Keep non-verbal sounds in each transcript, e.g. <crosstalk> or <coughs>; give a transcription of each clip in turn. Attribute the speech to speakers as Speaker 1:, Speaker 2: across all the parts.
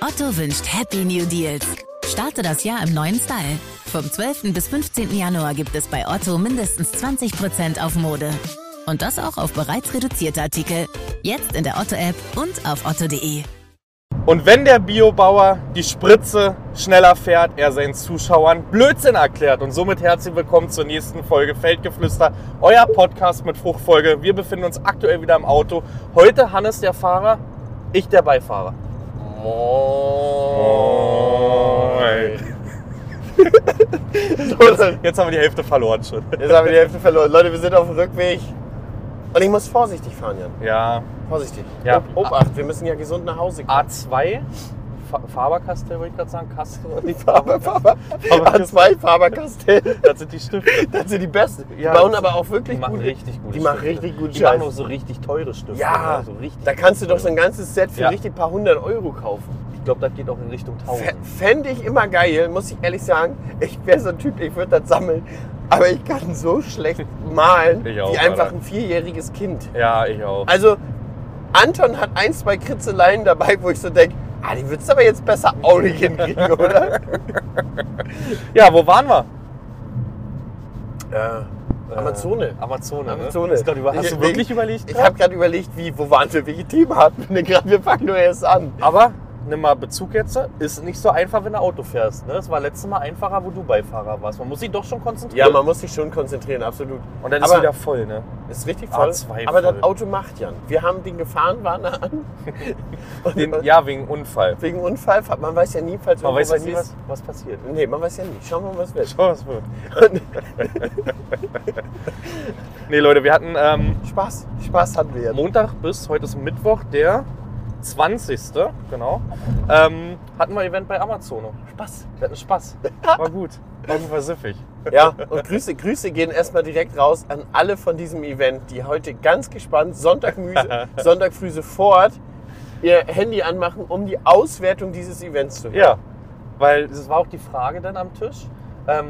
Speaker 1: Otto wünscht Happy New Deals. Starte das Jahr im neuen Style. Vom 12. bis 15. Januar gibt es bei Otto mindestens 20% auf Mode. Und das auch auf bereits reduzierte Artikel. Jetzt in der Otto-App und auf otto.de.
Speaker 2: Und wenn der Biobauer die Spritze schneller fährt, er seinen Zuschauern Blödsinn erklärt. Und somit herzlich willkommen zur nächsten Folge Feldgeflüster, euer Podcast mit Fruchtfolge. Wir befinden uns aktuell wieder im Auto. Heute Hannes der Fahrer, ich der Beifahrer.
Speaker 3: Moin.
Speaker 2: Jetzt, jetzt haben wir die Hälfte verloren schon.
Speaker 3: Jetzt haben wir die Hälfte verloren. Leute, wir sind auf dem Rückweg. Und ich muss vorsichtig fahren, Jan.
Speaker 2: Ja,
Speaker 3: Vorsichtig.
Speaker 2: Ja. Ah.
Speaker 3: Ob, Obacht, wir müssen ja gesund nach Hause kommen.
Speaker 2: A2, Fa- Faber-Castell wollte ich gerade sagen, Castell.
Speaker 3: Faber, Faber, A2 Faberkastell.
Speaker 2: Das sind die Stifte.
Speaker 3: Das sind die besten. Die
Speaker 2: Ja,
Speaker 3: bauen
Speaker 2: das-
Speaker 3: aber auch wirklich
Speaker 2: Die machen
Speaker 3: gute-
Speaker 2: richtig gute
Speaker 3: Die machen
Speaker 2: Stifte.
Speaker 3: richtig gute
Speaker 2: Die machen
Speaker 3: Scheiße.
Speaker 2: auch so richtig teure Stifte.
Speaker 3: Ja.
Speaker 2: ne? so richtig
Speaker 3: Da kannst du doch so ein ganzes Set für
Speaker 2: Ja.
Speaker 3: richtig paar hundert Euro kaufen.
Speaker 2: Ich glaube, das geht auch in Richtung 1000.
Speaker 3: Fände ich immer geil, muss ich ehrlich sagen. Ich wäre so ein Typ, ich würde das sammeln. Aber ich kann so schlecht malen,
Speaker 2: Ich auch,
Speaker 3: wie einfach
Speaker 2: Alter.
Speaker 3: ein vierjähriges Kind.
Speaker 2: Ja, ich auch.
Speaker 3: Also, Anton hat ein, zwei Kritzeleien dabei, wo ich so denke, ah, die würdest du aber jetzt besser auch nicht hinkriegen,
Speaker 2: <laughs>
Speaker 3: oder?
Speaker 2: Ja, wo waren wir?
Speaker 3: ja. Äh, Amazone.
Speaker 2: Amazone.
Speaker 3: Amazone.
Speaker 2: Ne? Ist grad über, hast
Speaker 3: Ich-
Speaker 2: du wirklich überlegt?
Speaker 3: Ich
Speaker 2: grad?
Speaker 3: habe gerade überlegt, wie, wo waren wir, welche Themen hatten wir denn gerade? Wir fangen nur erst an.
Speaker 2: Aber nimm mal Bezug jetzt. Ist nicht so einfach, wenn du Auto fährst. Ne? Es war letztes Mal einfacher, wo du Beifahrer warst. Man muss sich doch schon
Speaker 3: Ja,
Speaker 2: konzentrieren.
Speaker 3: man muss sich schon konzentrieren, absolut.
Speaker 2: Und dann ist
Speaker 3: aber-
Speaker 2: wieder voll, <laughs> ne?
Speaker 3: Ist richtig voll.
Speaker 2: A2
Speaker 3: aber
Speaker 2: voll.
Speaker 3: das Auto macht Jan. Wir haben den Gefahrenwarner
Speaker 2: <laughs>
Speaker 3: an. Und
Speaker 2: Den, ja, wegen <laughs> Unfall.
Speaker 3: Wegen Unfall, man weiß ja nie, falls
Speaker 2: Man weiß
Speaker 3: irgendwo
Speaker 2: ja nie, was,
Speaker 3: ist.
Speaker 2: was passiert.
Speaker 3: Nee, man weiß ja nie. Schauen wir mal, was wird.
Speaker 2: Schau, was wird. <laughs> nee, Leute, wir hatten ähm,
Speaker 3: Spaß. Spaß hatten wir jetzt.
Speaker 2: Montag bis heute ist Mittwoch, der 20. Genau. Ähm, hatten wir Event bei Amazone.
Speaker 3: Spaß.
Speaker 2: Wir hatten
Speaker 3: <laughs>
Speaker 2: Spaß. War gut. War gut, war siffig.
Speaker 3: Ja, und Grüße, Grüße gehen erstmal direkt raus an alle von diesem Event, die heute ganz gespannt
Speaker 2: <laughs>
Speaker 3: Sonntag, müse, Sonntag früh sofort ihr Handy anmachen, um die Auswertung dieses Events zu hören.
Speaker 2: Ja, weil es war auch die Frage dann am Tisch, ähm,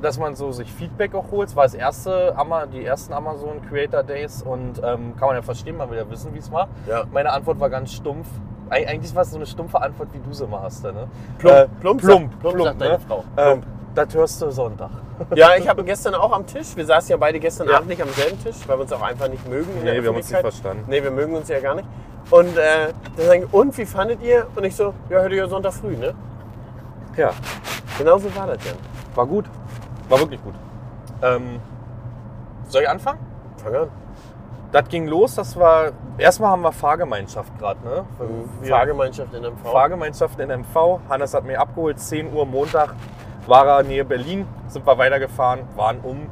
Speaker 2: dass man so sich Feedback auch holt. Es war das erste, Ama- die ersten Amazon Creator Days und ähm, kann man ja verstehen, man will ja wissen, wie es war.
Speaker 3: Ja.
Speaker 2: Meine Antwort war ganz stumpf. Eig eigentlich war es so eine stumpfe Antwort, wie du sie immer hast. Ne?
Speaker 3: Plump,
Speaker 2: Äh,
Speaker 3: plump,
Speaker 2: plump,
Speaker 3: sagt- plump, sagt deine Frau.
Speaker 2: Ähm, das hörst du Sonntag.
Speaker 3: Ja, ich habe gestern auch am Tisch, wir saßen ja beide gestern
Speaker 2: Ja.
Speaker 3: Abend nicht am selben Tisch, weil wir uns auch einfach nicht mögen. in der
Speaker 2: Nee, wir haben uns nicht
Speaker 3: Öffentlichkeit.
Speaker 2: verstanden.
Speaker 3: Nee, wir mögen uns ja gar nicht. Und äh, dann sagen, und wie fandet ihr? Und ich so, ja, hört ihr Sonntag früh, ne?
Speaker 2: Ja,
Speaker 3: Genauso war das Jan.
Speaker 2: war gut. War wirklich gut. Ähm, soll ich anfangen?
Speaker 3: Fang an.
Speaker 2: Äh, Das ging los, das war. Erstmal haben wir Fahrgemeinschaft gerade, ne? Wir-
Speaker 3: Mhm. Fahrgemeinschaft in MV.
Speaker 2: Fahrgemeinschaft Oh. in MV. Hannes hat mir abgeholt, 10 Uhr Montag. War er nähe Berlin, sind wir weitergefahren, waren um,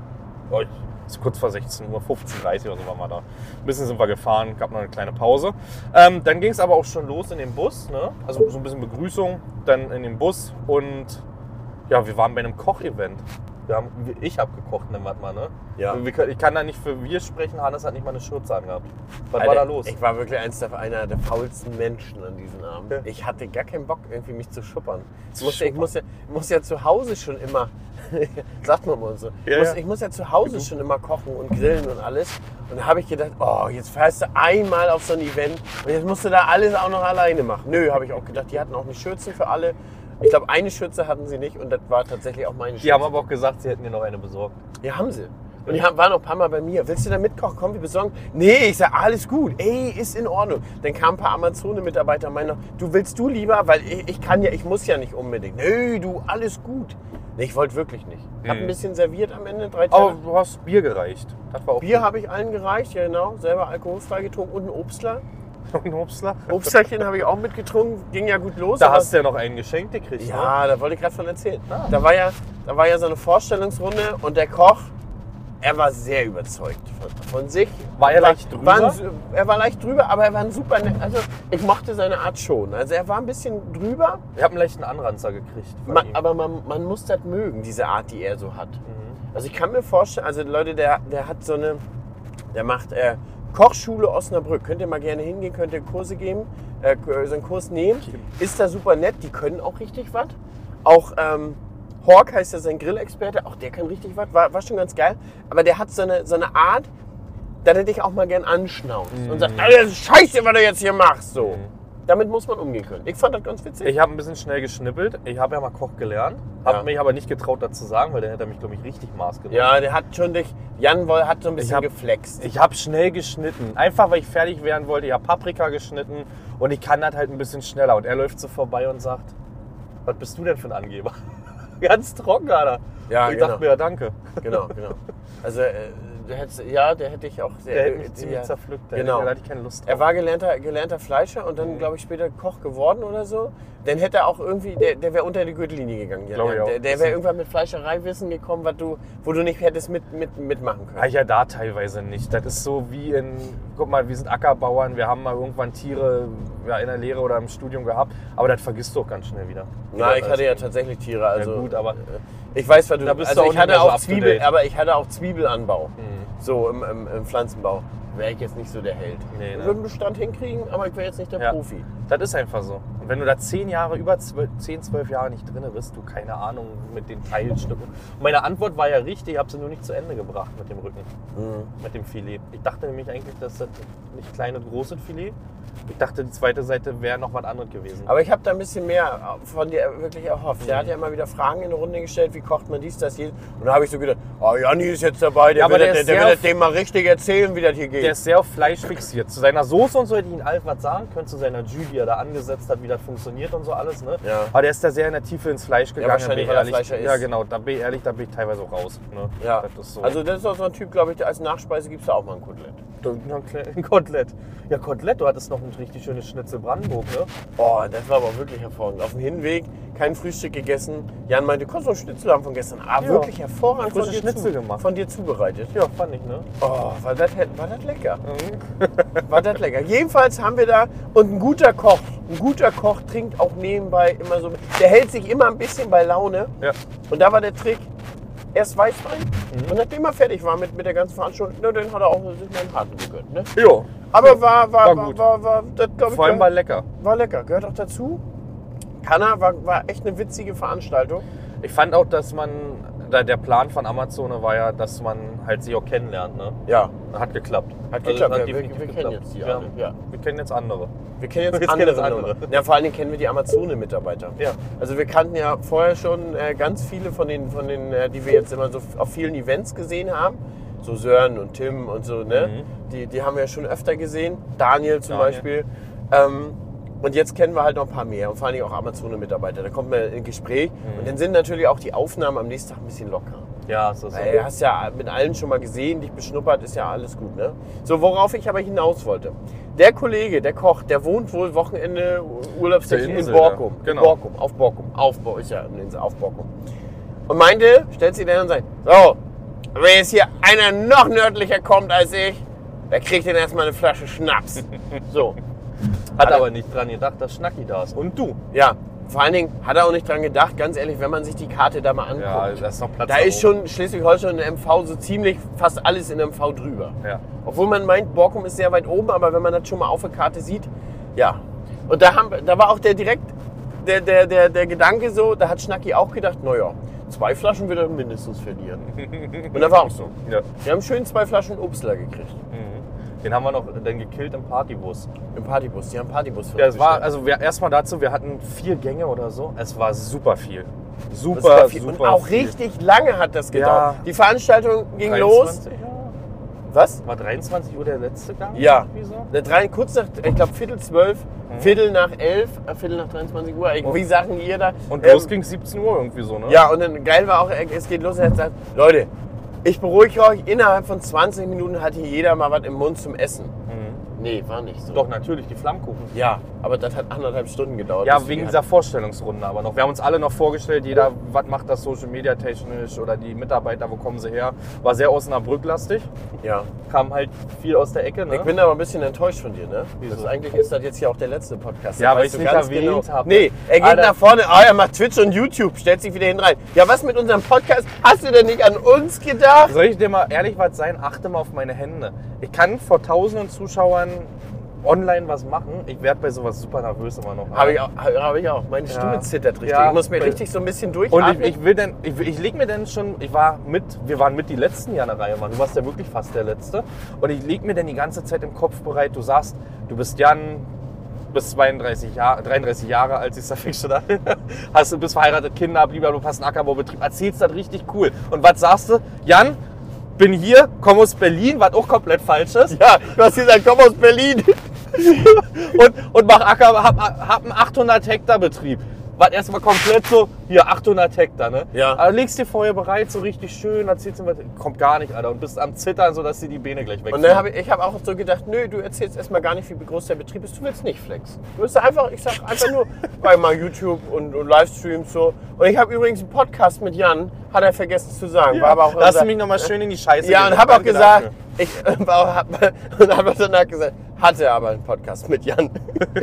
Speaker 2: oh, ist kurz vor 16 Uhr, 15.30 Uhr oder so waren wir da. Ein bisschen sind wir gefahren, gab noch eine kleine Pause. Ähm, dann ging es aber auch schon los in den Bus, ne? also so ein bisschen Begrüßung, dann in den Bus und ja, wir waren bei einem Kochevent. Wir haben, ich habe gekocht, nennen wir es mal, ne?
Speaker 3: Ja.
Speaker 2: Wir können- Ich kann da nicht für wir sprechen, Hannes hat nicht mal eine Schürze angehabt. Was war
Speaker 3: Alter,
Speaker 2: da los?
Speaker 3: Ich war wirklich eins der, einer der faulsten Menschen an diesem Abend.
Speaker 2: Ja.
Speaker 3: Ich hatte gar keinen Bock, irgendwie mich zu schuppern. Ich
Speaker 2: Zu
Speaker 3: muss, Ich
Speaker 2: schuppern.
Speaker 3: muss, ja, muss ja zu Hause schon immer, <laughs> sagt man mal so,
Speaker 2: Ja,
Speaker 3: muss,
Speaker 2: ja.
Speaker 3: ich muss ja zu Hause schon immer kochen und grillen und alles. Und da habe ich gedacht, oh, jetzt fährst du einmal auf so ein Event und jetzt musst du da alles auch noch alleine machen. Nö, habe ich auch gedacht, die hatten auch eine Schürze für alle. Ich glaube, eine Schürze hatten sie nicht und das war tatsächlich auch meine Schürze.
Speaker 2: Die haben aber auch gesagt, sie hätten dir noch eine besorgt.
Speaker 3: Ja, haben sie. Und die haben, waren noch ein paar Mal bei mir. Willst du da mitkochen? Komm, wir besorgen. Nee, ich sag, alles gut. Ey, ist in Ordnung. Dann kamen ein paar Amazone-Mitarbeiter und meinten, noch, du willst du lieber? Weil ich, ich kann ja, ich muss ja nicht unbedingt. Nö, du, alles gut. Nee, ich wollte wirklich nicht. Ich hab
Speaker 2: Hm. Oh.
Speaker 3: ein bisschen serviert am Ende, drei Tage.
Speaker 2: Aber du hast Bier gereicht. Das war auch
Speaker 3: Bier habe ich allen gereicht, ja genau. Selber alkoholfrei getrunken und
Speaker 2: <laughs>
Speaker 3: ein Obstler.
Speaker 2: Ein Obstler?
Speaker 3: Obstlerchen habe ich auch mitgetrunken. Ging ja gut los.
Speaker 2: Da
Speaker 3: Oh, aber-
Speaker 2: hast du ja noch ein Geschenk gekriegt. Ne?
Speaker 3: Ja, da wollte ich gerade von erzählen.
Speaker 2: Ah.
Speaker 3: Da, war ja, da war ja so eine Vorstellungsrunde und der Koch, er war sehr überzeugt von, von sich.
Speaker 2: War er leicht drüber?
Speaker 3: War ein, su- er war leicht drüber, aber er war ein super. ne- Also, ich mochte seine Art schon. Also, er war ein bisschen drüber,
Speaker 2: Ich habe einen leichten Anranzer gekriegt. von
Speaker 3: man,
Speaker 2: ihm.
Speaker 3: aber man, man muss das mögen, diese Art, die er so hat. Also, ich kann mir vorstellen, also, Leute, der, der hat so eine. Der macht äh, Kochschule Osnabrück. Könnt ihr mal gerne hingehen, könnt ihr Kurse geben, äh, so einen Kurs nehmen. Ist da super nett, die können auch richtig was. Auch ähm, Hawk heißt ja sein Grillexperte, auch der kann richtig was, war, war schon ganz geil. Aber der hat so eine, so eine Art, da der dich auch mal gern anschnauzt und sagt, Alter, das ist scheiße, was du jetzt hier machst. So. Damit muss man umgehen können. Ich fand das ganz witzig.
Speaker 2: Ich habe ein bisschen schnell geschnippelt. Ich habe ja mal Koch gelernt, habe
Speaker 3: Ja.
Speaker 2: mich aber nicht getraut, das zu sagen, weil dann hätte er mich, glaube ich, richtig maßgenommen.
Speaker 3: ja, der hat schon dich. Jan Woll hat so ein bisschen
Speaker 2: hab-
Speaker 3: geflext.
Speaker 2: Ich habe schnell geschnitten. Einfach, weil ich fertig werden wollte. Ich habe Paprika geschnitten und ich kann das halt ein bisschen schneller. Und er läuft so vorbei und sagt, was bist du denn für ein Angeber? <laughs> Ganz trocken, Alter.
Speaker 3: Ja,
Speaker 2: und ich
Speaker 3: genau.
Speaker 2: dachte mir, ja,
Speaker 3: <laughs>
Speaker 2: danke.
Speaker 3: genau, genau. Also, äh, der hätte, ja, der hätte ich auch sehr.
Speaker 2: Der hätte mich
Speaker 3: äh,
Speaker 2: ziemlich
Speaker 3: ja.
Speaker 2: zerpflückt. Der
Speaker 3: Genau.
Speaker 2: hätte- Da hatte ich keine Lust
Speaker 3: Er
Speaker 2: drauf.
Speaker 3: war gelernter, gelernter Fleischer und
Speaker 2: Mhm.
Speaker 3: dann, glaube ich, später Koch geworden oder so. Dann hätte er auch irgendwie, der, der wäre unter die Gürtellinie gegangen. Jan.
Speaker 2: Glaube ich auch.
Speaker 3: der der wäre irgendwann mit Fleischereiwissen gekommen, was du, wo du nicht hättest mit, mit, mitmachen können.
Speaker 2: Ah, ja, da teilweise nicht. Das ist so wie in, guck mal, wir sind Ackerbauern, wir haben mal irgendwann Tiere ja, in der Lehre oder im Studium gehabt, aber das vergisst du auch ganz schnell wieder.
Speaker 3: Na,
Speaker 2: Das
Speaker 3: ich
Speaker 2: ist-
Speaker 3: hatte ja tatsächlich Tiere, also
Speaker 2: gut, aber-
Speaker 3: ich weiß, was du
Speaker 2: Da bist
Speaker 3: also
Speaker 2: du auch
Speaker 3: ich
Speaker 2: nicht mehr
Speaker 3: hatte
Speaker 2: so
Speaker 3: auch
Speaker 2: up to
Speaker 3: Zwiebel,
Speaker 2: date. Mhm.
Speaker 3: aber ich hatte auch Zwiebelanbau, so im, im, im Pflanzenbau. Wäre ich jetzt nicht so der Held.
Speaker 2: Nee,
Speaker 3: ich
Speaker 2: ne.
Speaker 3: würde einen Bestand hinkriegen, aber ich wäre jetzt nicht der
Speaker 2: Ja.
Speaker 3: Profi.
Speaker 2: Das ist einfach so. Und wenn du da zehn Jahre, über zwölf, zehn, zwölf Jahre nicht drin bist, du keine Ahnung mit den Teilstücken. Und meine Antwort war ja richtig, ich habe sie nur nicht zu Ende gebracht mit dem Rücken,
Speaker 3: Mhm.
Speaker 2: mit dem Filet. Ich dachte nämlich eigentlich, dass das nicht klein und groß ist, Filet. Ich dachte, die zweite Seite wäre noch was anderes gewesen.
Speaker 3: Aber ich habe da ein bisschen mehr von dir wirklich erhofft.
Speaker 2: Mhm.
Speaker 3: Der hat ja immer wieder Fragen in die Runde gestellt, wie kocht man dies, das, jenes. Und da habe ich so gedacht, oh, Janni ist jetzt dabei, der
Speaker 2: Ja, aber
Speaker 3: wird,
Speaker 2: der
Speaker 3: das,
Speaker 2: ist
Speaker 3: der
Speaker 2: sehr
Speaker 3: wird das
Speaker 2: auf-
Speaker 3: dem mal richtig erzählen, wie das hier geht.
Speaker 2: der ist sehr auf Fleisch fixiert. Zu seiner Soße und so hätte ich ihn alt was sagen können, zu seiner Jus, die er da angesetzt hat, wie das funktioniert und so alles. Ne?
Speaker 3: Ja.
Speaker 2: Aber der ist da sehr in der Tiefe ins Fleisch gegangen. bin
Speaker 3: wahrscheinlich, weil er
Speaker 2: ehrlich.
Speaker 3: Fleischer
Speaker 2: Ja,
Speaker 3: ist.
Speaker 2: genau. Da bin ich ehrlich, da bin ich teilweise auch raus. Ne?
Speaker 3: ja.
Speaker 2: Das ist so.
Speaker 3: Also das ist auch so ein Typ, glaube ich, der als Nachspeise gibt es da auch mal ein Kotelett.
Speaker 2: Ein <laughs> Kotelett. Ja, Kotelett, du hattest noch ein richtig schönes Schnitzel Brandenburg, ne?
Speaker 3: Boah, das war aber wirklich hervorragend. Auf dem Hinweg kein Frühstück gegessen. Jan meinte, kannst du einen Schnitzel haben von gestern? Ah,
Speaker 2: Ja.
Speaker 3: wirklich hervorragend von
Speaker 2: Frische
Speaker 3: dir,
Speaker 2: Schnitzel gemacht.
Speaker 3: von dir zubereitet.
Speaker 2: Ja, fand ich, ne?
Speaker 3: Oh, war das, war das lecker.
Speaker 2: Mhm.
Speaker 3: <laughs> war das lecker. Jedenfalls haben wir da, und ein guter Koch, ein guter Koch trinkt auch nebenbei immer so, der hält sich immer ein bisschen bei Laune.
Speaker 2: Ja.
Speaker 3: Und da war der Trick, erst Weißwein
Speaker 2: Mhm.
Speaker 3: und nachdem er fertig war mit, mit der ganzen Veranstaltung, na, dann hat er auch sich mal einen Harten gegönnt. Ne?
Speaker 2: Jo.
Speaker 3: Aber war, war,
Speaker 2: War
Speaker 3: war,
Speaker 2: gut.
Speaker 3: war, war, das glaube ich,
Speaker 2: Vor allem
Speaker 3: war,
Speaker 2: war lecker.
Speaker 3: war lecker. Gehört auch dazu. Kanna war, war echt eine witzige Veranstaltung.
Speaker 2: Ich fand auch, dass man, da der Plan von Amazon war ja, dass man halt sich auch kennenlernt, ne?
Speaker 3: Ja.
Speaker 2: Hat geklappt.
Speaker 3: Hat
Speaker 2: Also,
Speaker 3: geklappt, ja, wir-
Speaker 2: definitiv
Speaker 3: wir kennen jetzt die
Speaker 2: wir,
Speaker 3: alle,
Speaker 2: haben-
Speaker 3: ja.
Speaker 2: wir kennen jetzt andere.
Speaker 3: Wir kennen jetzt,
Speaker 2: Jetzt kennen
Speaker 3: andere,
Speaker 2: das andere.
Speaker 3: Nummer. Ja, vor allen Dingen kennen wir die Amazone-Mitarbeiter.
Speaker 2: Ja.
Speaker 3: Also wir kannten ja vorher schon äh, ganz viele von den, von den äh, die wir jetzt immer so f- auf vielen Events gesehen haben. So Sören und Tim und so, ne? Die, die haben wir ja schon öfter gesehen. Daniel zum
Speaker 2: Daniel.
Speaker 3: Beispiel. Ähm, und jetzt kennen wir halt noch ein paar mehr und vor allen Dingen auch Amazone-Mitarbeiter. Da kommt man in Gespräch und dann sind natürlich auch die Aufnahmen am nächsten Tag ein bisschen locker.
Speaker 2: Ja, ist das so.
Speaker 3: Ey, du Äh, hast ja mit allen schon mal gesehen, dich beschnuppert, ist ja alles gut, ne? So, worauf ich aber hinaus wollte. Der Kollege, der Koch, der wohnt wohl Wochenende Urlaubstechnik
Speaker 2: Der
Speaker 3: in
Speaker 2: Insel,
Speaker 3: Borkum.
Speaker 2: ja. Genau.
Speaker 3: In Borkum, auf Borkum. Auf Bo- ist ja eine Insel, auf Borkum. Und meinte, stellt sich dann und sagt, so, wenn jetzt hier einer noch nördlicher kommt als ich, der kriegt dann erstmal eine
Speaker 2: <laughs>
Speaker 3: Flasche Schnaps. so,
Speaker 2: Hat aber nicht dran gedacht, dass Schnacki da ist. Und du.
Speaker 3: ja. Vor allen Dingen hat er auch nicht dran gedacht, ganz ehrlich, wenn man sich die Karte da mal anguckt.
Speaker 2: Ja, also da ist noch Platz.
Speaker 3: Da
Speaker 2: nach
Speaker 3: ist
Speaker 2: oben.
Speaker 3: schon Schleswig-Holstein in MV so ziemlich fast alles in MV drüber.
Speaker 2: Ja.
Speaker 3: Obwohl man meint, Borkum ist sehr weit oben, aber wenn man das schon mal auf der Karte sieht, ja. Und da, haben, da war auch der direkt der, der, der, der Gedanke so, da hat Schnacki auch gedacht, naja, zwei Flaschen wird er mindestens verlieren. Und da war auch so.
Speaker 2: Ja.
Speaker 3: Wir haben schön zwei Flaschen Obstler gekriegt
Speaker 2: Den haben wir noch dann gekillt im Partybus.
Speaker 3: im Partybus. Die haben einen Partybus für
Speaker 2: Ja,
Speaker 3: uns
Speaker 2: es war,
Speaker 3: bestellt.
Speaker 2: also wir, erstmal dazu, wir hatten vier Gänge oder so. Es war super viel.
Speaker 3: Das
Speaker 2: Super,
Speaker 3: war viel.
Speaker 2: super
Speaker 3: Und auch
Speaker 2: viel.
Speaker 3: richtig lange hat das gedauert.
Speaker 2: Ja.
Speaker 3: Die Veranstaltung ging los.
Speaker 2: 23 Uhr?
Speaker 3: Was?
Speaker 2: War 23 Uhr der letzte Gang?
Speaker 3: Ja.
Speaker 2: Wieso?
Speaker 3: Ne, Drei, kurz nach, ich glaube Viertel zwölf,
Speaker 2: Mhm.
Speaker 3: Viertel nach elf, äh, Viertel nach 23 Uhr, ich, wie sagen ihr da?
Speaker 2: Und
Speaker 3: Ähm,
Speaker 2: los ging 17 Uhr irgendwie so, ne?
Speaker 3: Ja, und dann geil war auch, äh, es geht los, er hat gesagt, Leute, ich beruhige euch, innerhalb von 20 Minuten hatte jeder mal was im Mund zum Essen. Nee, war nicht so.
Speaker 2: Mhm. Doch, natürlich, die Flammkuchen.
Speaker 3: Ja, aber das hat anderthalb Stunden gedauert.
Speaker 2: Ja,
Speaker 3: bis wir
Speaker 2: wegen
Speaker 3: die
Speaker 2: dieser
Speaker 3: hatten.
Speaker 2: Vorstellungsrunde aber noch. Wir haben uns alle noch vorgestellt, jeder, was macht das Social Media technisch oder die Mitarbeiter, wo kommen sie her. War sehr Osnabrück-lastig,
Speaker 3: Ja.
Speaker 2: kam halt viel aus der Ecke, ne?
Speaker 3: Ich bin aber ein bisschen enttäuscht von dir, ne?
Speaker 2: Wieso?
Speaker 3: Das ist, eigentlich ist das jetzt hier auch der letzte Podcast.
Speaker 2: Ja,
Speaker 3: Das
Speaker 2: weil ich's
Speaker 3: weißt du
Speaker 2: nicht
Speaker 3: ganz genau-
Speaker 2: erwähnt hab.
Speaker 3: Nee, er geht
Speaker 2: Alter.
Speaker 3: nach vorne, ah, er macht Twitch und YouTube, stellt sich wieder hin rein. Ja, was mit unserem Podcast? Hast du denn nicht an uns gedacht?
Speaker 2: Soll ich dir mal ehrlich was sein? Achte mal auf meine Hände. Ich kann vor tausenden Zuschauern online was machen. Ich werde bei sowas super nervös immer noch.
Speaker 3: Habe ich, auch- hab ich auch. Meine Stimme
Speaker 2: Ja.
Speaker 3: zittert richtig.
Speaker 2: Ja.
Speaker 3: Ich muss mir richtig so ein bisschen
Speaker 2: Und
Speaker 3: durchatmen.
Speaker 2: ich, ich will denn, ich, ich leg mir denn schon, ich war mit, wir waren mit die letzten Jahre in der Reihe, Mann. Du warst ja wirklich fast der Letzte. Und ich leg mir denn die ganze Zeit im Kopf bereit, du sagst, du bist Jan, bis 32 Jahre, 33 Jahre alt, siehst du, da fängst du da an. <laughs> Hast du bist verheiratet, Kinder, blablabla, hast einen Ackerbaubetrieb, erzählst das richtig cool. Und was sagst du? Jan, bin hier, komme aus Berlin, was auch komplett falsch ist.
Speaker 3: Ja, du hast gesagt, komm aus Berlin.
Speaker 2: und, und mach Acker, hab, hab einen 800 Hektar Betrieb. War erstmal komplett so, hier 800 Hektar, ne?
Speaker 3: Ja.
Speaker 2: Aber legst dir vorher bereit, so richtig schön, erzählst ihm was, kommt gar nicht, Alter, und bist am Zittern, sodass dir die Beine gleich weg
Speaker 3: Und dann habe ich, ich habe auch so gedacht, nö, du erzählst erstmal gar nicht, wie groß der Betrieb ist. Du willst nicht flexen. Du willst einfach, ich sag einfach <laughs> nur bei mal YouTube und, und Livestreams so. Und ich habe übrigens einen Podcast mit Jan, hat er vergessen zu sagen. War aber auch
Speaker 2: Lass
Speaker 3: unser-
Speaker 2: mich nochmal schön in die Scheiße
Speaker 3: Ja,
Speaker 2: gehen.
Speaker 3: und habe auch
Speaker 2: Danke dafür.
Speaker 3: gesagt, ich <laughs> äh, war auch, hab, und habe danach gesagt, hatte aber einen Podcast mit Jan. <laughs>
Speaker 2: <laughs>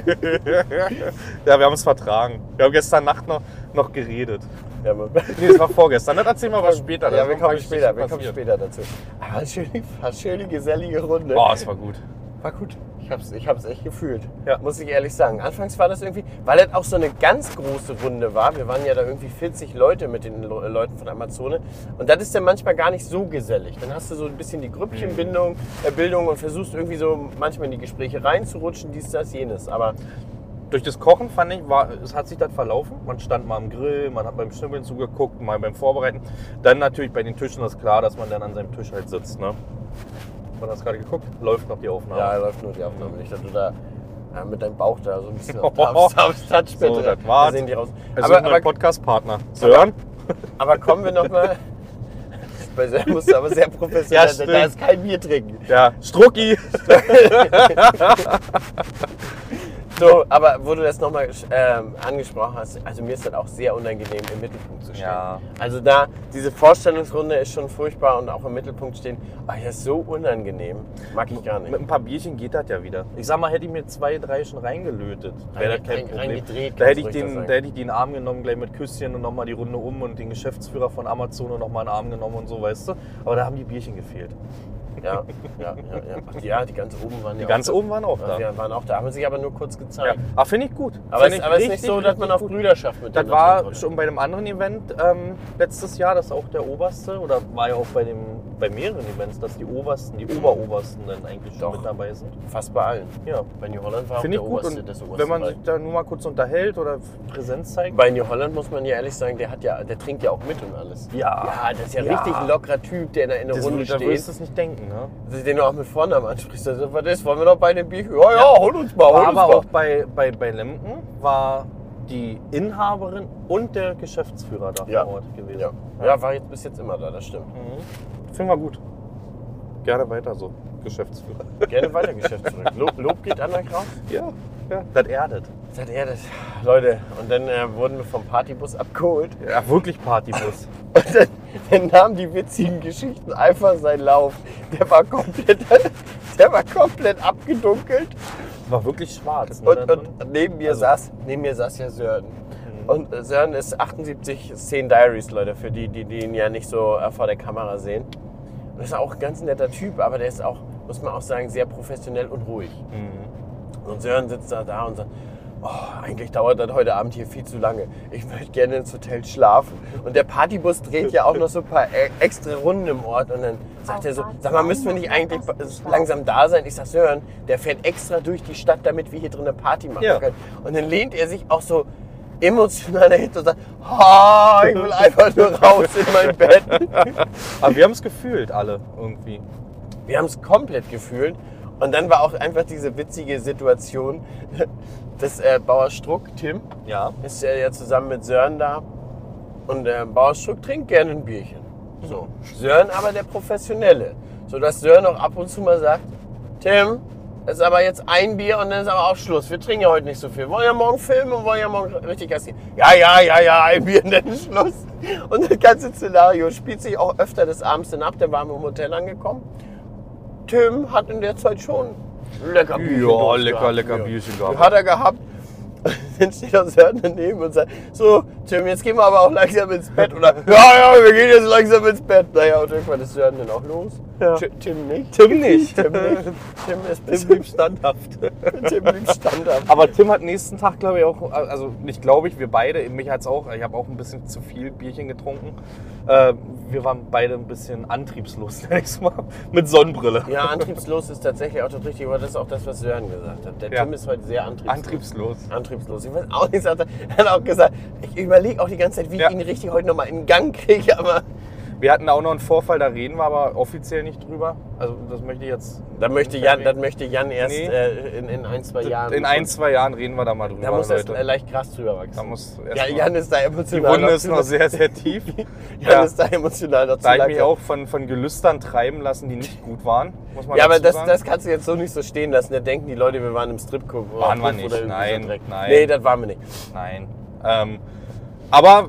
Speaker 2: Ja, wir haben es vertragen. Wir haben gestern Nacht noch, noch geredet.
Speaker 3: Ja, aber-
Speaker 2: Nee, das war vorgestern. Das erzählen wir aber später.
Speaker 3: ja,
Speaker 2: Das
Speaker 3: wir
Speaker 2: ist
Speaker 3: kommen
Speaker 2: noch
Speaker 3: später, wir
Speaker 2: passiert.
Speaker 3: kommen später dazu. Aber schöne, war schöne gesellige Runde.
Speaker 2: Boah, es war gut.
Speaker 3: War gut. Ich hab's, ich hab's echt gefühlt.
Speaker 2: Ja.
Speaker 3: Muss ich ehrlich sagen. Anfangs war das irgendwie, weil das auch so eine ganz große Runde war. Wir waren ja da irgendwie 40 Leute mit den Le Leuten von Amazone. Und das ist dann manchmal gar nicht so gesellig. Dann hast du so ein bisschen die Grüppchenbindung,
Speaker 2: Mhm.
Speaker 3: äh, Bildung und versuchst irgendwie so manchmal in die Gespräche reinzurutschen, dies, das, jenes. Aber
Speaker 2: Durch das Kochen fand ich, war, es hat sich das verlaufen. Man stand mal am Grill, man hat beim Schnibbeln zugeguckt, mal beim Vorbereiten. Dann natürlich bei den Tischen ist klar, dass man dann an seinem Tisch halt sitzt. Ne? Man hat gerade geguckt, läuft noch die Aufnahme.
Speaker 3: ja, läuft nur die Aufnahme nicht, dass du da äh, mit deinem Bauch da so
Speaker 2: <laughs>
Speaker 3: ein bisschen
Speaker 2: Oh,
Speaker 3: auf aufs- aufs Touchpad
Speaker 2: so, das
Speaker 3: da
Speaker 2: war's.
Speaker 3: sehen die raus.
Speaker 2: also
Speaker 3: aber,
Speaker 2: mein
Speaker 3: aber,
Speaker 2: Podcast-Partner. Sören?
Speaker 3: aber kommen wir <laughs> nochmal. Bei Sam musst du aber sehr professionell
Speaker 2: <laughs> Ja,
Speaker 3: sein. Da
Speaker 2: stimmt.
Speaker 3: ist kein Bier trinken.
Speaker 2: Ja. Strucki!
Speaker 3: So, aber wo du das nochmal ähm, angesprochen hast, also mir ist das auch sehr unangenehm, im Mittelpunkt zu stehen.
Speaker 2: Ja.
Speaker 3: Also da, diese Vorstellungsrunde ist schon furchtbar und auch im Mittelpunkt stehen, oh, das ist so unangenehm. Mag ich gar nicht.
Speaker 2: Mit ein paar Bierchen geht das ja wieder. Ich sag mal, hätte ich mir zwei, drei schon reingelötet, wäre das
Speaker 3: Rein-
Speaker 2: kein Problem.
Speaker 3: reingedreht,
Speaker 2: da, hätte ich
Speaker 3: kannst du ruhig das
Speaker 2: den,
Speaker 3: sagen.
Speaker 2: da hätte ich den Arm genommen, gleich mit Küsschen und nochmal die Runde um und den Geschäftsführer von Amazon und nochmal einen Arm genommen und so, weißt du. Aber da haben die Bierchen gefehlt.
Speaker 3: Ja, ja, ja, ja. Ach, ja, die ganz oben waren
Speaker 2: Die
Speaker 3: ja
Speaker 2: ganz
Speaker 3: auch
Speaker 2: oben waren auch
Speaker 3: da.
Speaker 2: da.
Speaker 3: Ja, die waren auch da, haben sich aber nur kurz
Speaker 2: Ja.
Speaker 3: gezeigt.
Speaker 2: Ach, finde ich gut.
Speaker 3: Aber, es,
Speaker 2: Find ich
Speaker 3: aber es ist nicht
Speaker 2: richtig,
Speaker 3: so, dass
Speaker 2: richtig
Speaker 3: man auf
Speaker 2: gut.
Speaker 3: Brüderschaft mit
Speaker 2: Das
Speaker 3: denen
Speaker 2: war
Speaker 3: trinkt,
Speaker 2: schon bei einem anderen Event ähm, letztes Jahr, das auch der oberste, oder war ja auch bei, dem, bei mehreren Events, dass die obersten, die oberobersten dann eigentlich schon
Speaker 3: Doch.
Speaker 2: mit dabei sind.
Speaker 3: oder? Fast bei allen.
Speaker 2: Ja.
Speaker 3: Bei New Holland war auch
Speaker 2: Finde ich
Speaker 3: der
Speaker 2: gut.
Speaker 3: oberste,
Speaker 2: Und
Speaker 3: das oberste
Speaker 2: wenn man
Speaker 3: bei.
Speaker 2: sich da nur mal kurz unterhält oder Präsenz zeigt,
Speaker 3: Bei New Holland muss man ja ehrlich sagen, der hat ja, der trinkt ja auch mit und alles.
Speaker 2: Ja.
Speaker 3: Ja, Ah, das ist ja,
Speaker 2: Ja.
Speaker 3: richtig ein lockerer Typ, der in der, in der
Speaker 2: Das
Speaker 3: Runde
Speaker 2: würd- da
Speaker 3: steht.
Speaker 2: würdest du es nicht denken, ne?
Speaker 3: den du auch mit Vornamen ansprichst. Also, was ist, wollen wir noch bei dem Bier? Ja, ja, hol uns mal, hol
Speaker 2: War aber auch
Speaker 3: uns mal.
Speaker 2: bei, bei, bei Lemken war die Inhaberin und der Geschäftsführer da
Speaker 3: Ja.
Speaker 2: vor Ort gewesen.
Speaker 3: Ja. ja, war jetzt bis jetzt immer da, das stimmt.
Speaker 2: Finden wir gut. Gerne weiter so,
Speaker 3: <laughs>
Speaker 2: Geschäftsführer.
Speaker 3: <laughs> Gerne weiter, Geschäftsführer. Lob, Lob geht an euch raus.
Speaker 2: Ja, ja. Das erdet.
Speaker 3: Seid ihr das? Leute, und dann äh, wurden wir vom Partybus abgeholt. <laughs>
Speaker 2: Ja, wirklich Partybus.
Speaker 3: Und dann, dann nahmen die witzigen Geschichten einfach seinen Lauf. Der war komplett, <laughs> der war komplett abgedunkelt.
Speaker 2: War wirklich schwarz. Ne,
Speaker 3: Und,
Speaker 2: da drin?
Speaker 3: und neben, mir
Speaker 2: Also- Mhm.
Speaker 3: saß, neben mir saß ja Sören. Und äh, Sören ist 78 Szenen Diaries, Leute, für die, die, die ihn ja nicht so äh, vor der Kamera sehen. Und ist auch ein ganz netter Typ, aber der ist auch, muss man auch sagen, sehr professionell und ruhig. Und Sören sitzt da, da und sagt, oh, eigentlich dauert das heute Abend hier viel zu lange. Ich möchte gerne ins Hotel schlafen. Und der Partybus dreht ja auch noch so ein paar e- extra Runden im Ort. Und dann sagt er so, sag mal, müssen wir nicht eigentlich ba- langsam da sein? Ich sag, Sören, der fährt extra durch die Stadt, damit wir hier drin eine Party machen
Speaker 2: Ja.
Speaker 3: können. Und dann lehnt er sich auch so emotional dahinter und sagt, ha, ich will einfach nur raus in mein Bett.
Speaker 2: Aber wir haben es gefühlt, alle irgendwie.
Speaker 3: Wir haben es komplett gefühlt. Und dann war auch einfach diese witzige Situation, <laughs> dass äh, Bauer Struck, Tim,
Speaker 2: Ja.
Speaker 3: ist er ja zusammen mit Sören da. Und äh, Bauer Struck trinkt gerne ein Bierchen. So. Sören aber der Professionelle. Sodass Sören auch ab und zu mal sagt, Tim, es ist aber jetzt ein Bier und dann ist aber auch Schluss. Wir trinken ja heute nicht so viel. Wollen ja morgen filmen und wollen ja morgen richtig Gas geben. Ja, ja, ja, ja, ein Bier und dann ist Schluss. Und das ganze Szenario spielt sich auch öfter des Abends dann ab. Der war im Hotel angekommen. Tim hat in der Zeit schon lecker Bierchen
Speaker 2: Ja,
Speaker 3: durchgehabt.
Speaker 2: lecker, lecker Bierchen gehabt.
Speaker 3: Hat er gehabt. <laughs> Dann steht er Sören daneben und sagt, so, Tim, jetzt gehen wir aber auch langsam ins Bett. Oder, ja, ja, wir gehen jetzt langsam ins Bett. Naja, und irgendwann ist Sören dann auch los.
Speaker 2: Ja.
Speaker 3: Ti- Tim
Speaker 2: <laughs>
Speaker 3: nicht.
Speaker 2: Tim nicht.
Speaker 3: Tim nicht. Tim ist bis
Speaker 2: Tim blieb standhaft. <laughs>
Speaker 3: Tim blieb standhaft.
Speaker 2: Aber Tim hat nächsten Tag, glaube ich, auch, also nicht glaube ich, wir beide, mich hat's auch, ich habe auch ein bisschen zu viel Bierchen getrunken. Äh, wir waren beide ein bisschen antriebslos, <laughs> nenn ich's mal, mit Sonnenbrille.
Speaker 3: Ja, antriebslos ist tatsächlich auch das richtige Wort. Das ist auch das, was Sören gesagt hat. Der
Speaker 2: Ja.
Speaker 3: Tim ist heute sehr
Speaker 2: <laughs>
Speaker 3: antriebslos.
Speaker 2: Antriebslos.
Speaker 3: Antriebslos. Ich weiß auch nicht, sagt er er hat auch gesagt, ich überlege auch die ganze Zeit, wie
Speaker 2: Ja.
Speaker 3: ich ihn richtig heute nochmal in Gang kriege, aber
Speaker 2: Wir hatten auch noch einen Vorfall, da reden wir aber offiziell nicht drüber. Also das möchte ich jetzt.
Speaker 3: dann möchte Jan, dann möchte Jan erst
Speaker 2: Nee.
Speaker 3: äh, in, in ein, zwei Jahren.
Speaker 2: In ein, zwei Jahren reden wir da mal drüber.
Speaker 3: Da muss erst
Speaker 2: Leute.
Speaker 3: äh, leicht Gras drüber wachsen.
Speaker 2: Da muss erst
Speaker 3: ja,
Speaker 2: mal-
Speaker 3: Jan ist da
Speaker 2: die
Speaker 3: emotional.
Speaker 2: Wunde ist noch sehr, sehr tief.
Speaker 3: <laughs> Jan
Speaker 2: Ja.
Speaker 3: ist da emotional dazu.
Speaker 2: Da habe ich mich
Speaker 3: langsam.
Speaker 2: auch von, von Gelüstern treiben lassen, die nicht gut waren, muss man
Speaker 3: Ja, aber
Speaker 2: dazu
Speaker 3: das,
Speaker 2: sagen.
Speaker 3: das kannst du jetzt so nicht so stehen lassen. Da denken die Leute, wir waren im Stripclub. oder
Speaker 2: Waren wir
Speaker 3: Puff
Speaker 2: nicht.
Speaker 3: oder irgendwie
Speaker 2: Nein,
Speaker 3: so Dreck.
Speaker 2: nein.
Speaker 3: Nee, das waren wir nicht.
Speaker 2: Nein. Ähm, aber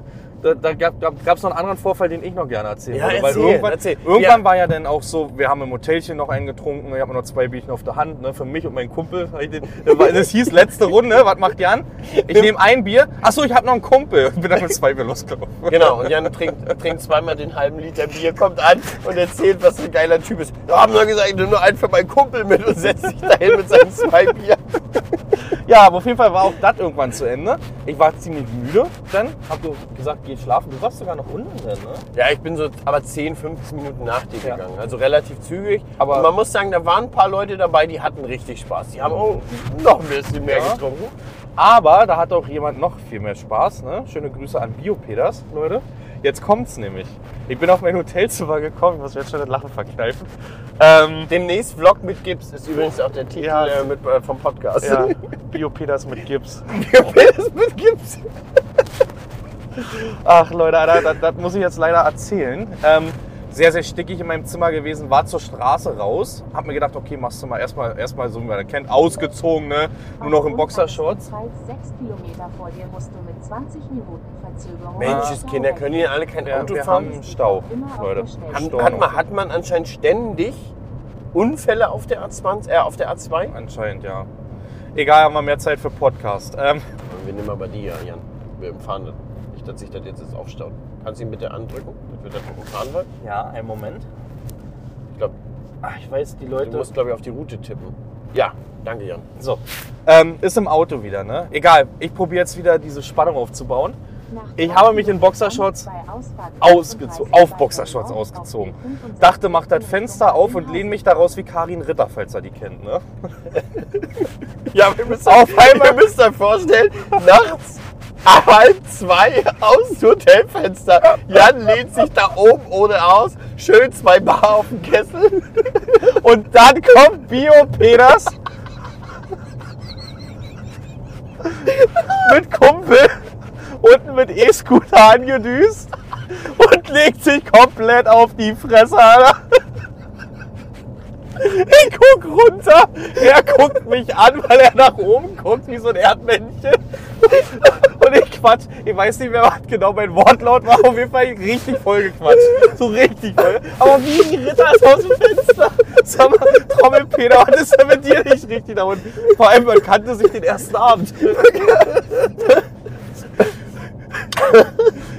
Speaker 2: <laughs> da, da gab es gab, noch einen anderen Vorfall, den ich noch gerne erzählen
Speaker 3: Ja,
Speaker 2: würde.
Speaker 3: erzähl,
Speaker 2: irgendwann
Speaker 3: erzähl.
Speaker 2: irgendwann
Speaker 3: Ja.
Speaker 2: war ja dann auch so, wir haben im Hotelchen noch einen getrunken, ich habe noch zwei Bierchen auf der Hand, ne, für mich und meinen Kumpel. hab ich den- Das war- das hieß letzte Runde, was macht Jan? Ich nehme ein Bier, achso, ich habe noch einen Kumpel. Ich bin dann mit zwei Bier losgelaufen.
Speaker 3: Genau, und Jan
Speaker 2: <laughs>
Speaker 3: trinkt, trinkt zweimal den halben Liter Bier, kommt an und erzählt, was für ein geiler Typ ist. Da haben wir gesagt, ich nehme nur einen für meinen Kumpel mit und setzt sich dahin mit seinen zwei Bier.
Speaker 2: Ja, aber auf jeden Fall war auch das irgendwann zu Ende. Ich war ziemlich müde dann, hab so gesagt, geh schlafen. Du warst sogar noch unten drin, ne?
Speaker 3: Ja, ich bin so aber 10, 15 Minuten nach dir
Speaker 2: Ja.
Speaker 3: gegangen. Also relativ zügig.
Speaker 2: Aber-
Speaker 3: und man muss sagen, da waren ein paar Leute dabei, die hatten richtig Spaß. Die haben auch noch ein bisschen mehr
Speaker 2: Mhm. Ja.
Speaker 3: getrunken.
Speaker 2: Aber da hat auch jemand noch viel mehr Spaß. Ne? Schöne Grüße an Biopeders, Leute. Jetzt kommt's nämlich. Ich bin auf mein Hotelzimmer gekommen. Ich muss mir jetzt schon das Lachen verkneifen. Ähm,
Speaker 3: Demnächst Vlog mit Gips ist übrigens auch der Titel
Speaker 2: Ja.
Speaker 3: äh, mit, äh, vom Podcast.
Speaker 2: ja, Biopeders mit Gips.
Speaker 3: Penis mit Gips.
Speaker 2: Ach Leute, das, das, das muss ich jetzt leider erzählen. Ähm, sehr, sehr stickig in meinem Zimmer gewesen, war zur Straße raus. Hab mir gedacht, okay, machst du mal erstmal, erstmal so, wie man das kennt, ausgezogen, ne? nur noch in Boxershorts.
Speaker 4: Sechs Kilometer vor dir musst du mit 20 Minuten
Speaker 3: <laughs>
Speaker 4: Verzögerung.
Speaker 3: Mensch, Kinder, können die alle kein
Speaker 2: Ja,
Speaker 3: Auto
Speaker 2: wir
Speaker 3: fahren?
Speaker 2: haben einen Stau, Leute.
Speaker 3: Hat,
Speaker 2: Storno.
Speaker 3: hat, man, hat man anscheinend ständig Unfälle auf der A20, äh, auf der A2?
Speaker 2: Anscheinend, ja. Egal, haben wir mehr Zeit für Podcast. Ähm,
Speaker 3: Wir nehmen aber die, ja, Jan. Wir fahren das. Nicht, dass sich das jetzt, jetzt aufstaut. Kannst du ihn bitte andrücken? Das wird dann vom Fahren wird.
Speaker 2: ja, einen Moment.
Speaker 3: Ich glaube,
Speaker 2: Ach, ich weiß, die
Speaker 3: du musst, glaube ich, auf die Route tippen. Ja, danke, Jan.
Speaker 2: So. Ähm, ist im Auto wieder, ne? Egal, ich probiere jetzt wieder diese Spannung aufzubauen.
Speaker 4: Ich habe mich in Boxershorts
Speaker 2: Ausgezogen,
Speaker 4: ausgezogen,
Speaker 2: auf Boxershorts ausgezogen. Dachte, mach das Fenster auf und lehn
Speaker 4: lehne
Speaker 2: mich daraus wie Karin Ritter, falls er die kennt, <laughs> ne?
Speaker 3: Ja, wir müssen
Speaker 2: Auf einmal
Speaker 3: müsst ihr vorstellen, nachts halb zwei aus dem Hotelfenster. Jan lehnt sich da oben ohne aus, schön zwei Bar auf den Kessel.
Speaker 2: Und dann kommt Bio Peters. mit Kumpel unten mit E-Scooter angedüst und legt sich komplett auf die Fresse, Alter. Ich guck runter, er guckt mich an, weil er nach oben guckt wie so ein Erdmännchen. Und ich quatsch, ich weiß nicht mehr, was genau mein Wortlaut war, auf jeden Fall richtig voll gequatscht. So richtig voll. Aber wie ein Ritter ist aus dem Fenster. Sag mal, Trommelpeter, was ist denn mit dir nicht richtig da unten? Vor allem, man kannte sich den ersten Abend.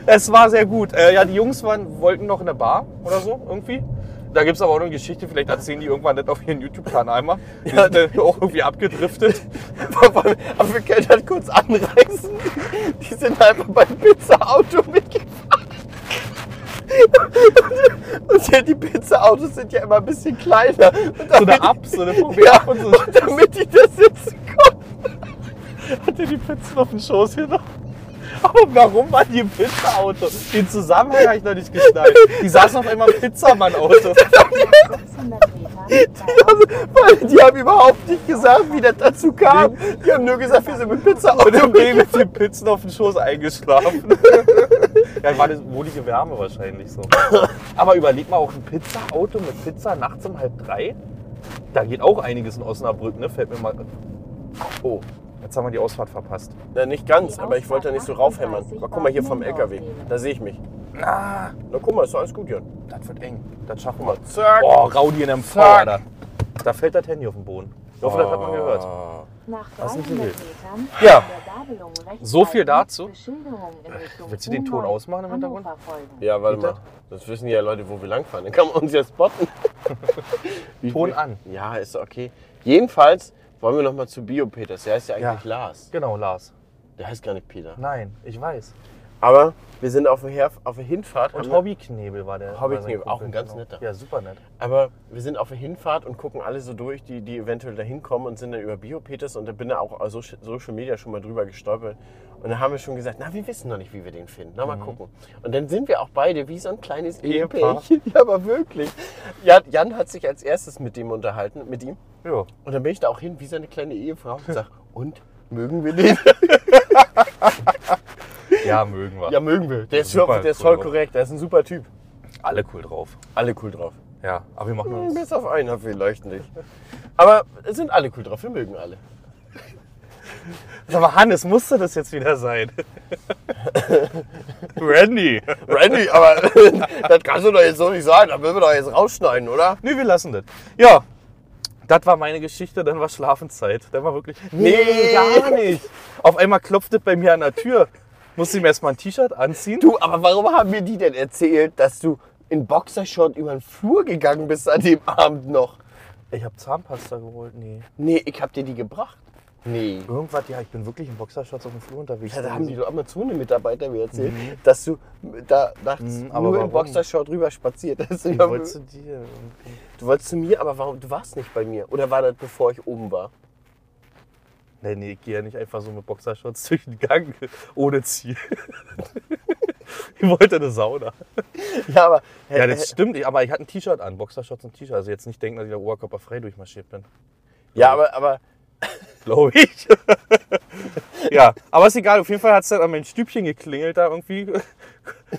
Speaker 2: Es war sehr gut. Äh, ja, die Jungs waren, wollten noch in der Bar oder so, irgendwie. Da gibt es aber auch noch eine Geschichte, vielleicht erzählen die irgendwann nicht auf ihren YouTube-Kanal mal. Die sind äh, auch irgendwie abgedriftet.
Speaker 3: Aber wir können das kurz anreißen. Die sind einfach beim Pizza-Auto mitgefahren. Und <laughs> die Pizza-Autos sind ja immer ein bisschen kleiner. Und
Speaker 2: So eine
Speaker 3: damit-
Speaker 2: Ab, so eine Pumpe
Speaker 3: <laughs> Ja,
Speaker 2: ab und so.
Speaker 3: und damit die da sitzen konnten.
Speaker 2: Hat er die Pizzen auf den Schoß genommen? Aber warum waren die im Pizza-Auto? Den Zusammenhang habe ich noch nicht geschnallt. Die saßen auf einmal im Pizzamann-Auto.
Speaker 3: Weil die haben überhaupt nicht gesagt, wie das dazu kam. Die haben nur gesagt, wir sind mit
Speaker 2: Und
Speaker 3: Pizza-Auto
Speaker 2: im Baby mit den Pizzen auf den Schoß eingeschlafen. ja, war eine wohlige Wärme wahrscheinlich so. Aber überleg mal, auch ein Pizza-Auto mit Pizza nachts um halb drei? Da geht auch einiges in Osnabrück, ne? Fällt mir mal... Oh, jetzt haben wir die Ausfahrt verpasst.
Speaker 3: Na, Äh, nicht ganz, aber ich wollte da nicht so raufhämmern. Aber guck mal hier vom LKW, da sehe ich mich. Na, guck mal, ist doch alles gut, Jan.
Speaker 2: Das wird eng. Das schaffen wir.
Speaker 3: Zack.
Speaker 2: Oh, Raudi in MV,
Speaker 3: Zack.
Speaker 2: Alter. Da fällt das Handy auf den Boden. Ich hoffe, das hat man gehört.
Speaker 3: Oh.
Speaker 4: Was
Speaker 2: nicht
Speaker 4: nicht
Speaker 2: gewählt.
Speaker 4: gewählt.
Speaker 2: Ja. So viel dazu. Äh, Willst du den Ton ausmachen im Hintergrund?
Speaker 3: Ja, warte
Speaker 2: Geht
Speaker 3: mal.
Speaker 2: das?
Speaker 3: Das wissen ja Leute, wo wir langfahren. Dann kann man uns ja spotten. <laughs> Wie-
Speaker 2: Ton an.
Speaker 3: Ja, ist okay. Jedenfalls wollen wir nochmal zu Bio-Peters. Der heißt ja eigentlich
Speaker 2: Ja.
Speaker 3: Lars.
Speaker 2: Genau, Lars.
Speaker 3: Der heißt gar nicht Peter.
Speaker 2: Nein, ich weiß.
Speaker 3: Aber wir sind auf der, Herf auf der Hinfahrt. haben
Speaker 2: Und
Speaker 3: wir-
Speaker 2: Hobbyknebel war der.
Speaker 3: Hobbyknebel,
Speaker 2: war sein Kumpel, genau.
Speaker 3: auch ein ganz netter.
Speaker 2: Ja, super nett.
Speaker 3: Aber wir sind auf der Hinfahrt und gucken alle so durch, die, die eventuell da hinkommen und sind dann über Biopeters und da bin da auch auf Soci- Social Media schon mal drüber gestolpert. Und da haben wir schon gesagt, na, wir wissen noch nicht, wie wir den finden. Na, mal gucken. Und dann sind wir auch beide wie so ein kleines
Speaker 2: Ehepaar.
Speaker 3: Ehepärchen. <laughs> Ja, aber wirklich. Jan, Jan hat sich als erstes mit dem unterhalten, mit ihm.
Speaker 2: Ja.
Speaker 3: Und dann bin ich da auch hin wie so eine kleine Ehefrau und sag, und? Mögen wir <laughs> den?
Speaker 2: ja, mögen wir.
Speaker 3: Ja, mögen wir. Der ist,
Speaker 2: Super
Speaker 3: voll, der ist
Speaker 2: cool
Speaker 3: voll
Speaker 2: drauf.
Speaker 3: korrekt. Der ist ein super Typ.
Speaker 2: Alle cool drauf.
Speaker 3: Alle cool drauf.
Speaker 2: Ja, aber wir machen
Speaker 3: Hm,
Speaker 2: uns.
Speaker 3: Bis auf einen Apfel leuchten nicht. Aber es sind alle cool drauf, wir mögen alle.
Speaker 2: Aber Hannes, musste das jetzt wieder
Speaker 3: <laughs>
Speaker 2: sein? Randy.
Speaker 3: Randy, aber <laughs> das kannst du doch jetzt so nicht sagen, da müssen wir doch jetzt rausschneiden, oder?
Speaker 2: Nee, wir lassen das. Ja, das war meine Geschichte, dann war Schlafenszeit. Dann war wirklich.
Speaker 3: Nee.
Speaker 2: gar nicht. Auf einmal klopft es bei mir an der Tür. Musste ich mir erstmal ein T-Shirt anziehen.
Speaker 3: Du, aber warum haben mir die denn erzählt, dass du in Boxershort über den Flur gegangen bist an dem Abend noch?
Speaker 2: Ich habe Zahnpasta geholt. Nee.
Speaker 3: Nee, ich hab dir die gebracht. Nee.
Speaker 2: Irgendwas, ja, ich bin wirklich in Boxershorts auf dem Flur unterwegs.
Speaker 3: Ja, da haben
Speaker 2: gewesen.
Speaker 3: die doch Amazone-Mitarbeiter mir erzählt, dass du da nachts
Speaker 2: Mhm, aber
Speaker 3: nur
Speaker 2: warum?
Speaker 3: im Boxershort rüber spaziert hast.
Speaker 2: Wie wolltest du dir?
Speaker 3: du wolltest zu mir, aber warum? Du warst nicht bei mir. Oder war das bevor ich oben war?
Speaker 2: Nee, nee, ich gehe ja nicht einfach so mit Boxershorts durch den Gang ohne Ziel. <laughs> ich wollte eine Sauna.
Speaker 3: Ja, aber.
Speaker 2: <laughs> Ja,
Speaker 3: äh,
Speaker 2: das stimmt, ich- aber ich hatte ein T-Shirt an, Boxershorts und T-Shirt. Also jetzt nicht denken, dass ich da oberkörperfrei durchmarschiert bin.
Speaker 3: ja aber, aber
Speaker 2: Glaube ich. <laughs> ja, aber ist egal. Auf jeden Fall hat es dann an mein Stübchen geklingelt, da irgendwie <laughs>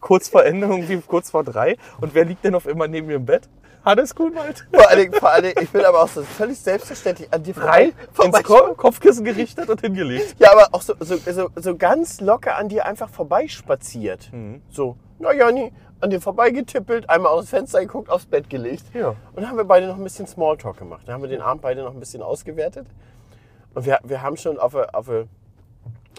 Speaker 2: kurz vor Ende, irgendwie kurz vor drei. Und wer liegt denn auf immer neben mir im Bett? Hannes Kuhnwald.
Speaker 3: vor allen Dingen, vor allen Dingen, ich bin aber auch so völlig selbstverständlich an dir vorbei.
Speaker 2: Drei, ins
Speaker 3: vorbei-
Speaker 2: Ko Kopfkissen gerichtet und hingelegt.
Speaker 3: Ja, aber auch so, so, so, so ganz locker an dir einfach vorbeispaziert. So, na Janni, an dir vorbeigetippelt, einmal aus dem Fenster geguckt, aufs Bett gelegt.
Speaker 2: Ja.
Speaker 3: Und dann haben wir beide noch ein bisschen Smalltalk gemacht. Dann haben wir den Abend beide noch ein bisschen ausgewertet. Und wir, wir haben schon auf der auf der-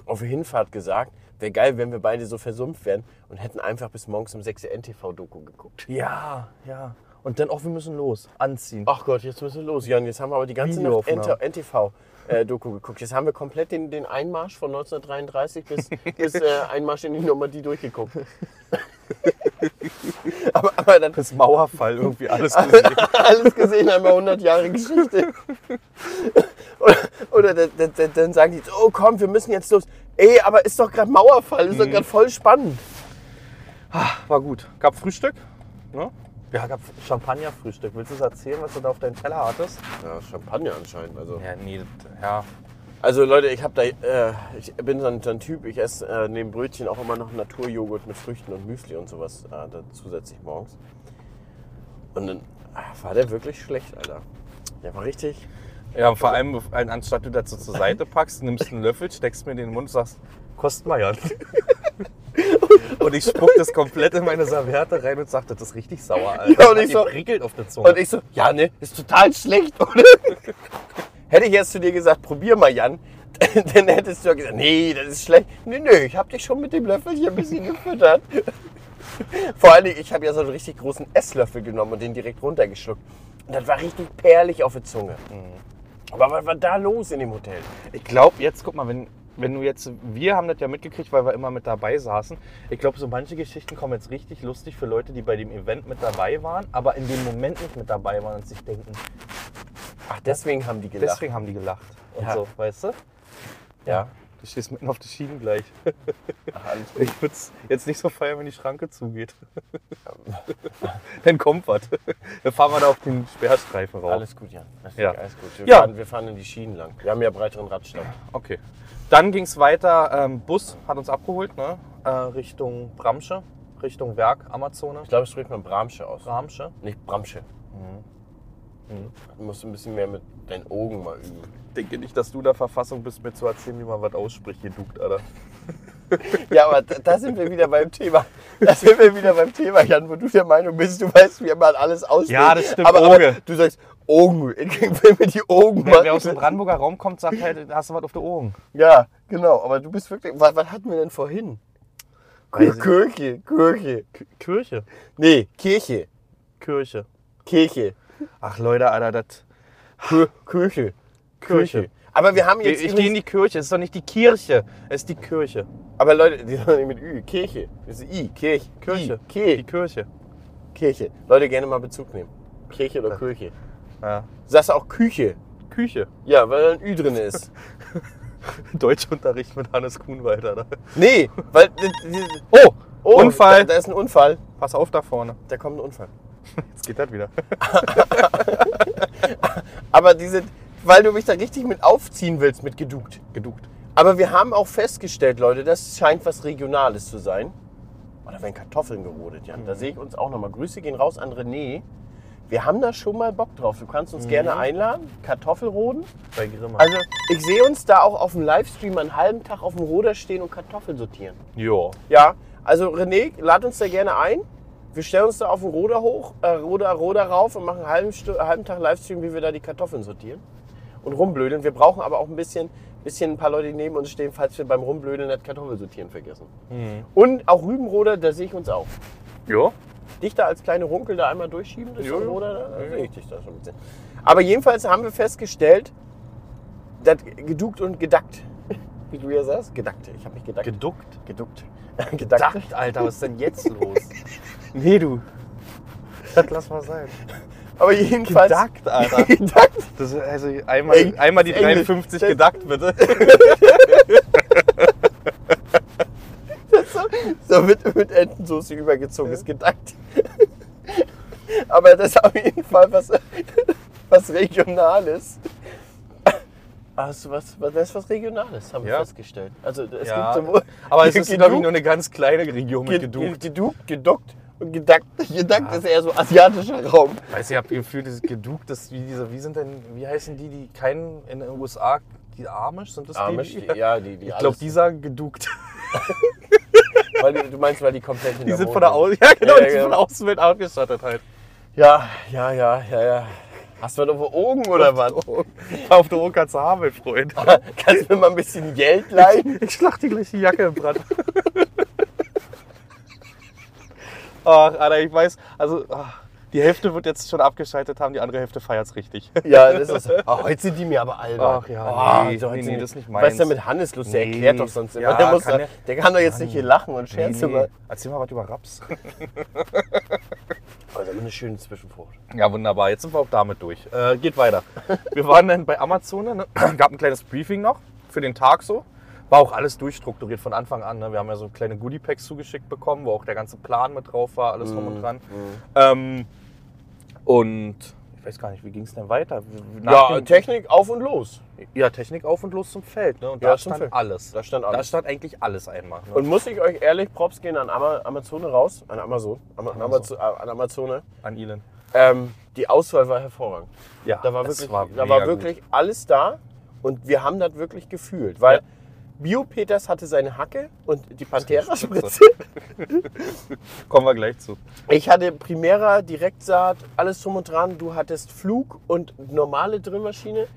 Speaker 3: auf der Hinfahrt gesagt, wäre geil, wenn wir beide so versumpft wären und hätten einfach bis morgens um 6 Uhr NTV-Doku geguckt.
Speaker 2: Ja, ja. Und dann auch, wir müssen los. Anziehen.
Speaker 3: Ach Gott, jetzt müssen wir los, Jan. Jetzt haben wir aber die ganze Nacht
Speaker 2: Videoaufnahmen.
Speaker 3: NTV-Doku äh, geguckt. Jetzt haben wir komplett den, den Einmarsch von 1933 <laughs> bis, bis äh, Einmarsch in die Normandie durchgeguckt. <laughs> aber, aber dann <laughs>
Speaker 2: Das Mauerfall irgendwie alles gesehen.
Speaker 3: alles gesehen, einmal 100 Jahre Geschichte. <laughs> oder oder dann- dann- dann- dann sagen die, so, oh komm, wir müssen jetzt los. Ey, aber ist doch gerade Mauerfall, ist doch gerade voll spannend.
Speaker 2: <laughs> War gut. Gab Frühstück? Ne? Ja, gab Champagnerfrühstück. Willst du es erzählen, was du da auf deinem Teller hattest?
Speaker 3: Ja, Champagner anscheinend. Also.
Speaker 2: Ja, nee, das- ja.
Speaker 3: Also Leute, ich habe da, äh, ich bin so ein, so ein Typ, ich esse äh, neben Brötchen auch immer noch Naturjoghurt mit Früchten und Müsli und sowas äh, da zusätzlich morgens. Und dann ah, war der wirklich schlecht, Alter. Der war richtig.
Speaker 2: Ja, und vor allem, ein- anstatt du dazu zur Seite packst, nimmst einen Löffel, steckst mir in den Mund und sagst, kost mal <laughs> Jan. Und ich spuck das komplett in meine Serviette rein und sag, das ist richtig sauer, Alter.
Speaker 3: Ja, und ich
Speaker 2: Die
Speaker 3: so-
Speaker 2: prickelt auf der Zunge.
Speaker 3: Und ich so, ja ne, ist total schlecht, <laughs> oder? Hätte ich jetzt zu dir gesagt, probier mal, Jan, <laughs> dann hättest du ja gesagt, nee, das ist schlecht. Nee, nee, ich habe dich schon mit dem Löffel hier ein bisschen gefüttert. <laughs> Vor allen Dingen, ich habe ja so einen richtig großen Esslöffel genommen und den direkt runtergeschluckt. Und das war richtig perlig auf der Zunge. Aber was war da los in dem Hotel?
Speaker 2: Ich glaube, jetzt, guck mal, wenn, wenn du jetzt, wir haben das ja mitgekriegt, weil wir immer mit dabei saßen. Ich glaube, so manche Geschichten kommen jetzt richtig lustig für Leute, die bei dem Event mit dabei waren, aber in dem Moment nicht mit dabei waren und sich denken,
Speaker 3: Ach, deswegen haben die gelacht.
Speaker 2: deswegen haben die gelacht. Und
Speaker 3: Ja.
Speaker 2: so, weißt du?
Speaker 3: Ja.
Speaker 2: Du stehst mitten auf den Schienen gleich.
Speaker 3: Ach, alles gut.
Speaker 2: Ich würde es jetzt nicht so feiern, wenn die Schranke zugeht. <laughs> Dann kommt was. Dann fahren wir da auf den Sperrstreifen rauf.
Speaker 3: Alles gut, Jan. Alles,
Speaker 2: Ja.
Speaker 3: alles gut. Wir,
Speaker 2: Ja.
Speaker 3: fahren, wir fahren in die Schienen lang. Wir haben ja breiteren Radstand.
Speaker 2: Okay. Dann ging es weiter. Ähm, Bus hat uns abgeholt, ne? Äh, Richtung Bramsche, Richtung Werk, Amazone.
Speaker 3: Ich glaube, es spricht man Bramsche aus.
Speaker 2: Bramsche.
Speaker 3: Nicht Bramsche. Mhm. Du musst ein bisschen mehr mit deinen Augen mal üben.
Speaker 2: Ich denke nicht, dass du in der Verfassung bist, mir zu erzählen, wie man was ausspricht, hier dukt, Alter.
Speaker 3: Ja, aber da, da sind wir wieder beim Thema. Da sind wir wieder beim Thema, Jan, wo du der Meinung bist, du weißt, wie man alles ausspricht.
Speaker 2: Ja, das stimmt,
Speaker 3: Aber, aber
Speaker 2: Auge.
Speaker 3: du sagst Augen. <laughs> Ich will mir die Augen
Speaker 2: Wer, wer aus dem
Speaker 3: machen.
Speaker 2: Brandenburger Raum kommt, sagt halt, hast du was auf der Ohren.
Speaker 3: Ja, genau. Aber du bist wirklich. Was, was hatten wir denn vorhin?
Speaker 2: Weiß ich-
Speaker 3: Kirche, Kirche.
Speaker 2: Kirche.
Speaker 3: Nee, Kirche.
Speaker 2: Kirche.
Speaker 3: Kirche.
Speaker 2: Ach Leute, Alter, das.
Speaker 3: Kir- Kirche. Kirche. Aber wir haben jetzt.
Speaker 2: Ich, ich gehe in
Speaker 3: übrigens-
Speaker 2: die Kirche. Es ist doch nicht die Kirche. Es ist die Kirche.
Speaker 3: aber Leute, die sagen mit Ü, Kirche. Das ist I, Kirch,
Speaker 2: Kirche.
Speaker 3: I,
Speaker 2: Die
Speaker 3: Kirch,
Speaker 2: Kirche.
Speaker 3: Kirche. Leute, gerne mal Bezug nehmen. Kirche oder Kirche.
Speaker 2: Ja.
Speaker 3: Du sagst auch Küche.
Speaker 2: Küche. <laughs>
Speaker 3: Ja, weil da ein Ü drin ist.
Speaker 2: Deutschunterricht mit Hannes Kuhnwalder. Ne?
Speaker 3: Nee, weil.
Speaker 2: Oh,
Speaker 3: Oh,
Speaker 2: Unfall.
Speaker 3: Da, da ist ein Unfall.
Speaker 2: Pass auf da vorne.
Speaker 3: Da kommt ein Unfall.
Speaker 2: Jetzt geht das wieder.
Speaker 3: Aber diese, weil du mich da richtig mit aufziehen willst, mit gedukt.
Speaker 2: Geduckt.
Speaker 3: Aber wir haben auch festgestellt, Leute, das scheint was Regionales zu sein. Oh, da werden Kartoffeln gerodet, Jan. Da sehe ich uns auch nochmal. Grüße gehen raus an René. Wir haben da schon mal Bock drauf. Du kannst uns gerne einladen. Kartoffelroden.
Speaker 2: <laughs> Bei Grimmer.
Speaker 3: Also, ich sehe uns da auch auf dem Livestream einen halben Tag auf dem Roder stehen und Kartoffeln sortieren.
Speaker 2: jo.
Speaker 3: Ja, also René, lad uns da gerne ein. Wir stellen uns da auf den Roder hoch, äh, Roder, Roder rauf und machen einen halben, Stu- halben Tag Livestream, wie wir da die Kartoffeln sortieren und rumblödeln. Wir brauchen aber auch ein bisschen, bisschen ein paar Leute, die neben uns stehen, falls wir beim Rumblödeln das Kartoffelsortieren vergessen. Und auch Rübenroder, da sehe ich uns auch.
Speaker 2: Jo.
Speaker 3: Dich da als kleine Runkel da einmal durchschieben, das
Speaker 2: Jo, jo.
Speaker 3: Roder, da, da sehe ich dich da schon ein bisschen. Aber jedenfalls haben wir festgestellt, dass geduckt und gedackt, wie du ja sagst, gedackt. Ich habe mich gedackt.
Speaker 2: Geduckt.
Speaker 3: geduckt. <laughs> gedackt.
Speaker 2: Alter, was ist denn jetzt los? <laughs> nee, du. Das lass mal sein.
Speaker 3: Aber jedenfalls.
Speaker 2: Gedackt, <laughs> Alter.
Speaker 3: <laughs> Gedackt.
Speaker 2: Das ist also einmal,
Speaker 3: Eng-
Speaker 2: einmal die
Speaker 3: das ist Englisch.
Speaker 2: 53
Speaker 3: Das-
Speaker 2: gedackt, <laughs> bitte.
Speaker 3: So wird mit Entensoße übergezogen, ist gedackt. <laughs> Aber das ist auf jeden Fall was, <laughs> was Regionales. Also was, was, das ist was Regionales, haben wir
Speaker 2: Ja.
Speaker 3: festgestellt. Also es
Speaker 2: Ja.
Speaker 3: gibt sowohl.
Speaker 2: Aber
Speaker 3: <laughs>
Speaker 2: es ist,
Speaker 3: Geduckt,
Speaker 2: glaube ich, nur eine ganz kleine Region mit
Speaker 3: ge-
Speaker 2: geduckt.
Speaker 3: Geduckt, geduckt und <laughs> gedackt. Gedackt ist eher so asiatischer Raum.
Speaker 2: Weißt du, ich habe Gefühl, dieses geduckt, das wie diese, wie sind denn, wie heißen die, die keinen in den USA, die Amish, sind das
Speaker 3: Amish,
Speaker 2: die?
Speaker 3: Ah, die- ja, die- die
Speaker 2: ich glaube,
Speaker 3: alles-
Speaker 2: die sagen geduckt. <laughs>
Speaker 3: Weil du, du meinst, weil die komplett in
Speaker 2: Die sind von der Außen, ja genau,
Speaker 3: Ja,
Speaker 2: die sind
Speaker 3: ja.
Speaker 2: von der Außenwelt ausgestattet halt.
Speaker 3: Ja, ja, ja, ja, ja. Hast du doch wohl Augen oder was?
Speaker 2: Auf der Ohren kannst du haben, <laughs> Freund.
Speaker 3: <laughs> Kannst du mir mal ein bisschen Geld leihen?
Speaker 2: Ich schlag dir gleich die Jacke im Brand. <laughs> Ach, Alter, ich weiß, also ach, die Hälfte wird jetzt schon abgeschaltet haben, die andere Hälfte feiert's richtig.
Speaker 3: Ja, das ist. Oh, heute sind die mir aber albern.
Speaker 2: Ach ja,
Speaker 3: Oh,
Speaker 2: nee,
Speaker 3: so heute
Speaker 2: nee,
Speaker 3: sind
Speaker 2: nee,
Speaker 3: die-
Speaker 2: das ist nicht meins.
Speaker 3: Weißt du, mit Hannes Lust, der
Speaker 2: Nee.
Speaker 3: erklärt doch sonst immer.
Speaker 2: Ja,
Speaker 3: der, muss
Speaker 2: kann
Speaker 3: da,
Speaker 2: ja-
Speaker 3: der kann doch jetzt nicht hier lachen und scherzen. Nee,
Speaker 2: Erzähl mal was über Raps.
Speaker 3: Also eine schöne Zwischenfrucht.
Speaker 2: Ja, wunderbar. Jetzt sind wir auch damit durch. Äh, geht
Speaker 3: <laughs>
Speaker 2: weiter. Wir waren dann bei Amazon, ne? <clears throat> gab ein kleines Briefing noch für den Tag so. War auch alles durchstrukturiert von Anfang an. Ne? Wir haben ja so kleine Goodie-Packs zugeschickt bekommen, wo auch der ganze Plan mit drauf war, alles
Speaker 3: Mhm,
Speaker 2: rum und dran. Ähm, und ich weiß gar nicht, wie ging es denn weiter? Nach
Speaker 3: Ja,
Speaker 2: dem-
Speaker 3: Technik auf und los.
Speaker 2: ja, Technik auf und los zum Feld. Ne? Und
Speaker 3: Ja,
Speaker 2: da
Speaker 3: zum
Speaker 2: stand
Speaker 3: Feld.
Speaker 2: alles.
Speaker 3: Da stand
Speaker 2: Da
Speaker 3: alles.
Speaker 2: stand eigentlich alles einmal. Ne?
Speaker 3: Und muss ich euch ehrlich Props gehen an Ama Amazone raus? An Amazon? Am Amazon.
Speaker 2: Amazon.
Speaker 3: An Amazone.
Speaker 2: an Elon.
Speaker 3: Ähm, die Auswahl war hervorragend.
Speaker 2: Ja,
Speaker 3: Da war
Speaker 2: es
Speaker 3: wirklich,
Speaker 2: mega
Speaker 3: da war
Speaker 2: gut.
Speaker 3: wirklich alles da und wir haben das wirklich gefühlt, weil
Speaker 2: Ja.
Speaker 3: Bio Peters hatte seine Hacke und die Pantera Spritze. <laughs>
Speaker 2: Kommen wir gleich zu.
Speaker 3: Ich hatte Primera, Direktsaat, alles drum und dran. Du hattest Flug und normale Drillmaschine.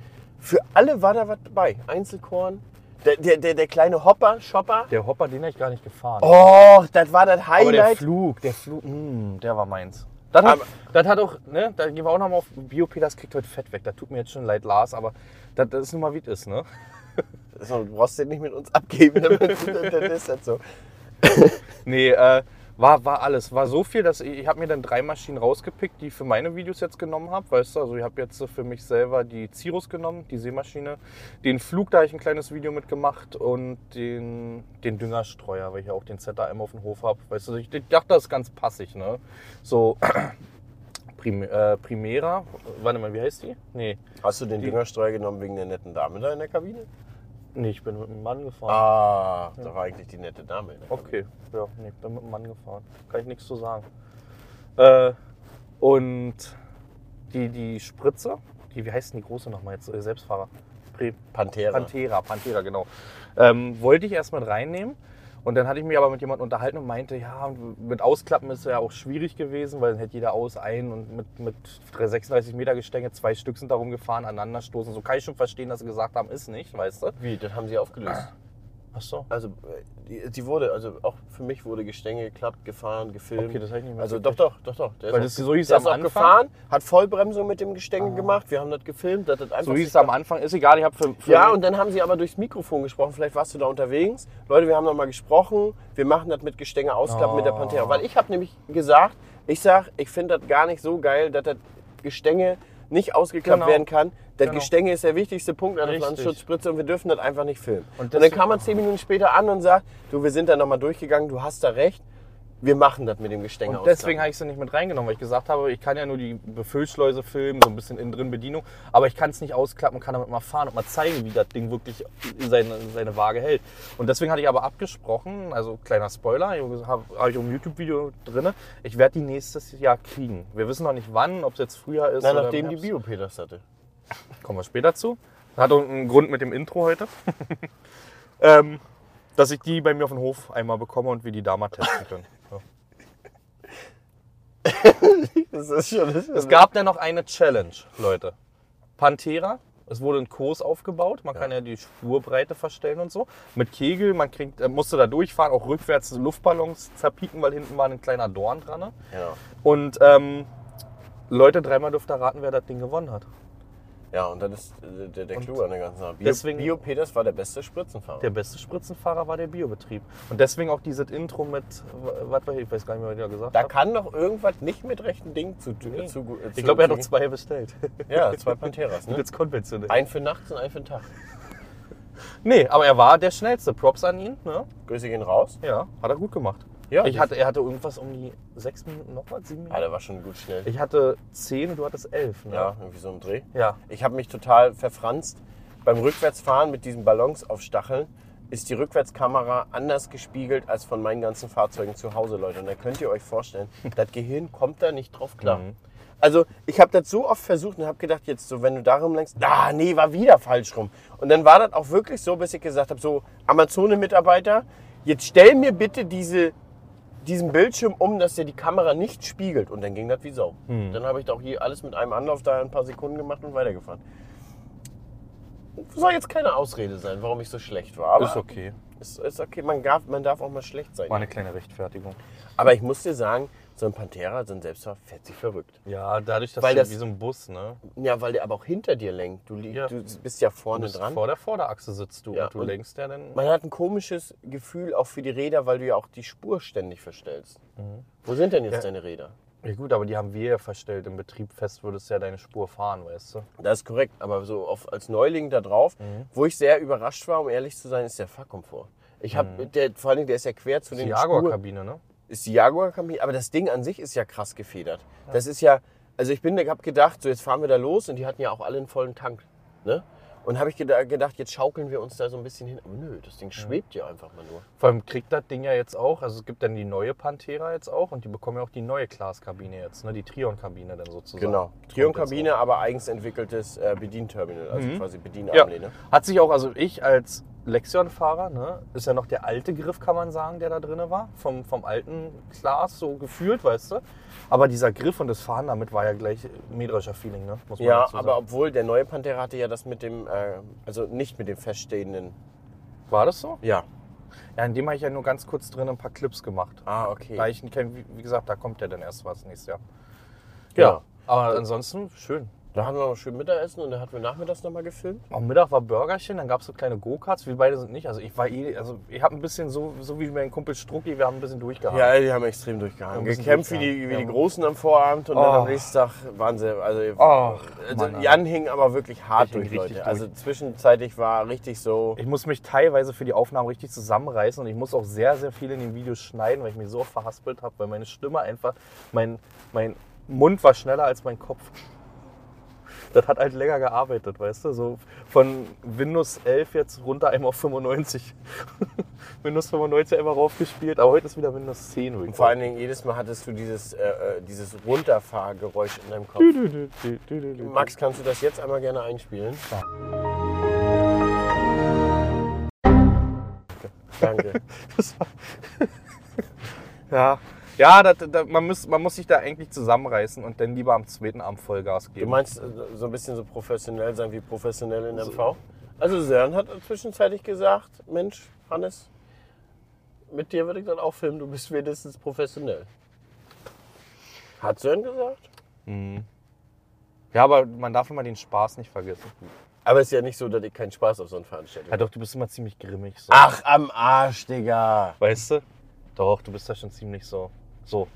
Speaker 3: Für alle war da was dabei. Einzelkorn, der, der, der, der kleine Hopper, Shopper.
Speaker 2: Der Hopper, den hab ich gar nicht gefahren.
Speaker 3: Oh, das war das
Speaker 2: Aber der
Speaker 3: Highlight.
Speaker 2: Flug, der Flug, mh, der war meins. Das hat,
Speaker 3: Aber-
Speaker 2: das hat auch, ne, da gehen wir auch nochmal auf, Biopi, das kriegt heute Fett weg. Da tut mir jetzt schon leid, Lars, aber das, das ist nun mal wie es ist, ne?
Speaker 3: So, du brauchst den nicht mit uns abgeben,
Speaker 2: <laughs>
Speaker 3: damit das ist das so.
Speaker 2: Nee, äh, war, war alles. War so viel, dass ich, ich habe mir dann drei Maschinen rausgepickt, die ich für meine Videos jetzt genommen habe. Weißt du, also ich habe jetzt so für mich selber die Cirrus genommen, die Seemaschine. Den Flug, da habe ich ein kleines Video mitgemacht und den, den Düngerstreuer, weil ich ja auch den ZAM auf dem Hof habe. Weißt du, ich, ich dachte, das ist ganz passig, ne? So, <clears throat> Prim, äh, Primera, warte mal, wie heißt die? Nee,
Speaker 3: Hast du den
Speaker 2: Die-
Speaker 3: Düngerstreuer genommen wegen der netten Dame da in der Kabine?
Speaker 2: nee, ich bin mit einem Mann gefahren.
Speaker 3: Ah, da war eigentlich die nette Dame. in der Kabine.
Speaker 2: Okay, ja, nee, bin mit dem Mann gefahren. Kann ich nichts zu sagen. Äh, und die, die Spritze, die, wie heißt denn die große nochmal jetzt? Äh, Selbstfahrer. Pre
Speaker 3: Pantera.
Speaker 2: Pantera, Pantera, genau. Ähm, wollte ich erst mit reinnehmen. Und dann hatte ich mich aber mit jemandem unterhalten und meinte, ja, mit Ausklappen ist ja auch schwierig gewesen, weil dann hätte jeder aus, ein und mit, mit 36 Meter Gestänge, zwei Stück sind darum gefahren, aneinanderstoßen. So kann ich schon verstehen, dass sie gesagt haben, ist nicht, weißt du?
Speaker 3: Wie, das haben sie aufgelöst.
Speaker 2: Ach so.
Speaker 3: Also äh, die, die wurde, also auch für mich wurde Gestänge geklappt, gefahren, gefilmt.
Speaker 2: Okay, das hab ich nicht mehr
Speaker 3: Also doch,
Speaker 2: mitgekriegt.
Speaker 3: doch, doch, doch. Der
Speaker 2: Weil
Speaker 3: auch-
Speaker 2: das so hieß
Speaker 3: der
Speaker 2: am
Speaker 3: ist auch
Speaker 2: Anfang. Ah.
Speaker 3: gefahren, hat Vollbremsung mit dem Gestänge gemacht. Wir haben das gefilmt. Das hat einfach
Speaker 2: So hieß es
Speaker 3: sich-
Speaker 2: am Anfang. Ist egal, Also ich habe für, für
Speaker 3: Ja, und dann haben sie aber durchs Mikrofon gesprochen. Vielleicht warst du da unterwegs. Leute, wir haben noch mal gesprochen. Wir machen das mit Gestänge ausklappen mit der
Speaker 2: Oh.
Speaker 3: Pantera. Weil ich habe nämlich gesagt, ich sag, ich finde das gar nicht so geil, dass das Gestänge nicht ausgeklappt
Speaker 2: Genau.
Speaker 3: werden kann. Das
Speaker 2: Genau.
Speaker 3: Gestänge ist der wichtigste Punkt an der
Speaker 2: Richtig.
Speaker 3: Pflanzenschutzspritze und wir dürfen das einfach nicht filmen.
Speaker 2: Und
Speaker 3: Und, dann
Speaker 2: das-
Speaker 3: kam man zehn Minuten später an und sagt, du, wir sind da nochmal durchgegangen, du hast da recht, wir machen das mit dem Gestänge
Speaker 2: Und deswegen
Speaker 3: ausklappen.
Speaker 2: habe ich sie nicht mit reingenommen, weil ich gesagt habe, ich kann ja nur die Befüllschleuse filmen, so ein bisschen innen drin Bedienung, aber ich kann es nicht ausklappen und kann damit mal fahren und mal zeigen, wie das Ding wirklich seine, seine Waage hält. Und deswegen hatte ich aber abgesprochen, also kleiner Spoiler, habe hab ich auch ein YouTube-Video drin, ich werde die nächstes Jahr kriegen. Wir wissen noch nicht wann, ob es jetzt Frühjahr ist
Speaker 3: Na,
Speaker 2: oder im
Speaker 3: nachdem die
Speaker 2: Herbst.
Speaker 3: Biopee das hatte.
Speaker 2: Kommen wir später zu. Hat auch einen Grund mit dem Intro heute. <laughs> ähm, dass ich die bei mir auf den Hof einmal bekomme und wir die da mal testen können. Ja.
Speaker 3: Das ist schon... Das
Speaker 2: Es gab dann noch eine Challenge, Leute. Pantera, es wurde ein Kurs aufgebaut, man kann ja die Spurbreite verstellen und so. Mit Kegel, man kriegt, äh, musste da durchfahren, auch rückwärts Luftballons zerpieken, weil hinten war ein kleiner Dorn dran. ne?
Speaker 3: ja.
Speaker 2: Und ähm, Leute, dreimal dürft ihr raten, wer das Ding gewonnen hat.
Speaker 3: Ja, und dann ist äh, der, der Clou an der ganzen Sache. Bio,
Speaker 2: deswegen-
Speaker 3: Bio Peters war der beste Spritzenfahrer.
Speaker 2: Der beste Spritzenfahrer war der Biobetrieb. Und deswegen auch dieses Intro mit, w- was war ich, ich weiß gar nicht mehr, was ich da gesagt
Speaker 3: da
Speaker 2: habe.
Speaker 3: kann doch irgendwas nicht mit rechten Dingen zu tun. Zu, gu- äh, zu,
Speaker 2: Ich glaube, er hat
Speaker 3: zu-
Speaker 2: noch zwei bestellt.
Speaker 3: Ja, zwei Panteras.
Speaker 2: Und <laughs>
Speaker 3: Ne?
Speaker 2: Jetzt konventionell.
Speaker 3: Ein für nachts und ein für den Tag.
Speaker 2: Nee, aber er war der Schnellste. Props an ihn. Ne?
Speaker 3: Grüße gehen raus.
Speaker 2: Ja, hat er gut gemacht.
Speaker 3: Ja,
Speaker 2: ich
Speaker 3: das-
Speaker 2: hatte, er hatte irgendwas um die sechs Minuten, noch was, sieben
Speaker 3: Ah,
Speaker 2: Minuten.
Speaker 3: der war schon gut schnell.
Speaker 2: Ich hatte zehn und du hattest elf. Ne?
Speaker 3: ja, irgendwie so im Dreh.
Speaker 2: Ja.
Speaker 3: Ich habe mich total verfranst. Beim Rückwärtsfahren mit diesen Ballons auf Stacheln ist die Rückwärtskamera anders gespiegelt als von meinen ganzen Fahrzeugen zu Hause, Leute. Und da könnt ihr euch vorstellen, das Gehirn kommt da nicht drauf klar. Also ich habe das so oft versucht und habe gedacht, jetzt so, wenn du da rumlenkst, ah nee, war wieder falsch rum. Und dann war das auch wirklich so, bis ich gesagt habe, so Amazone-Mitarbeiter, jetzt stell mir bitte diese diesen Bildschirm um, dass der die Kamera nicht spiegelt. Und dann ging das wie Sau.
Speaker 2: Hm.
Speaker 3: Dann habe ich doch hier alles mit einem Anlauf da ein paar Sekunden gemacht und weitergefahren. Soll jetzt keine Ausrede sein, warum ich so schlecht war. Aber
Speaker 2: Ist okay.
Speaker 3: Ist, ist okay. Man, darf, man darf auch mal schlecht sein.
Speaker 2: War eine kleine Rechtfertigung.
Speaker 3: Aber ich muss dir sagen, so ein Pantera, so ein Selbstfahrer, fährt sich verrückt.
Speaker 2: Ja, dadurch, dass
Speaker 3: Weil
Speaker 2: du
Speaker 3: das-
Speaker 2: wie so ein Bus, ne?
Speaker 3: Ja, weil der aber auch hinter dir lenkt. Du, li-
Speaker 2: Ja.
Speaker 3: du bist ja
Speaker 2: Du
Speaker 3: vorne
Speaker 2: bist
Speaker 3: dran.
Speaker 2: vor der Vorderachse sitzt du
Speaker 3: Ja,
Speaker 2: und du
Speaker 3: und-
Speaker 2: lenkst ja dann.
Speaker 3: Man hat ein komisches Gefühl auch für die Räder, weil du ja auch die Spur ständig verstellst. Wo sind denn jetzt deine Räder?
Speaker 2: Mhm. Ja gut, aber die haben wir ja verstellt. Im Betrieb fest würdest du ja deine Spur fahren, weißt du?
Speaker 3: Das ist korrekt, aber so auf, als Neuling da drauf,
Speaker 2: Mhm.
Speaker 3: wo ich sehr überrascht war, um ehrlich zu sein, ist der Fahrkomfort. Ich habe, der vor allen Dingen, der ist ja quer zu den
Speaker 2: Mhm. Die
Speaker 3: Spuren-
Speaker 2: Jaguar-Kabine, ne?
Speaker 3: Ist die Jaguar-Kabine, aber das Ding an sich ist ja krass gefedert. Das ist ja, also ich bin, habe gedacht, so jetzt fahren wir da los und die hatten ja auch alle einen vollen Tank, ne? Und habe ich geda- gedacht, jetzt schaukeln wir uns da so ein bisschen hin. Aber nö, das Ding schwebt ja einfach mal nur.
Speaker 2: Vor allem kriegt das Ding ja jetzt auch, also es gibt dann die neue Pantera jetzt auch und die bekommen ja auch die neue Class-Kabine jetzt, ne? Die Trion-Kabine dann sozusagen. Genau. Kommt jetzt
Speaker 3: Genau.
Speaker 2: Mhm.
Speaker 3: Trion-Kabine, aber eigens entwickeltes äh, Bedienterminal, also quasi
Speaker 2: Ja.
Speaker 3: Bedienarmlehne.
Speaker 2: Hat sich auch, also ich als Lexion-Fahrer, ne, ist ja noch der alte Griff, kann man sagen, der da drin war. Vom, vom alten Glas so gefühlt, weißt du. Aber dieser Griff und das Fahren damit war ja gleich mähdrescher Feeling, ne? Muss man
Speaker 3: Ja,
Speaker 2: dazu sagen.
Speaker 3: aber obwohl der neue Pantera hatte ja das mit dem, äh, also nicht mit dem feststehenden.
Speaker 2: War das so?
Speaker 3: Ja.
Speaker 2: Ja, in dem habe ich ja nur ganz kurz drin ein paar Clips gemacht.
Speaker 3: Ah, okay.
Speaker 2: Da ich ihn kenn- wie wie gesagt, da kommt ja dann erst was nächstes Jahr. Genau.
Speaker 3: Ja.
Speaker 2: Aber ansonsten schön.
Speaker 3: Da hatten wir noch schön Mittagessen und dann hatten wir nachmittags nochmal gefilmt.
Speaker 2: Am Mittag war Burgerchen, dann gab es so kleine Go-Karts. Wir beide sind nicht. Also ich war eh, also ich habe ein bisschen so, so wie mein Kumpel Strucki, wir haben ein bisschen durchgehabt.
Speaker 3: Ja, die haben extrem durchgehangen.
Speaker 2: Ja, ein bisschen
Speaker 3: Gekämpft wie die,
Speaker 2: durchgehangen.
Speaker 3: wie die
Speaker 2: Ja.
Speaker 3: Großen am Vorabend und dann
Speaker 2: Oh.
Speaker 3: am nächsten Tag waren sie. Also,
Speaker 2: Oh,
Speaker 3: also
Speaker 2: Mann,
Speaker 3: Jan hing aber wirklich hart
Speaker 2: Ich hing
Speaker 3: durch, Leute.
Speaker 2: richtig durch.
Speaker 3: Also zwischenzeitlich war richtig so.
Speaker 2: Ich muss mich teilweise für die Aufnahmen richtig zusammenreißen und ich muss auch sehr, sehr viel in den Videos schneiden, weil ich mich so oft verhaspelt habe, weil meine Stimme einfach, mein, mein Mund war schneller als mein Kopf. Das hat halt länger gearbeitet, weißt du? So von Windows 11 jetzt runter einmal auf 95. <laughs> Windows 95 einmal raufgespielt, aber heute ist wieder Windows 10. würde ich
Speaker 3: Und vor allen
Speaker 2: sagen.
Speaker 3: Dingen jedes Mal hattest du dieses, äh, äh, dieses Runterfahrgeräusch in deinem Kopf. Max, kannst du das jetzt einmal gerne einspielen?
Speaker 2: Ja.
Speaker 3: Danke.
Speaker 2: Das war <laughs> ja, ja das, das, man, muss, man muss sich da eigentlich zusammenreißen und dann lieber am zweiten Abend Vollgas
Speaker 3: Du
Speaker 2: geben.
Speaker 3: meinst äh, so ein bisschen so professionell sein wie professionell in MV? Also Sören hat zwischenzeitlich gesagt, Mensch, Hannes, mit dir würde ich dann auch filmen, du bist wenigstens professionell. Hat Sören gesagt?
Speaker 2: Ja, aber man darf immer den Spaß nicht vergessen.
Speaker 3: Aber es ist ja nicht so, dass ich keinen Spaß auf so einer Veranstaltung
Speaker 2: Ja
Speaker 3: habe.
Speaker 2: doch, du bist immer ziemlich grimmig so.
Speaker 3: Ach, am Arsch, Digga.
Speaker 2: Weißt du? Ah, Doch, du bist da schon ziemlich so. So.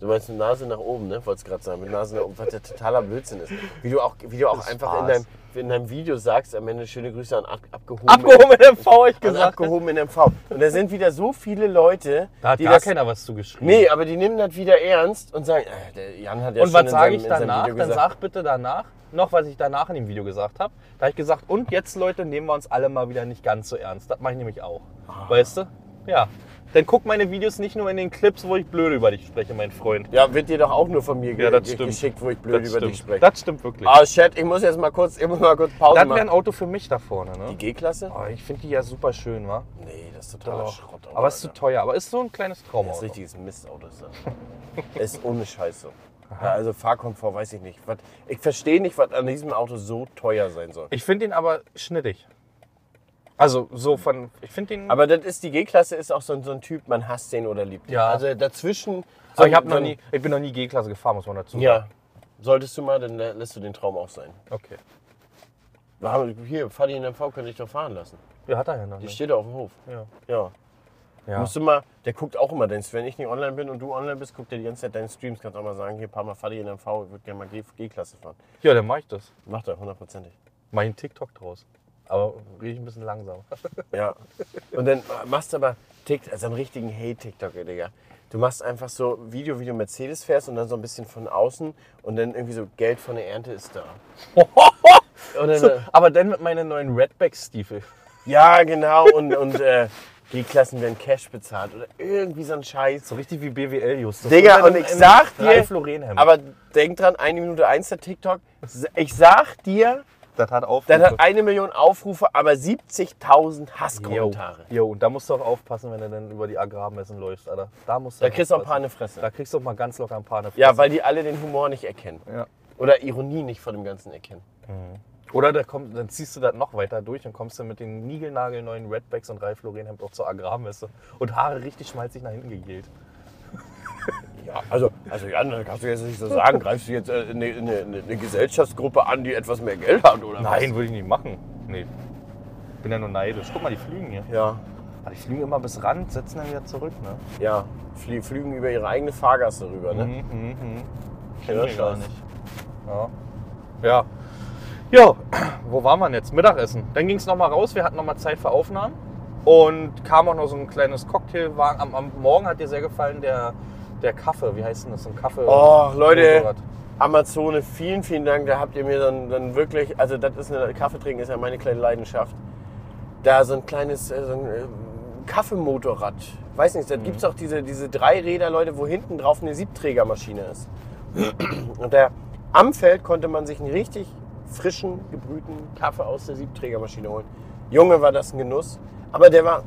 Speaker 3: Du meinst mit Nase nach oben, ne? Wolltest gerade sagen, mit Nase nach oben, was ja totaler Blödsinn ist. Wie du auch, wie du auch
Speaker 2: Das
Speaker 3: einfach in
Speaker 2: war's.
Speaker 3: deinem, in deinem Video sagst, am Ende schöne Grüße an ab, abgehoben.
Speaker 2: MV, ich
Speaker 3: an abgehoben in MV. Und da sind wieder so viele Leute,
Speaker 2: Da hat
Speaker 3: die
Speaker 2: gar
Speaker 3: das,
Speaker 2: keiner was zugeschrieben.
Speaker 3: Nee, aber die nehmen das wieder ernst und sagen, äh, der Jan hat ja
Speaker 2: Und
Speaker 3: schon
Speaker 2: was
Speaker 3: in
Speaker 2: sage
Speaker 3: seinem,
Speaker 2: ich
Speaker 3: in seinem
Speaker 2: danach?
Speaker 3: Video
Speaker 2: Dann
Speaker 3: gesagt.
Speaker 2: sag bitte danach noch, was ich danach in dem Video gesagt habe. Da habe ich gesagt, und jetzt, Leute, nehmen wir uns alle mal wieder nicht ganz so ernst. Das mache ich nämlich auch. Weißt du? Ja. Dann guck meine Videos nicht nur in den Clips, wo ich blöde über dich spreche, mein Freund.
Speaker 3: Ja, wird dir doch auch nur von mir ge
Speaker 2: Ja, das
Speaker 3: ge-
Speaker 2: stimmt.
Speaker 3: geschickt, wo ich blöd
Speaker 2: das
Speaker 3: über
Speaker 2: stimmt.
Speaker 3: dich spreche.
Speaker 2: Das stimmt wirklich.
Speaker 3: Ah, Chat, ich muss jetzt mal kurz, ich muss mal kurz Pause
Speaker 2: das wäre ein
Speaker 3: machen.
Speaker 2: Auto für mich da vorne,
Speaker 3: Die
Speaker 2: ne?
Speaker 3: G-Klasse?
Speaker 2: Oh, ich finde die ja super schön, wa?
Speaker 3: Nee, das ist totaler Schrott. Alter.
Speaker 2: Aber ist zu teuer. Aber ist so ein kleines
Speaker 3: Das ist
Speaker 2: Traumauto.
Speaker 3: richtiges Mistauto. Ist das. <laughs> ist ohne Scheiße. Ja, also Fahrkomfort weiß ich nicht. Was, ich verstehe nicht, was an diesem Auto so teuer sein soll.
Speaker 2: Ich finde ihn aber schnittig. Also so von. Ich finde ihn.
Speaker 3: Aber das ist die G-Klasse ist auch so, ein- so ein Typ, man hasst den oder liebt den.
Speaker 2: Ja.
Speaker 3: Also dazwischen. so
Speaker 2: aber ich, hab
Speaker 3: ein-
Speaker 2: noch
Speaker 3: so ein-
Speaker 2: nie, ich bin noch nie G-Klasse gefahren, muss man dazu sagen.
Speaker 3: Ja. Solltest du mal, dann lä- lässt du den Traum auch sein.
Speaker 2: Okay.
Speaker 3: Wir haben- Hier, Fadi in MV könnte ich doch fahren lassen.
Speaker 2: Ja, hat er ja noch
Speaker 3: Die
Speaker 2: nicht.
Speaker 3: steht da auf dem Hof.
Speaker 2: Ja.
Speaker 3: Ja.
Speaker 2: Ja.
Speaker 3: Musst du mal, der guckt auch immer, denn wenn ich nicht online bin und du online bist, guckt er die ganze Zeit deine Streams. Kannst auch mal sagen, hier, paar Mal Fadi in MV, ich würde gerne mal G- G-Klasse fahren.
Speaker 2: ja, dann mach ich das.
Speaker 3: Macht er, hundertprozentig.
Speaker 2: Mach ich einen TikTok draus. Aber rede ich ein bisschen langsamer.
Speaker 3: Ja. Und dann machst du aber TikTok, also einen richtigen Hate-TikTok, Digga. Du machst einfach so Video, wie du Mercedes fährst und dann so ein bisschen von außen und dann irgendwie so Geld von der Ernte ist da. Und dann, äh,
Speaker 2: Aber dann mit meinen neuen Redback-Stiefel.
Speaker 3: ja, genau. Und, und äh, G-Klassen werden Cash bezahlt oder irgendwie so ein Scheiß.
Speaker 2: So richtig wie BWL, Justus.
Speaker 3: Digga,
Speaker 2: dann
Speaker 3: und
Speaker 2: in
Speaker 3: ich
Speaker 2: einem
Speaker 3: sag dir,
Speaker 2: Drei-Florenhemd.
Speaker 3: aber denk dran, eine Minute eins der TikTok, ich sag dir,
Speaker 2: das hat auf.
Speaker 3: das hat eine Million Aufrufe, aber 70.000
Speaker 2: Jo,
Speaker 3: Hasskommentare.
Speaker 2: jo, und da musst du auch aufpassen, wenn du dann über die Agrarmessen läufst, Alter. Da musst du
Speaker 3: Da kriegst du auch ein paar
Speaker 2: aufpassen.
Speaker 3: in die Fresse.
Speaker 2: Da kriegst du auch mal ganz locker ein paar eine
Speaker 3: Ja, weil die alle den Humor nicht erkennen.
Speaker 2: Ja.
Speaker 3: Oder Ironie nicht von dem Ganzen erkennen.
Speaker 2: Oder da kommt, dann ziehst du das noch weiter durch und kommst dann mit den niegelnagelneuen Redbacks und Ralf Lorenhemd auch zur Agrarmesse. Und Haare richtig schmalzig nach hinten gegelt.
Speaker 3: Ja, also, also Jan, das kannst du jetzt nicht so <laughs> sagen. Greifst du jetzt äh, eine, eine, eine Gesellschaftsgruppe an, die etwas mehr Geld hat, oder
Speaker 2: Nein, würde ich nicht machen. Nee. Bin ja nur neidisch. Guck mal, die fliegen hier.
Speaker 3: was? Ja,
Speaker 2: Aber die fliegen immer bis Rand, setzen dann wieder zurück, ne?
Speaker 3: ja. Flie flügen über ihre eigene Fahrgasse rüber, ne?
Speaker 2: Kennen wir
Speaker 3: Ja,
Speaker 2: gar
Speaker 3: scheiß.
Speaker 2: nicht. Ja. Ja. Jo, <clears throat> wo waren wir denn jetzt? Mittagessen. Dann ging es nochmal raus, wir hatten nochmal Zeit für Aufnahmen. Und kam auch noch so ein kleines Cocktailwagen. Am, am Morgen hat dir sehr gefallen der, der Kaffee. Wie heißt denn das? So ein Kaffee.
Speaker 3: Oh, Leute,
Speaker 2: Motorrad.
Speaker 3: Amazone, vielen, vielen Dank. Da habt ihr mir dann, dann wirklich, also das ist eine, Kaffee trinken ist ja meine kleine Leidenschaft. Da so ein kleines äh, so ein, äh, Kaffeemotorrad. Weiß nicht, da gibt's auch diese, diese drei Räder, Leute, wo hinten drauf eine Siebträgermaschine ist. <clears throat> Und da am Feld konnte man sich einen richtig frischen, gebrühten Kaffee aus der Siebträgermaschine holen. Junge, war das ein Genuss. Aber der war,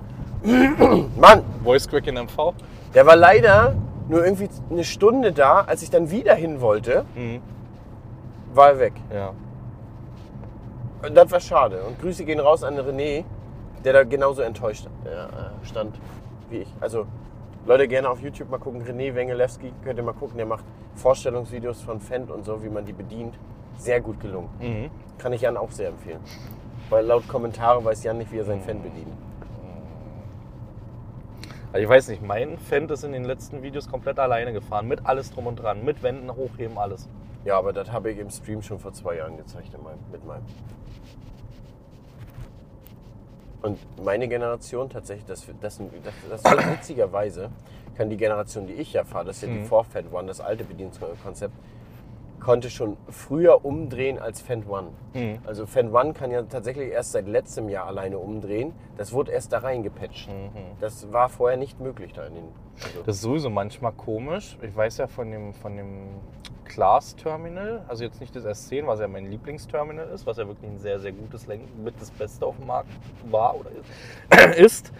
Speaker 3: <clears throat> Mann,
Speaker 2: Voice Quick in MV.
Speaker 3: der war leider nur irgendwie eine Stunde da, als ich dann wieder hin wollte, war er weg.
Speaker 2: Ja.
Speaker 3: Und das war schade. Und Grüße gehen raus an René, der da genauso enttäuscht äh, stand wie ich. Also Leute, gerne auf YouTube mal gucken. René Wengelewski könnt ihr mal gucken. Der macht Vorstellungsvideos von Fendt und so, wie man die bedient. Sehr gut gelungen. Kann ich Jan auch sehr empfehlen. Weil laut Kommentare weiß Jan nicht, wie er sein Fan bedient.
Speaker 2: Also ich weiß nicht, mein Fan ist in den letzten Videos komplett alleine gefahren. Mit alles drum und dran. Mit Wänden hochheben, alles.
Speaker 3: Ja, aber das habe ich im Stream schon vor zwei Jahren gezeigt in meinem, mit meinem. Und meine Generation tatsächlich, das, das, das, das wird witzigerweise, kann die Generation, die ich ja fahre, das ist
Speaker 2: Mhm.
Speaker 3: ja die Vor-Fed One, das alte Bedienungskonzept, konnte schon früher umdrehen als Fan One.
Speaker 2: Mhm.
Speaker 3: Also Fan One kann ja tatsächlich erst seit letztem Jahr alleine umdrehen. Das wurde erst da reingepatcht. Das war vorher nicht möglich da in den. Also,
Speaker 2: Mhm. Das ist sowieso manchmal komisch. Ich weiß ja von dem, von dem Class Terminal, also jetzt nicht das S10, was ja mein Lieblingsterminal ist, was ja wirklich ein sehr, sehr gutes Lenken mit das Beste auf dem Markt war oder <coughs> ist, ist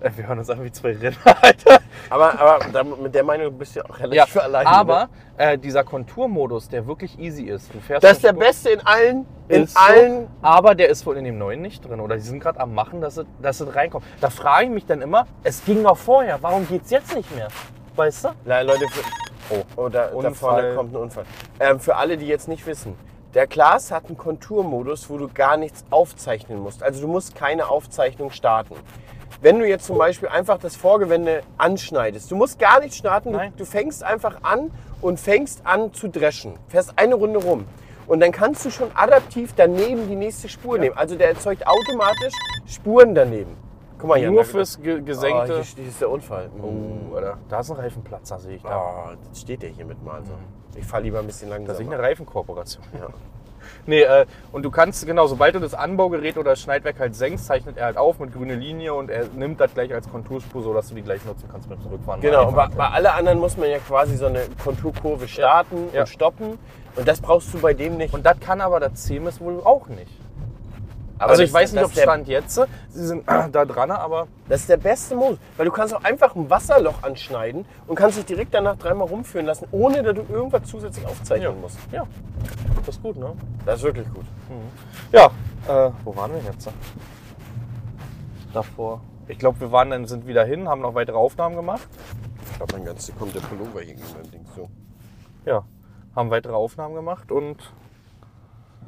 Speaker 2: Äh, Wir hören uns an wie zwei Rinder, <laughs> Alter.
Speaker 3: Aber, aber da, mit der Meinung bist du ja auch
Speaker 2: Ja,
Speaker 3: relativ alleine. ne?
Speaker 2: aber äh, dieser Konturmodus, der wirklich easy ist. Du fährst
Speaker 3: das ist der
Speaker 2: eine Spur-
Speaker 3: Beste in allen, in
Speaker 2: Ist so,
Speaker 3: allen.
Speaker 2: aber der ist wohl in dem neuen nicht drin. Oder die sind gerade am Machen, dass es, dass es reinkommt. Da frage ich mich dann immer, es ging doch vorher, warum geht's jetzt nicht mehr? Weißt du?
Speaker 3: Nein, Leute, für, oh, oh da, da
Speaker 2: Unfall.
Speaker 3: vorne kommt ein Unfall. Ähm, für alle, die jetzt nicht wissen, der Glas hat einen Konturmodus, wo du gar nichts aufzeichnen musst. Also du musst keine Aufzeichnung starten. Wenn du jetzt zum Beispiel einfach das Vorgewende anschneidest, du musst gar nichts starten, du,
Speaker 2: Nein.
Speaker 3: du fängst einfach an und fängst an zu dreschen. Fährst eine Runde rum. Und dann kannst du schon adaptiv daneben die nächste Spur nehmen. Also der erzeugt automatisch Spuren daneben. Guck mal hier.
Speaker 2: Nur
Speaker 3: da-
Speaker 2: fürs ge
Speaker 3: Oh,
Speaker 2: gesenkte.
Speaker 3: hier, hier ist der Unfall. Oh, oder?
Speaker 2: da ist ein Reifenplatzer, sehe ich da.
Speaker 3: Oh, das steht der hier mit mal so.
Speaker 2: Mhm.
Speaker 3: Ich fahre lieber ein bisschen langsamer.
Speaker 2: Das ist eine Reifenkooperation.
Speaker 3: Ja.
Speaker 2: <laughs> Nee, äh, und du kannst, genau, sobald du das Anbaugerät oder das Schneidwerk halt senkst, zeichnet er halt auf mit grüner Linie und er nimmt das gleich als Konturspur, sodass du die gleich nutzen kannst beim Zurückfahren.
Speaker 3: Genau,
Speaker 2: Einfach.
Speaker 3: bei, bei alle anderen muss man ja quasi so eine Konturkurve starten
Speaker 2: Ja.
Speaker 3: und stoppen. Und das brauchst du bei dem nicht.
Speaker 2: Und das kann aber das CMS wohl auch nicht.
Speaker 3: Aber
Speaker 2: also ich
Speaker 3: das-
Speaker 2: weiß nicht,
Speaker 3: das
Speaker 2: ob
Speaker 3: der-
Speaker 2: Stand jetzt, äh, sie sind <clears throat> da dran, aber
Speaker 3: Das ist der beste Modus. Weil du kannst auch einfach ein Wasserloch anschneiden und kannst dich direkt danach dreimal rumführen lassen, ohne dass du irgendwas zusätzlich aufzeichnen musst.
Speaker 2: ja, das ist gut, ne?
Speaker 3: Das ist wirklich gut.
Speaker 2: Ja, äh, wo waren wir jetzt? Davor. Ich glaube, wir waren dann, sind wieder hin, haben noch weitere Aufnahmen gemacht.
Speaker 3: Ich glaube, mein ganzes kommt der Pullover hier in meinem Ding so.
Speaker 2: Ja, haben weitere Aufnahmen gemacht und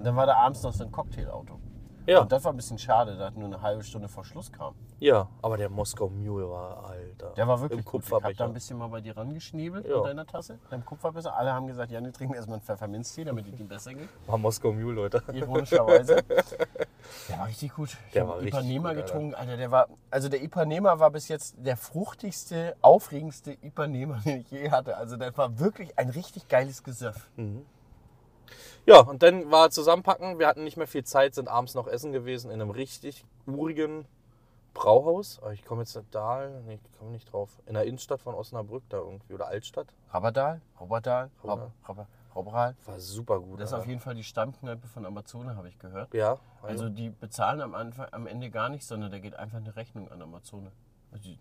Speaker 3: Dann war da abends noch so ein Cocktailauto.
Speaker 2: ja,
Speaker 3: Und das war ein bisschen schade, dass nur eine halbe Stunde vor Schluss kam.
Speaker 2: ja. Aber der Moskau Mule war alter.
Speaker 3: Der war wirklich
Speaker 2: Im
Speaker 3: gut. Ich habe da
Speaker 2: Kupferbecher.
Speaker 3: ein bisschen mal bei dir rangeschnebelt
Speaker 2: Ja.
Speaker 3: an deiner Tasse, deinem Kupferbesser. Alle haben gesagt, Janne, trinken erstmal einen Pfefferminztee, damit es ihm besser geht.
Speaker 2: War Moskau Mule, Leute.
Speaker 3: Ironischerweise. Der war richtig gut. Ich
Speaker 2: Der
Speaker 3: hab
Speaker 2: war richtig
Speaker 3: Ipanema
Speaker 2: gut, Alter.
Speaker 3: getrunken. Alter, der war, also der Ipanema war bis jetzt der fruchtigste, aufregendste Ipanema, <laughs> den ich je hatte. Also das war wirklich ein richtig geiles Gesöff.
Speaker 2: <laughs> Ja, und dann war zusammenpacken. Wir hatten nicht mehr viel Zeit, sind abends noch essen gewesen in einem richtig urigen Brauhaus. Aber ich komme jetzt nicht da, nee, ich komme nicht drauf. In der Innenstadt von Osnabrück da irgendwie oder Altstadt.
Speaker 3: Rabadal, Robadal,
Speaker 2: Robadal.
Speaker 3: Rob, Rob, Robral.
Speaker 2: War super gut.
Speaker 3: Das ist
Speaker 2: Alter.
Speaker 3: auf jeden Fall die Stammkneipe von Amazone, habe ich gehört.
Speaker 2: Ja, also,
Speaker 3: Also die bezahlen am, Anfang, am Ende gar nichts, sondern da geht einfach eine Rechnung an Amazone. Also die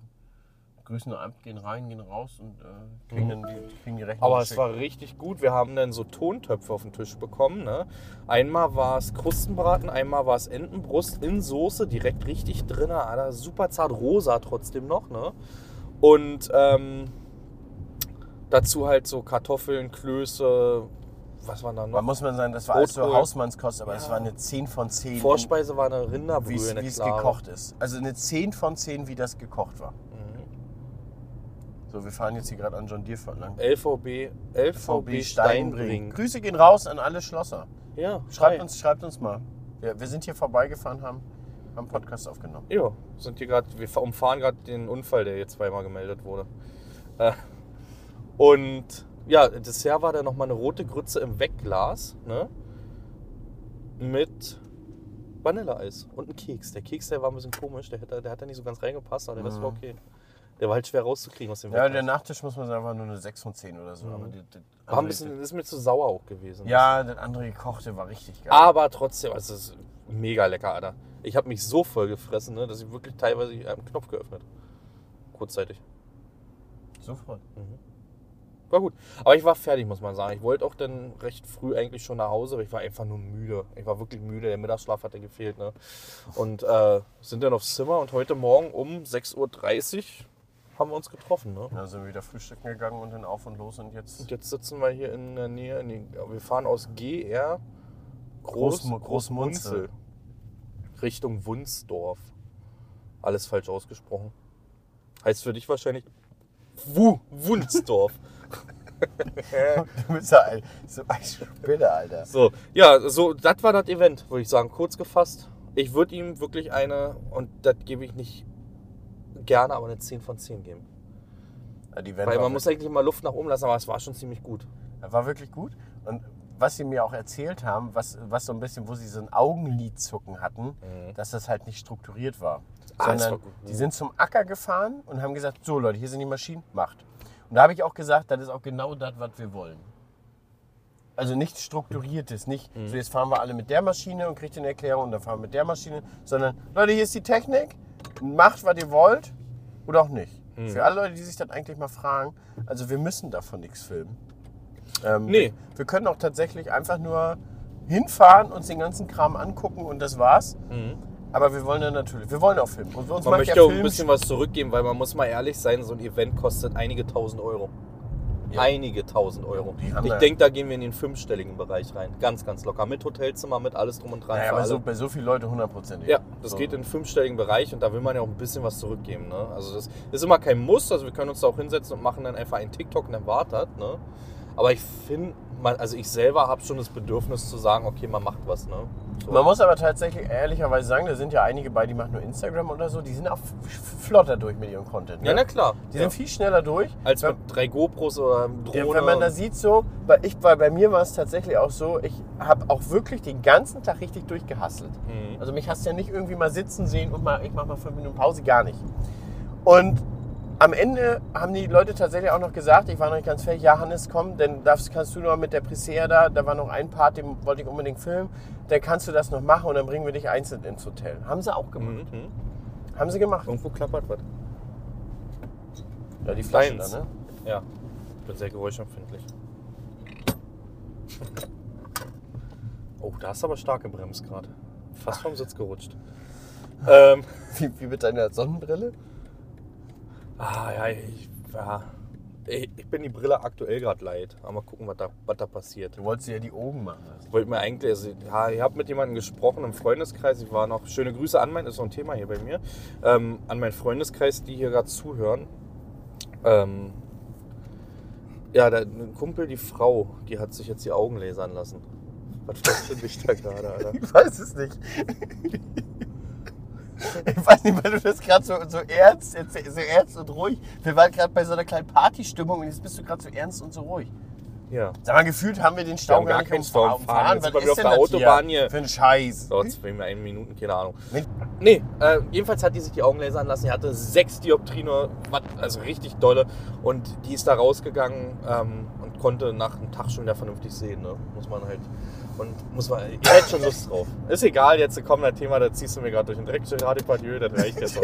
Speaker 3: grüßen nur ab, gehen rein, gehen raus und äh, kriegen dann die, kriegen die Rechnung.
Speaker 2: Mhm. aber es
Speaker 3: geschickt.
Speaker 2: war richtig gut. Wir haben dann so Tontöpfe auf den Tisch bekommen. Ne? Einmal war es Krustenbraten, einmal war es Entenbrust in Soße, direkt richtig drin. Alter, super zart, rosa trotzdem noch. Ne? Und ähm, dazu halt so Kartoffeln, Klöße, was war da noch?
Speaker 3: da muss man sagen, das war alles so
Speaker 2: Rotkohl.
Speaker 3: Hausmannskost, aber es war eine 10 von 10,
Speaker 2: Vorspeise war eine Rinderbrühe,
Speaker 3: wie es
Speaker 2: eine
Speaker 3: wie es
Speaker 2: klare.
Speaker 3: gekocht ist. Also eine 10 von 10, wie das gekocht war.
Speaker 2: Mhm.
Speaker 3: So, wir fahren jetzt hier gerade an John Deere Ford lang.
Speaker 2: LVB, LVB Steinbrink.
Speaker 3: Grüße gehen raus an alle Schlosser.
Speaker 2: Ja,
Speaker 3: Schreibt
Speaker 2: hi.
Speaker 3: uns, schreibt uns mal. Wir, wir sind hier vorbeigefahren, haben, haben Podcast aufgenommen.
Speaker 2: Ja, sind hier gerade, wir umfahren gerade den Unfall, der hier zweimal gemeldet wurde. Äh, Und ja, Dessert war dann nochmal eine rote Grütze im Wegglas, ne? Mit Vanilleeis und ein Keks. Der Keks, der war ein bisschen komisch, der, hätte, der hat da nicht so ganz reingepasst, aber der Rest war okay. Der war halt schwer rauszukriegen aus dem
Speaker 3: Mhm. Ja,
Speaker 2: Wegglas.
Speaker 3: der Nachtisch muss man sagen, war nur eine 6 von 10 oder so. Aber die, die
Speaker 2: Mhm. war ein
Speaker 3: andere-
Speaker 2: bisschen, ist mir zu sauer auch gewesen.
Speaker 3: ja, das andere gekochte war richtig geil.
Speaker 2: Aber trotzdem, also es ist mega lecker, Alter. Ich habe mich so voll gefressen, ne, dass ich wirklich teilweise einen Knopf geöffnet. Kurzzeitig.
Speaker 3: Sofort.
Speaker 2: War gut. Aber ich war fertig, muss man sagen. Ich wollte auch dann recht früh eigentlich schon nach Hause, aber ich war einfach nur müde. Ich war wirklich müde. Der Mittagsschlaf hatte gefehlt. Ne? Und äh, sind dann aufs Zimmer und heute Morgen um 6.30 Uhr haben wir uns getroffen. Ne?
Speaker 3: Dann sind wir wieder frühstücken gegangen und dann auf und los und jetzt
Speaker 2: Und jetzt sitzen wir hier in der Nähe. In den, wir fahren aus GR Groß,
Speaker 3: Großmu- <laughs> Großmunzel.
Speaker 2: Richtung Wunsdorf. Alles falsch ausgesprochen. Heißt für dich wahrscheinlich Wu, Wunsdorf.
Speaker 3: du bist ja ein, so ein Spinner, Alter.
Speaker 2: So, ja, so, das war das Event, würde ich sagen. Kurz gefasst. Ich würde ihm wirklich eine, und das gebe ich nicht gerne, aber eine 10 von 10 geben.
Speaker 3: Ja, die Welt
Speaker 2: Weil
Speaker 3: war,
Speaker 2: man muss
Speaker 3: wirklich,
Speaker 2: eigentlich mal Luft nach oben lassen, aber es war schon ziemlich gut.
Speaker 3: war wirklich gut. Und was sie mir auch erzählt haben, was, was so ein bisschen, wo sie so ein Augenlidzucken hatten, dass das halt nicht strukturiert war.
Speaker 2: Mhm. Ah, das
Speaker 3: sondern
Speaker 2: war gut.
Speaker 3: die sind zum Acker gefahren und haben gesagt, so Leute, hier sind die Maschinen, macht. Und da habe ich auch gesagt, das ist auch genau das, was wir wollen. Also nichts Strukturiertes, nicht
Speaker 2: Mhm.
Speaker 3: so jetzt fahren wir alle mit der Maschine und kriegt eine Erklärung und dann fahren wir mit der Maschine, sondern Leute, hier ist die Technik, macht, was ihr wollt oder auch nicht.
Speaker 2: Mhm.
Speaker 3: Für alle Leute, die sich das eigentlich mal fragen, also wir müssen davon nichts filmen. Ähm,
Speaker 2: Nee.
Speaker 3: Wir, wir können auch tatsächlich einfach nur hinfahren, uns den ganzen Kram angucken und das war's. Aber wir wollen dann natürlich, wir wollen auch filmen. Und uns
Speaker 2: Mhm. Man
Speaker 3: macht ja
Speaker 2: möchte auch ein
Speaker 3: Film
Speaker 2: bisschen was zurückgeben, weil man muss mal ehrlich sein, so ein Event kostet einige tausend Euro. Einige tausend Euro.
Speaker 3: Die haben
Speaker 2: Ich
Speaker 3: da-
Speaker 2: denke, da gehen wir in den fünfstelligen Bereich rein. Ganz, ganz locker. Mit Hotelzimmer, mit alles drum und dran.
Speaker 3: Naja,
Speaker 2: für
Speaker 3: aber
Speaker 2: alle.
Speaker 3: so, bei so vielen Leuten hundertprozentig.
Speaker 2: ne? Ja, das
Speaker 3: So.
Speaker 2: geht in den fünfstelligen Bereich und da will man ja auch ein bisschen was zurückgeben. Ne? Also das ist immer kein Muss, also wir können uns da auch hinsetzen und machen dann einfach einen TikTok und dann wartet. Ne? Aber ich finde, also ich selber habe schon das Bedürfnis zu sagen, okay, man macht was. Ne? So.
Speaker 3: Man muss aber tatsächlich ehrlicherweise sagen, da sind ja einige bei, die machen nur Instagram oder so, die sind auch f- flotter durch mit ihrem Content. Ne?
Speaker 2: ja, na klar.
Speaker 3: Die
Speaker 2: ja.
Speaker 3: sind viel schneller durch.
Speaker 2: Als
Speaker 3: wenn,
Speaker 2: mit drei GoPros oder einem
Speaker 3: ja,
Speaker 2: Drohne.
Speaker 3: wenn man da sieht so, weil ich weil bei mir war es tatsächlich auch so, ich habe auch wirklich den ganzen Tag richtig durchgehasselt.
Speaker 2: Mhm.
Speaker 3: Also mich hast du ja nicht irgendwie mal sitzen sehen und mal ich mache mal fünf Minuten Pause, gar nicht. Und am Ende haben die Leute tatsächlich auch noch gesagt, ich war noch nicht ganz fertig, ja Hannes, komm, dann darfst, kannst du noch mit der Priscilla da, da war noch ein Part, den wollte ich unbedingt filmen, dann kannst du das noch machen und dann bringen wir dich einzeln ins Hotel. Haben sie auch gemacht.
Speaker 2: Mhm.
Speaker 3: Haben sie gemacht.
Speaker 2: Irgendwo klappert was.
Speaker 3: Ja, die
Speaker 2: Deins.
Speaker 3: da, ne?
Speaker 2: Ja, bin sehr geräuschempfindlich. Oh, da ist aber starke Brems gerade. Fast vom Sitz gerutscht. Ähm,
Speaker 3: Wie, wie mit deiner Sonnenbrille?
Speaker 2: ah, ja, ich, ja, ich, ich bin die Brille aktuell gerade leid. Aber mal gucken, was da, was da passiert.
Speaker 3: Du wolltest dir ja die Augen machen lassen.
Speaker 2: Ich wollte mir eigentlich, also, ja, ich habe mit jemandem gesprochen im Freundeskreis. Ich war noch, schöne Grüße an mein, ist so ein Thema hier bei mir, ähm, an meinen Freundeskreis, die hier gerade zuhören. Ähm, ja, da, ein Kumpel, die Frau, die hat sich jetzt die Augen lasern lassen. Was fragst du dich da gerade, <laughs> Alter?
Speaker 3: Ich weiß es nicht. Ich weiß nicht, weil du das gerade so, so ernst erzähl- so ernst und ruhig. Wir waren gerade bei so einer kleinen Partystimmung und jetzt bist du gerade so ernst und so ruhig.
Speaker 2: Ja.
Speaker 3: Sag mal, gefühlt haben wir den
Speaker 2: Wir
Speaker 3: Stau
Speaker 2: haben gar keinen
Speaker 3: auf-
Speaker 2: Stau
Speaker 3: auf-
Speaker 2: gefahren.
Speaker 3: fahren.
Speaker 2: Jetzt sind
Speaker 3: Was
Speaker 2: wir
Speaker 3: ist
Speaker 2: wieder
Speaker 3: denn
Speaker 2: auf der
Speaker 3: das
Speaker 2: Autobahn hier.
Speaker 3: Für einen Scheiß.
Speaker 2: Dauert
Speaker 3: <laughs>
Speaker 2: zwei Minuten, Minuten, keine Ahnung.
Speaker 3: Wenn-
Speaker 2: Nee, äh, jedenfalls hat die sich die Augen lasern lassen. Die hatte sechs Dioptrine, wat- also richtig dolle. Und die ist da rausgegangen ähm, und konnte nach einem Tag schon wieder vernünftig sehen. Ne? Muss man halt. Und muss man. Ich hätte schon Lust drauf. Ist egal, jetzt kommt das Thema, da ziehst du mir gerade durch den Dreck. Radio Pardieu, das reicht jetzt auch.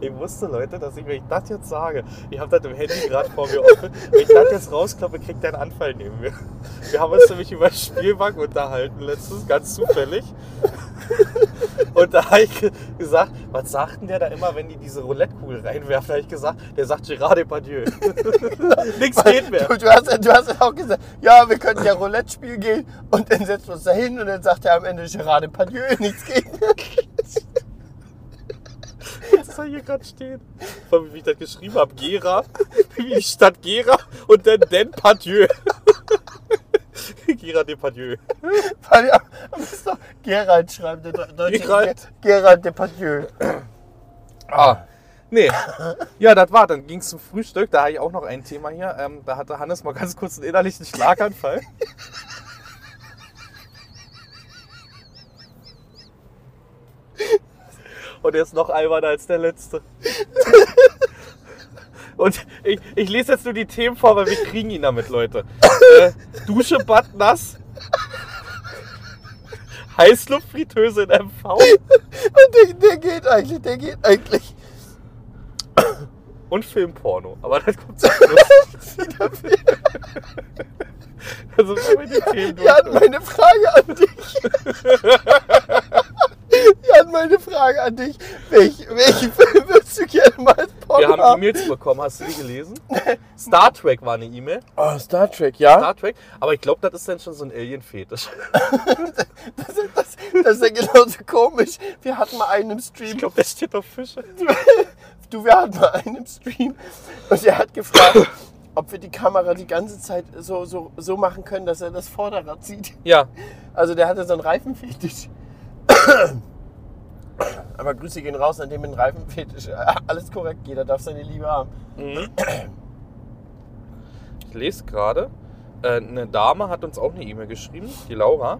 Speaker 2: Ich wusste, Leute, dass ich, wenn ich das jetzt sage, ich habe das im Handy gerade vor mir offen, wenn ich das jetzt rausklappe, kriegt der einen Anfall neben mir. Wir haben uns nämlich über Spielbank unterhalten letztens, ganz zufällig. Und da habe ich ge- gesagt, was sagt denn der da immer, wenn die diese Roulettekugel reinwerfen? Da habe ich gesagt, der sagt Gérard Depardieu. <laughs> Nix geht mehr.
Speaker 3: Du, du, hast, du hast auch gesagt, ja, wir können ja Roulette spielen gehen und dann setzen wir uns da hin und dann sagt er am Ende Gerard Depardieu, <laughs> nichts gegen.
Speaker 2: Was da hier gerade steht. Vor allem, wie ich das geschrieben habe. Gera. Wie die Stadt Gera und dann Den Pardieu. <laughs> Gera Depardieu.
Speaker 3: Weil ja, das ist doch Gerald schreibt, der Deu- deutsche
Speaker 2: Gerald.
Speaker 3: Gerald Depardieu.
Speaker 2: Ah. Nee. <laughs> Ja, das war. Dann ging es zum Frühstück. Da habe ich auch noch ein Thema hier. Ähm, da hatte Hannes mal ganz kurz einen innerlichen Schlaganfall. <laughs> Und er ist noch alberner als der letzte. <laughs> Und ich, ich lese jetzt nur die Themen vor, weil wir kriegen ihn damit, Leute. Äh, Dusche, Bad, <laughs> nass. Heißluftfritteuse in MV.
Speaker 3: Der, der geht eigentlich, der geht eigentlich.
Speaker 2: und Filmporno. Aber das
Speaker 3: <laughs>
Speaker 2: kommt zum Schluss. also wenn wir die Themen durch.
Speaker 3: Jan, meine Frage an dich. Jan, meine Frage an dich. Welch, welchen Film würdest du gerne mal als Porno
Speaker 2: wir haben
Speaker 3: haben?
Speaker 2: E-Mails bekommen, hast du die
Speaker 3: <laughs>
Speaker 2: gelesen? Star Trek war eine E-Mail.
Speaker 3: Oh, Star Trek, ja?
Speaker 2: Star Trek, aber ich glaube, das ist dann schon so ein Alien-Fetisch. <laughs>
Speaker 3: Das, ist- das, das ist ja genauso komisch. Wir hatten mal einen im Stream.
Speaker 2: Ich glaube, der steht auf Fische.
Speaker 3: Du, wir hatten mal einen im Stream und er hat gefragt, ob wir die Kamera die ganze Zeit so, so, so machen können, dass er das Vorderrad sieht.
Speaker 2: Ja.
Speaker 3: Also der hatte so einen Reifenfetisch. Aber Grüße gehen raus an den mit dem Reifenfetisch. <laughs> Alles korrekt, jeder darf seine Liebe haben.
Speaker 2: Ich lese gerade, äh, eine Dame hat uns auch eine E-Mail geschrieben, die Laura.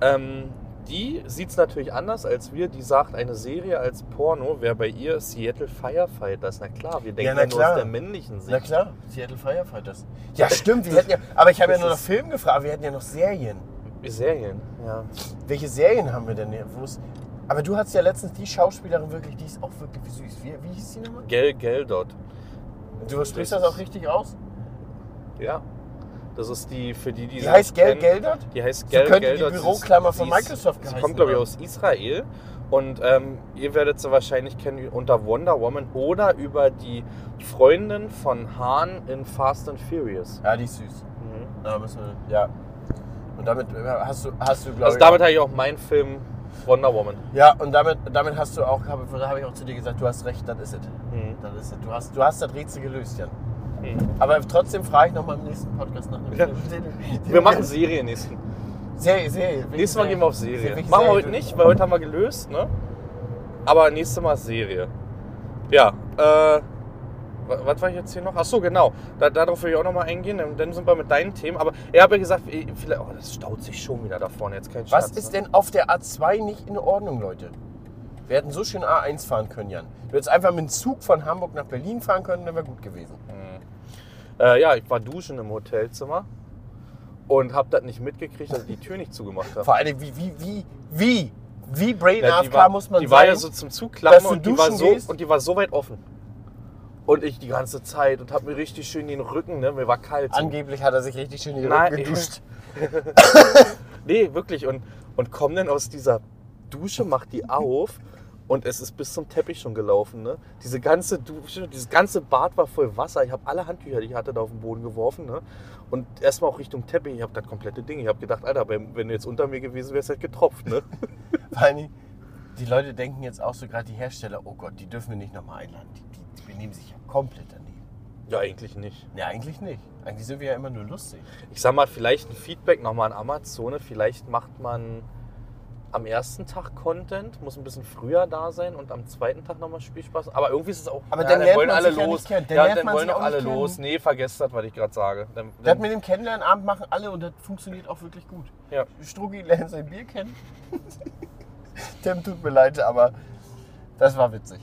Speaker 2: Ähm, die sieht es natürlich anders als wir. Die sagt, eine Serie als Porno wäre bei ihr Seattle Firefighters. Na klar, wir denken
Speaker 3: na
Speaker 2: ja, nur
Speaker 3: klar.
Speaker 2: aus der männlichen Sicht.
Speaker 3: Na klar, Seattle Firefighters. Ja, stimmt, wir hätten ja. Aber ich habe ja nur nach Filmen gefragt, wir hätten ja noch Serien.
Speaker 2: Serien.
Speaker 3: Ja. Welche Serien haben wir denn hier? Wo ist- Aber du hattest ja letztens die Schauspielerin wirklich, die ist auch wirklich süß. Wie, wie hieß die nochmal?
Speaker 2: Gel, Geldot.
Speaker 3: Du sprichst
Speaker 2: Das
Speaker 3: das auch
Speaker 2: ist-
Speaker 3: richtig aus?
Speaker 2: Ja. Das ist die, für die, die
Speaker 3: Die
Speaker 2: sie nicht
Speaker 3: heißt Geld
Speaker 2: kennen,
Speaker 3: Geldert?
Speaker 2: Die heißt
Speaker 3: So
Speaker 2: Gel
Speaker 3: könnte die
Speaker 2: Geldot. Sie ist-
Speaker 3: Büroklammer von
Speaker 2: sie ist-
Speaker 3: Microsoft
Speaker 2: Sie
Speaker 3: geheißen
Speaker 2: kommt, glaube ich,
Speaker 3: haben.
Speaker 2: aus Israel. Und ähm, ihr werdet sie wahrscheinlich kennen unter Wonder Woman oder über die Freundin von Hahn in Fast and Furious.
Speaker 3: Ja, die ist süß. Da müssen wir, ja. Und damit äh, hast du, hast du glaube
Speaker 2: Also
Speaker 3: ich.
Speaker 2: damit habe ich auch meinen Film Wonder Woman.
Speaker 3: ja, und damit, damit hast du auch, habe hab ich auch zu dir gesagt, du hast recht, das ist es.
Speaker 2: Mhm.
Speaker 3: Das ist es. Du hast, du hast das Rätsel gelöst, Jan. Aber trotzdem frage ich nochmal im nächsten Podcast nach. einem
Speaker 2: Ja.
Speaker 3: Film, den du-
Speaker 2: Wir machen Serie nächsten.
Speaker 3: Serie, Serie.
Speaker 2: Nächstes Mal gehen wir auf Serie.
Speaker 3: Welche
Speaker 2: Machen wir
Speaker 3: Serie
Speaker 2: heute
Speaker 3: du-
Speaker 2: nicht, weil heute haben wir gelöst, ne? Aber nächstes Mal Serie. Ja, äh. wa- Was war ich jetzt hier noch? Achso, genau. Da, darauf will ich auch nochmal eingehen. Dann- Dann sind wir mit deinen Themen. Aber er hat ja gesagt, eh, vielleicht. Oh, das staut sich schon wieder da vorne. Jetzt kein ne? Scherz.
Speaker 3: Was ist denn auf der A2 nicht in Ordnung, Leute? Wir hätten so schön A1 fahren können, Jan. Du hättest einfach mit dem Zug von Hamburg nach Berlin fahren können, dann wäre gut gewesen.
Speaker 2: Ne? Äh, ja, ich war duschen im Hotelzimmer und hab das nicht mitgekriegt, dass ich die Tür nicht zugemacht habe.
Speaker 3: Vor allem, wie, wie, wie, wie, wie brain
Speaker 2: Ja,
Speaker 3: AFK
Speaker 2: die war,
Speaker 3: muss man
Speaker 2: die
Speaker 3: sein?
Speaker 2: war ja so zum Zuklappen
Speaker 3: dass du
Speaker 2: und die, war
Speaker 3: duschen
Speaker 2: so,
Speaker 3: gehst?
Speaker 2: und die war so weit offen. Und ich die ganze Zeit und hab mir richtig schön den Rücken, ne? mir war kalt. so.
Speaker 3: Angeblich hat er sich richtig schön in die
Speaker 2: Nein,
Speaker 3: Rücken geduscht.
Speaker 2: <laughs> Nee, wirklich. Und, und komm dann aus dieser Dusche, mach die auf und es ist bis zum Teppich schon gelaufen. Ne? Diese ganze Dusche, dieses ganze Bad war voll Wasser. Ich habe alle Handtücher, die ich hatte, da auf den Boden geworfen. Ne? Und erstmal auch Richtung Teppich. Ich habe das komplette Ding. Ich habe gedacht, Alter, wenn wenn du jetzt unter mir gewesen wärst, hätte getropft. Ne?
Speaker 3: Vor allem, die Leute denken jetzt auch so gerade die Hersteller, oh Gott, die dürfen wir nicht nochmal einladen. Die, die, die benehmen sich ja komplett daneben.
Speaker 2: <laughs> Ja, eigentlich nicht.
Speaker 3: Ja, eigentlich nicht. Eigentlich sind wir ja immer nur lustig.
Speaker 2: Ich sag mal, vielleicht ein Feedback nochmal an Amazone. Vielleicht macht man am ersten Tag Content, muss ein bisschen früher da sein und am zweiten Tag nochmal Spielspaß. Aber irgendwie ist es auch.
Speaker 3: Aber dann lernt
Speaker 2: wollen
Speaker 3: man
Speaker 2: alle
Speaker 3: sich ja
Speaker 2: los.
Speaker 3: nicht kennen. Dann
Speaker 2: Ja,
Speaker 3: lernt
Speaker 2: dann
Speaker 3: man
Speaker 2: wollen
Speaker 3: sich
Speaker 2: auch
Speaker 3: auch
Speaker 2: alle
Speaker 3: nicht kennen.
Speaker 2: los. Nee, vergesst das, was ich gerade sage. Dann,
Speaker 3: Das
Speaker 2: dann,
Speaker 3: mit dem Kennenlernabend machen alle und das funktioniert auch wirklich gut.
Speaker 2: Ja.
Speaker 3: Strugi lernt sein Bier kennen. <laughs> Tim tut mir leid, aber das war witzig.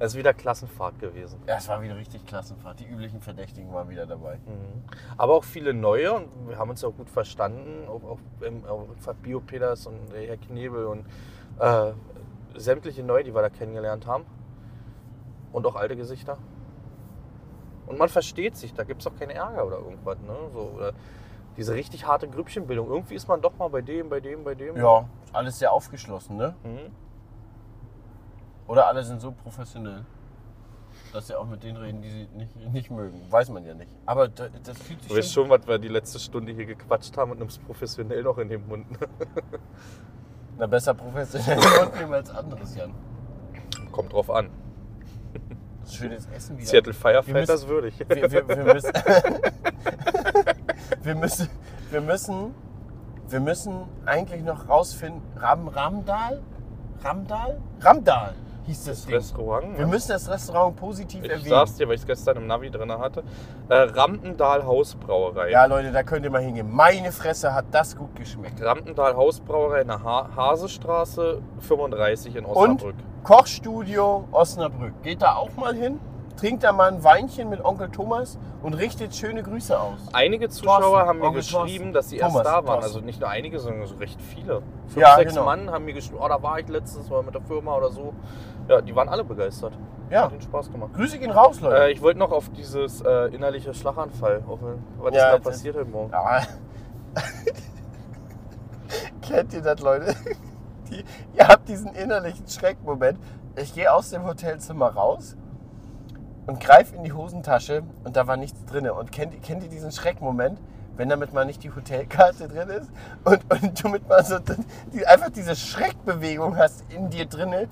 Speaker 2: das ist wieder Klassenfahrt gewesen.
Speaker 3: Ja, es war wieder richtig Klassenfahrt. Die üblichen Verdächtigen waren wieder dabei.
Speaker 2: Aber auch viele neue und wir haben uns auch gut verstanden. Auch, auch, ähm, auch Bio Peters und der Herr Knebel und äh, sämtliche neue, die wir da kennengelernt haben. Und auch alte Gesichter. Und man versteht sich, da gibt es auch keinen Ärger oder irgendwas. Ne? So, oder diese richtig harte Grüppchenbildung. Irgendwie ist man doch mal bei dem, bei dem, bei dem.
Speaker 3: Ja, alles sehr aufgeschlossen, ne?
Speaker 2: Mhm.
Speaker 3: Oder alle sind so professionell, dass sie auch mit denen reden, die sie nicht, nicht mögen. Weiß man ja nicht. Aber da- das fühlt sich
Speaker 2: Du weißt schon, was wir die letzte Stunde hier gequatscht haben und nimmst professionell noch in den Mund. ne?
Speaker 3: Na, besser professionell <laughs> aufnehmen als anderes, Jan.
Speaker 2: Kommt drauf an.
Speaker 3: Schönes Essen wieder.
Speaker 2: Seattle
Speaker 3: Wir müssen-
Speaker 2: Firefighters würdig.
Speaker 3: wir, wir, wir müssen, <laughs> wir müssen, wir müssen, wir müssen eigentlich noch rausfinden, Ram, Ramdal? Ramdal? Ramdal hieß das, Ding.
Speaker 2: Restaurant.
Speaker 3: Wir
Speaker 2: ja.
Speaker 3: müssen das Restaurant positiv
Speaker 2: Ich
Speaker 3: erwähnen.
Speaker 2: sag's dir, weil ich es gestern im Navi drin hatte. Äh, Rampendahl Hausbrauerei.
Speaker 3: Ja, Leute, da könnt ihr mal hingehen. Meine Fresse hat das gut geschmeckt.
Speaker 2: Rampendahl Hausbrauerei in der ha Hasestraße 35 in
Speaker 3: Und
Speaker 2: Osnabrück.
Speaker 3: Kochstudio Osnabrück. Geht da auch mal hin, trinkt da mal ein Weinchen mit Onkel Thomas und richtet schöne Grüße aus.
Speaker 2: Einige Zuschauer
Speaker 3: Thorsten,
Speaker 2: haben mir
Speaker 3: Onkel
Speaker 2: geschrieben,
Speaker 3: Thorsten.
Speaker 2: dass sie erst
Speaker 3: Thomas,
Speaker 2: da waren.
Speaker 3: Thorsten.
Speaker 2: Also nicht nur einige, sondern so recht viele. Fünf,
Speaker 3: Ja,
Speaker 2: sechs
Speaker 3: genau.
Speaker 2: Mann haben mir geschrieben, oh, da war ich letztens mal mit der Firma oder so. Ja, die waren alle begeistert.
Speaker 3: Ja,
Speaker 2: Hat ihnen Spaß gemacht.
Speaker 3: Grüße gehen raus, Leute.
Speaker 2: Äh, ich wollte noch auf dieses äh, innerliche Schlaganfall. Auf, was ist denn
Speaker 3: Ja, jetzt-
Speaker 2: da passiert heute Morgen?
Speaker 3: Ja. <laughs> Kennt ihr das, Leute? <laughs> Die, ihr habt diesen innerlichen Schreckmoment. Ich gehe aus dem Hotelzimmer raus und greife in die Hosentasche und da war nichts drin. Und kennt, kennt ihr diesen Schreckmoment, wenn damit mal nicht die Hotelkarte drin ist und, und du mit mal so die, einfach diese Schreckbewegung hast in dir drinne,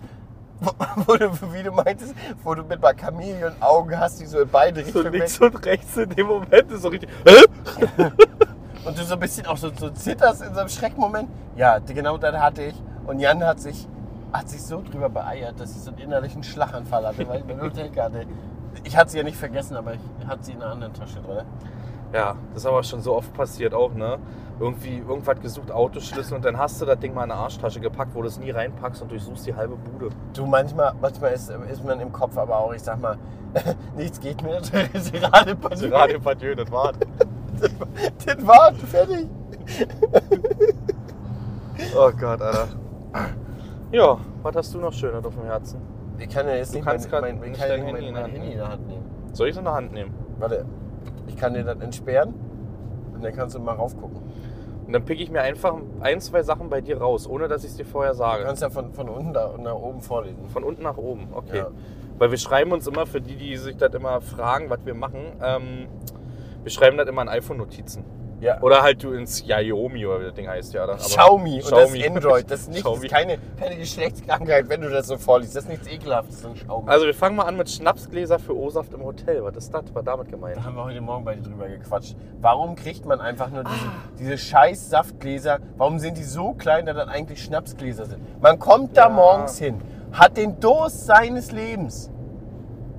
Speaker 3: wo, <laughs> wo du, wie du meintest, wo du mit mal Kamelion-Augen hast, die so in beide
Speaker 2: So
Speaker 3: Richtungen
Speaker 2: links und rechts in dem Moment ist so richtig. Hä?
Speaker 3: Und du so ein bisschen auch so, so zitterst in so einem Schreckmoment. Ja, d- genau das hatte ich. Und Jan hat sich, hat sich so drüber beeiert, dass ich so einen innerlichen Schlaganfall hatte, weil ich meine Hotelkarte. Ich hatte sie ja nicht vergessen, aber ich hatte sie in einer anderen Tasche drin.
Speaker 2: Ja, das ist aber schon so oft passiert auch, ne? Irgendwie irgendwas gesucht, Autoschlüssel und dann hast du das Ding mal in eine Arschtasche gepackt, wo du es nie reinpackst und durchsuchst die halbe
Speaker 3: <laughs>
Speaker 2: Bude.
Speaker 3: Du, manchmal, manchmal ist, ist man im Kopf aber auch, ich sag mal, <laughs> nichts geht mir. <laughs> Das ist gerade <laughs> passiert.
Speaker 2: Partieu, das war's.
Speaker 3: Das war fertig.
Speaker 2: Oh Gott, Alter. Ja, was hast du noch Schönes auf dem Herzen?
Speaker 3: Ich kann ja jetzt
Speaker 2: Du
Speaker 3: nicht
Speaker 2: kannst
Speaker 3: mein,
Speaker 2: grad
Speaker 3: mein, ich
Speaker 2: nicht
Speaker 3: kann ja
Speaker 2: dein
Speaker 3: nicht mein,
Speaker 2: Handy in
Speaker 3: mein
Speaker 2: die Hand
Speaker 3: Handy in der Hand nehmen.
Speaker 2: Soll ich es in der Hand nehmen?
Speaker 3: Warte, ich kann dir das entsperren und dann kannst du mal raufgucken.
Speaker 2: Und dann pick ich mir einfach ein, zwei Sachen bei dir raus, ohne dass ich es dir vorher
Speaker 3: Du
Speaker 2: sage.
Speaker 3: kannst ja von, von unten da, nach oben vorlesen.
Speaker 2: Von unten nach oben, okay.
Speaker 3: Ja.
Speaker 2: Weil wir schreiben uns immer, für die, die sich das immer fragen, was wir machen, ähm, wir schreiben das immer in iPhone-Notizen.
Speaker 3: Ja.
Speaker 2: Oder halt du ins Xiaomi oder wie das Ding heißt, ja. Dann, aber-
Speaker 3: Xiaomi, und das
Speaker 2: Xiaomi.
Speaker 3: ist
Speaker 2: <laughs>
Speaker 3: Android. Das ist, nicht, das
Speaker 2: Xiaomi.
Speaker 3: ist keine, keine Geschlechtskrankheit, wenn du das so vorliest. Das ist nichts Ekelhaftes, so ein Xiaomi.
Speaker 2: Also wir fangen mal an mit Schnapsgläser für O-Saft im Hotel. Was ist das? War damit gemeint?
Speaker 3: Da haben wir heute Morgen bei dir drüber gequatscht. Warum kriegt man einfach nur diese, diese scheiß Saftgläser? Warum sind die so klein, dass das eigentlich Schnapsgläser sind? Man kommt da
Speaker 2: Ja.
Speaker 3: morgens hin, hat den Durst seines Lebens.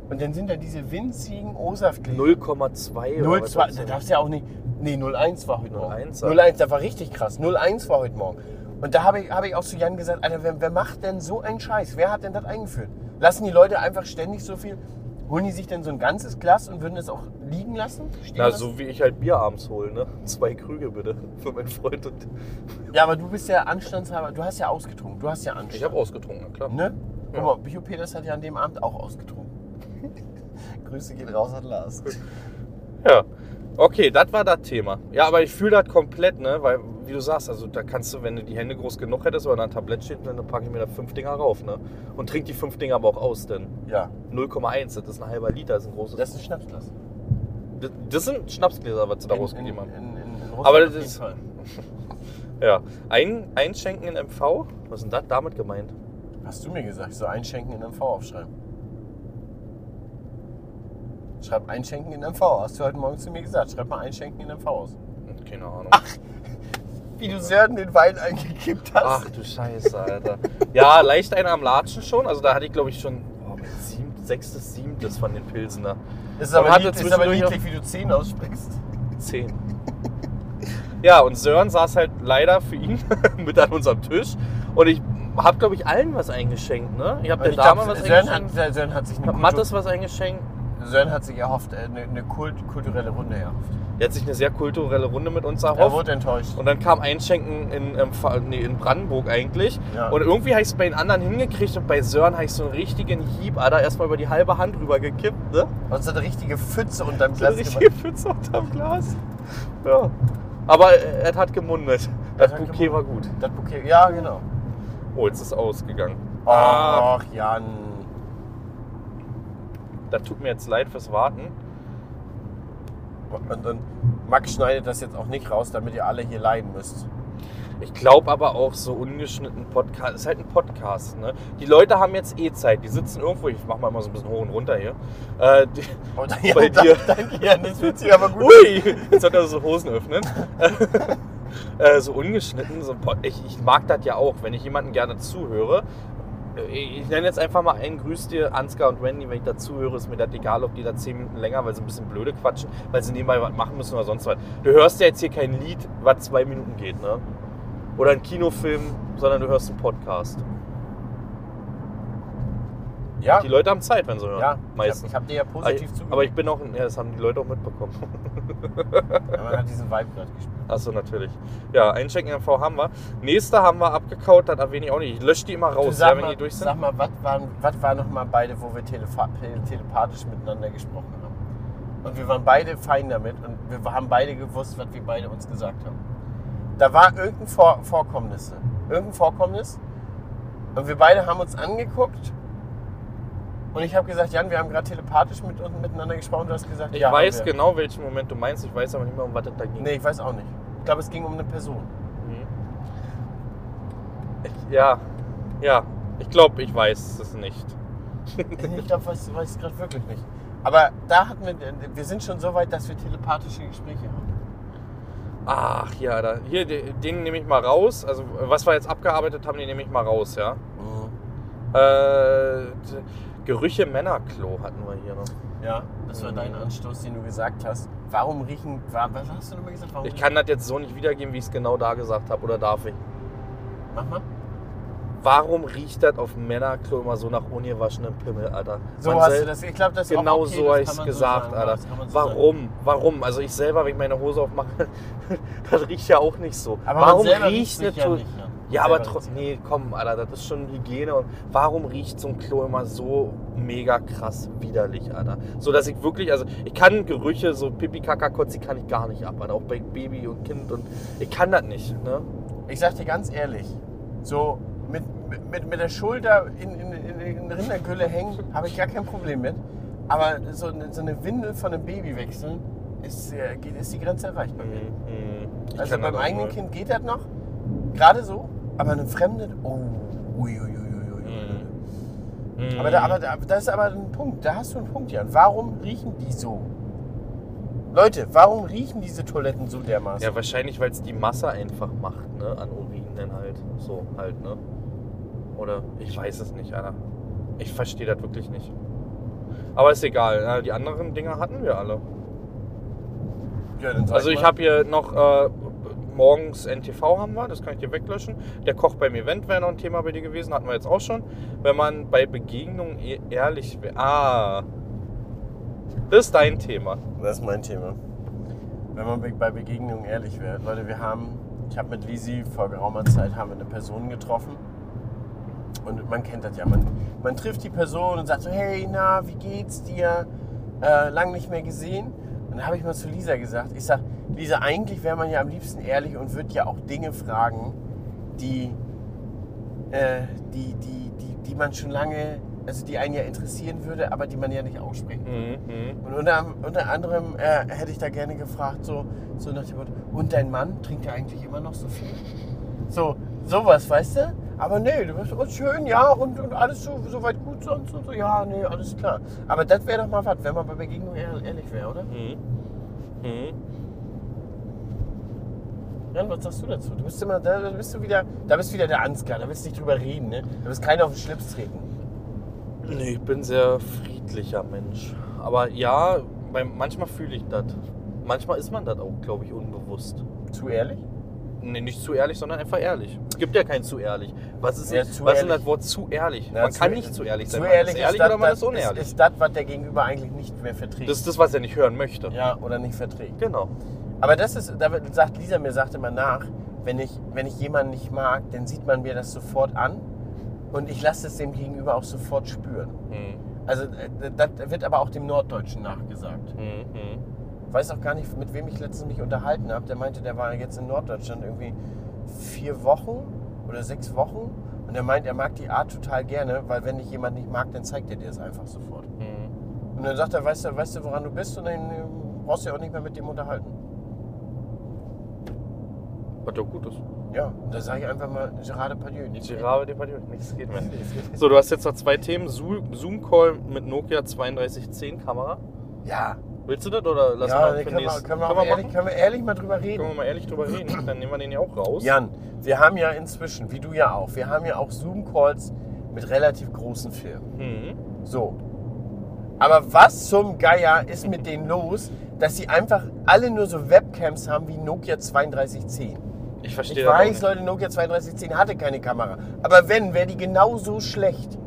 Speaker 3: Und dann sind da diese winzigen O-Saftgläser.
Speaker 2: 0,2 oder was
Speaker 3: 02,
Speaker 2: ist
Speaker 3: da
Speaker 2: das?
Speaker 3: darfst du ja auch nicht. Nee, 01 war heute Morgen.
Speaker 2: 01,
Speaker 3: 01,
Speaker 2: ja.
Speaker 3: das war richtig krass. 01 war heute Morgen. Und da habe ich, habe ich auch zu Jan gesagt, Alter, wer, wer macht denn so einen Scheiß? Wer hat denn das eingeführt? Lassen die Leute einfach ständig so viel, holen die sich denn so ein ganzes Glas und würden es auch liegen lassen? Stehen
Speaker 2: Na,
Speaker 3: lassen?
Speaker 2: so wie ich halt Bier abends hole, ne? <laughs> Zwei Krüge bitte für meinen Freund und...
Speaker 3: Ja, aber du bist ja Anstandshaber, du hast ja ausgetrunken, du hast ja Anstand.
Speaker 2: Ich habe ausgetrunken, na klar.
Speaker 3: Ne? Guck mal, Bio Peters hat ja an dem Abend auch ausgetrunken. <laughs> Grüße gehen raus an Lars.
Speaker 2: Ja. Okay, das war das Thema. Ja, aber ich fühle das komplett, ne? Weil, wie du sagst, also da kannst du, wenn du die Hände groß genug hättest oder ein Tablett steht, dann packe ich mir da fünf Dinger rauf, ne? Und trink die fünf Dinger aber auch aus, denn
Speaker 3: Ja,
Speaker 2: 0,1, das ist ein halber Liter, das ist ein großes.
Speaker 3: das ist ein Schnapsglas.
Speaker 2: Das, das sind Schnapsgläser, was sie da
Speaker 3: in, in,
Speaker 2: rausgegeben haben.
Speaker 3: in, in Russland
Speaker 2: Aber das
Speaker 3: auf jeden
Speaker 2: ist-
Speaker 3: Fall.
Speaker 2: Ja. Ein, einschenken in MV? Was ist denn das damit gemeint?
Speaker 3: Hast du mir gesagt, so einschenken in MV aufschreiben. Schreib einschenken in MV. Hast du heute Morgen zu mir gesagt. Schreib mal einschenken in MV aus.
Speaker 2: Keine Ahnung.
Speaker 3: Wie du Sörden den Wein eingekippt hast.
Speaker 2: Ach du Scheiße, Alter. <laughs> ja, leicht einer am Latschen schon. Also da hatte ich, glaube ich, schon oh, mein sieben, sechstes, siebtes von den Pilsen ne? da.
Speaker 3: Das ist
Speaker 2: Man
Speaker 3: aber,
Speaker 2: hatte
Speaker 3: niedlich, ist aber
Speaker 2: zwischendurch
Speaker 3: niedlich, wie du 10 aussprichst.
Speaker 2: Zehn. Ja, und Sören saß halt leider für ihn <laughs> mit an unserem Tisch. Und ich habe, glaube ich, allen was eingeschenkt, ne? Ich habe der
Speaker 3: ich
Speaker 2: Dame
Speaker 3: glaub,
Speaker 2: was
Speaker 3: Sören hat,
Speaker 2: eingeschenkt.
Speaker 3: Sören hat sich eine
Speaker 2: hab Mattes was eingeschenkt.
Speaker 3: Kultur- Sören hat sich erhofft, äh, eine, eine Kult, kulturelle Runde erhofft.
Speaker 2: Er hat sich eine sehr kulturelle Runde mit uns
Speaker 3: Er
Speaker 2: erhofft.
Speaker 3: wurde enttäuscht.
Speaker 2: Und dann kam Einschenken in, ähm, Fa- nee, in Brandenburg eigentlich.
Speaker 3: Ja.
Speaker 2: Und irgendwie habe ich es bei den anderen hingekriegt und bei Sören habe ich so einen richtigen Hieb, Alter, erstmal über die halbe Hand rüber gekippt, ne?
Speaker 3: Und so eine richtige Pfütze unterm
Speaker 2: So eine
Speaker 3: Glas
Speaker 2: richtige Pfütze unterm Glas. Ja. Aber äh, er hat gemundet. Das
Speaker 3: hat
Speaker 2: Bouquet war gut.
Speaker 3: Das Bouquet, ja, genau.
Speaker 2: Oh, jetzt ist es ausgegangen. Ah,
Speaker 3: Ach, Jan.
Speaker 2: das tut mir jetzt leid fürs Warten.
Speaker 3: Und, und Max schneidet das jetzt auch nicht raus, damit ihr alle hier leiden müsst.
Speaker 2: Ich glaube aber auch so ungeschnitten Podcast, ist halt ein Podcast, ne? Die Leute haben jetzt eh Zeit, die sitzen irgendwo, ich mach mal immer so ein bisschen hoch und runter hier. Äh, die,
Speaker 3: Und <laughs>
Speaker 2: Bei dir.
Speaker 3: Danke, Jan, das fühlt sich aber gut an.
Speaker 2: Ui, jetzt hat er so Hosen öffnen. <laughs> äh, so ungeschnitten. So ein Pod- ich, ich mag das ja auch, wenn ich jemandem gerne zuhöre. Äh, Ich nenne jetzt einfach mal einen Grüß dir, Ansgar und Wendy. Wenn ich da zuhöre, ist mir das egal, ob die da zehn Minuten länger, weil sie ein bisschen blöde quatschen, weil sie nebenbei was machen müssen oder sonst was. Du hörst ja jetzt hier kein Lied, was zwei Minuten geht, ne? Oder einen Kinofilm, sondern du hörst einen Podcast.
Speaker 3: <laughs> Ja,
Speaker 2: Die Leute haben Zeit, wenn sie hören.
Speaker 3: ja
Speaker 2: meistens.
Speaker 3: Ich habe hab dir ja positiv
Speaker 2: aber, ich,
Speaker 3: zugehört.
Speaker 2: aber ich bin auch, ja, das haben die Leute auch mitbekommen.
Speaker 3: Ja, man hat diesen Vibe gerade gespielt.
Speaker 2: Achso, natürlich. Ja, einchecken MV haben wir. Nächste haben wir abgekaut, das erwähne ich auch nicht. Ich lösche die immer
Speaker 3: Du,
Speaker 2: raus,
Speaker 3: sag,
Speaker 2: ja, wenn
Speaker 3: mal,
Speaker 2: die durch sind.
Speaker 3: sag mal, was waren, was waren noch mal beide, wo wir telefa- tele- telepathisch miteinander gesprochen haben? Und wir waren beide fein damit und wir haben beide gewusst, was wir beide uns gesagt haben. Da war irgendein Vor Vorkommnisse. Irgendein Vorkommnis. Und wir beide haben uns angeguckt. Und ich habe gesagt, Jan, wir haben gerade telepathisch mit, und miteinander gesprochen. Du hast gesagt,
Speaker 2: Ich
Speaker 3: ja, haben
Speaker 2: weiß
Speaker 3: wir.
Speaker 2: genau, welchen Moment du meinst, ich weiß aber nicht mehr, um was das da ging.
Speaker 3: Nee, ich weiß auch nicht. Ich glaube, es ging um
Speaker 2: <laughs>
Speaker 3: eine Person.
Speaker 2: Ich, ja, ja. Ich glaube, ich weiß es nicht.
Speaker 3: Ich glaube, weiß, weiß es gerade wirklich nicht. Aber da hatten wir, äh, wir sind schon so weit, dass wir telepathische Gespräche haben.
Speaker 2: Ach ja, da, hier, de- den nehme ich mal raus. Also, was wir jetzt abgearbeitet haben, den nehme ich mal raus, ja. Äh, d- Gerüche Männerklo hatten wir hier noch.
Speaker 3: Ja, das war
Speaker 2: Mhm.
Speaker 3: dein Anstoß, den du gesagt hast. Warum riechen, wa- was hast du nochmal gesagt? Warum
Speaker 2: Ich kann das jetzt so nicht wiedergeben, wie ich es genau da gesagt habe, oder darf ich?
Speaker 3: riechen- Mach mal.
Speaker 2: Warum riecht das auf dem Männerklo immer so nach ungewaschenem Pimmel, Alter?
Speaker 3: So
Speaker 2: Man
Speaker 3: hast
Speaker 2: sel-
Speaker 3: du das, ich glaube, das ist
Speaker 2: Genau
Speaker 3: auch okay,
Speaker 2: so
Speaker 3: das
Speaker 2: habe ich
Speaker 3: kann
Speaker 2: es
Speaker 3: man
Speaker 2: gesagt,
Speaker 3: sagen,
Speaker 2: Alter.
Speaker 3: das kann man so sagen.
Speaker 2: Warum? Warum? Also ich selber, wenn ich meine Hose aufmache, <laughs> das riecht ja auch nicht so.
Speaker 3: Aber man
Speaker 2: Warum
Speaker 3: selber
Speaker 2: riecht
Speaker 3: riecht
Speaker 2: eine
Speaker 3: sich ja
Speaker 2: To-
Speaker 3: nicht, ne?
Speaker 2: Ja, aber
Speaker 3: Selber
Speaker 2: trotzdem, nee, komm, Alter, das ist schon Hygiene. Und warum riecht so ein Klo immer so mega krass widerlich, Alter? So, dass ich wirklich, also ich kann Gerüche, so Pipi, Kaka, Kotzi, kann ich gar nicht ab, Alter. Auch bei Baby und Kind und ich kann das nicht, ne?
Speaker 3: Ich sag dir ganz ehrlich, so mit, mit- mit, mit der Schulter in, in, in, in Rindergülle hängen, habe ich gar kein Problem mit. Aber so eine, so eine Windel von einem Baby wechseln, ist, äh, geht- ist die Grenze erreicht bei mir.
Speaker 2: Mhm. Ich
Speaker 3: Mhm. Also
Speaker 2: kann
Speaker 3: beim
Speaker 2: das auch
Speaker 3: eigenen
Speaker 2: mal.
Speaker 3: Kind geht das noch, gerade so, aber einem Fremden, oh, ui, ui, ui, ui,
Speaker 2: Mhm.
Speaker 3: ui. Aber, da, aber da, das ist aber ein Punkt, da hast du einen Punkt, Jan. Warum riechen die so? Leute, warum riechen diese Toiletten so dermaßen?
Speaker 2: Ja, wahrscheinlich, weil es die Masse einfach macht, ne? An Urin dann halt. So, halt, ne? Oder ich weiß es nicht, Alter. Ich verstehe das wirklich nicht. Aber ist egal, äh, die anderen Dinger hatten wir alle.
Speaker 3: Ja, dann sag
Speaker 2: Also ich
Speaker 3: mal.
Speaker 2: habe hier noch äh, morgens NTV haben wir, das kann ich dir weglöschen. Der Koch beim Event wäre noch ein Thema bei dir gewesen, hatten wir jetzt auch schon. Wenn man bei Begegnungen eh- ehrlich wäre. Ah. Das ist dein Thema.
Speaker 3: Das ist mein Thema. Wenn man be- bei Begegnungen ehrlich wird. Leute, wir haben, ich habe mit Lisi vor geraumer Zeit haben wir eine Person getroffen. Und man kennt das ja. Man, man trifft die Person und sagt so, hey, na, wie geht's dir? Äh, lang nicht mehr gesehen. Und dann habe ich mal zu Lisa gesagt, ich sag, Lisa, eigentlich wäre man ja am liebsten ehrlich und wird ja auch Dinge fragen, die, äh, die, die, die, die man schon lange, also die einen ja interessieren würde, aber die man ja nicht ausspricht.
Speaker 2: Mhm.
Speaker 3: Und unter, unter anderem äh, hätte ich da gerne gefragt, so, so nach dem Motto, und dein Mann trinkt er eigentlich immer noch so viel? So, sowas, weißt du? Aber nee, du bist oh, schön, ja, und, und alles so, so weit gut sonst und so, ja, nee, alles klar. Aber das wäre doch mal was, wenn man bei Begegnung ehr- ehrlich wäre, oder?
Speaker 2: Mhm. Mhm.
Speaker 3: Jan, was sagst du dazu? Du bist immer, da, da bist du wieder, da bist wieder der Ansgar, da willst du nicht drüber reden, ne? Da bist keiner auf den Schlips treten.
Speaker 2: Nee, ich bin sehr friedlicher Mensch. Aber ja, bei, manchmal fühle ich das. Manchmal ist man das auch, glaube ich, unbewusst.
Speaker 3: Zu ehrlich?
Speaker 2: Nee, nicht zu ehrlich, sondern einfach ehrlich. Es gibt ja kein zu ehrlich. Was ist,
Speaker 3: Ja,
Speaker 2: was
Speaker 3: zu
Speaker 2: ist denn
Speaker 3: ehrlich.
Speaker 2: das Wort zu ehrlich?
Speaker 3: Na,
Speaker 2: man
Speaker 3: zu- e-
Speaker 2: kann nicht zu ehrlich sein.
Speaker 3: Zu
Speaker 2: man
Speaker 3: ehrlich
Speaker 2: ist ehrlich
Speaker 3: das-
Speaker 2: oder man
Speaker 3: das-
Speaker 2: ist unehrlich.
Speaker 3: Ist, ist das, was der Gegenüber eigentlich nicht mehr verträgt.
Speaker 2: das ist das, was er nicht hören möchte.
Speaker 3: ja, oder nicht verträgt.
Speaker 2: Genau.
Speaker 3: Aber das ist, da wird- sagt Lisa mir, sagt immer nach, wenn ich, wenn ich jemanden nicht mag, dann sieht man mir das sofort an und ich lasse es dem Gegenüber auch sofort spüren. Also äh, das wird aber auch dem Norddeutschen nachgesagt.
Speaker 2: Mhm,
Speaker 3: Ich weiß auch gar nicht, mit wem ich letztens mich unterhalten habe. Der meinte, der war jetzt in Norddeutschland irgendwie vier Wochen oder sechs Wochen und er meint, er mag die Art total gerne, weil wenn dich jemand nicht mag, dann zeigt er dir es einfach sofort. Und dann sagt er, weißt du, weißt du, woran du bist und dann äh, brauchst du ja auch nicht mehr mit dem unterhalten.
Speaker 2: Was doch gut ist.
Speaker 3: Ja, und da sage ich einfach mal Gerard Depardieu. Nicht
Speaker 2: Girabe, Departieu, nichts geht mehr. So, du hast jetzt noch zwei Themen. Zoom- Zoom-Call mit Nokia 3210 Kamera.
Speaker 3: Ja,
Speaker 2: Willst du das oder lass
Speaker 3: ja
Speaker 2: mal
Speaker 3: da
Speaker 2: für
Speaker 3: können, wir,
Speaker 2: nächstes-
Speaker 3: können, wir auch
Speaker 2: Können wir
Speaker 3: ehrlich,
Speaker 2: machen?
Speaker 3: können wir ehrlich mal drüber
Speaker 2: Können wir
Speaker 3: reden.
Speaker 2: mal ehrlich drüber reden? Dann nehmen wir den ja auch raus.
Speaker 3: Jan, wir haben ja inzwischen, wie du ja auch, wir haben ja auch Zoom-Calls mit relativ großen Firmen.
Speaker 2: Mhm.
Speaker 3: So. Aber was zum Geier ist mit denen los, dass sie einfach alle nur so Webcams haben wie Nokia 3210?
Speaker 2: Ich
Speaker 3: Ich
Speaker 2: verstehe das auch
Speaker 3: weiß,
Speaker 2: nicht.
Speaker 3: Leute, Nokia 3210 hatte keine Kamera. Aber wenn, wäre die genauso schlecht.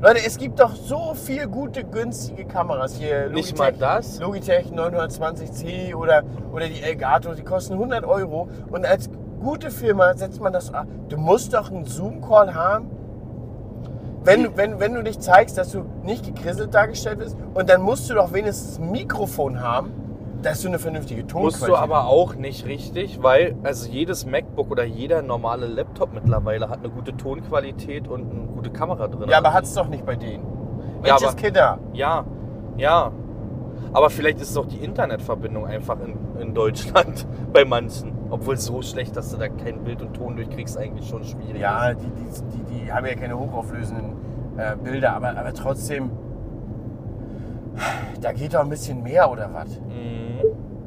Speaker 3: Leute, es gibt doch so viel gute, günstige Kameras hier.
Speaker 2: Nicht mal das?
Speaker 3: Logitech 920C oder, oder die Elgato, die kosten 100 Euro. Und als gute Firma setzt man das ab. Du musst doch einen Zoom-Call haben, wenn, du- wenn, wenn du dich zeigst, dass du nicht gekrisselt dargestellt bist. Und dann musst du doch wenigstens ein Mikrofon haben, dass du eine vernünftige Tonqualität
Speaker 2: Musst du aber auch nicht richtig, weil also jedes MacBook oder jeder normale Laptop mittlerweile hat eine gute Tonqualität und eine gute Kamera drin.
Speaker 3: Ja, aber hat's doch nicht bei denen.
Speaker 2: Ja,
Speaker 3: Welches
Speaker 2: aber-
Speaker 3: Kinder?
Speaker 2: Ja, ja. Aber vielleicht ist doch die Internetverbindung einfach in, in Deutschland <laughs> bei manchen. Obwohl so schlecht, dass du da kein Bild und Ton durchkriegst, eigentlich schon schwierig.
Speaker 3: Ja,
Speaker 2: ist.
Speaker 3: die, die, die, die haben ja keine hochauflösenden äh, Bilder, aber, aber trotzdem, da geht doch ein bisschen mehr oder was?
Speaker 2: Mhm.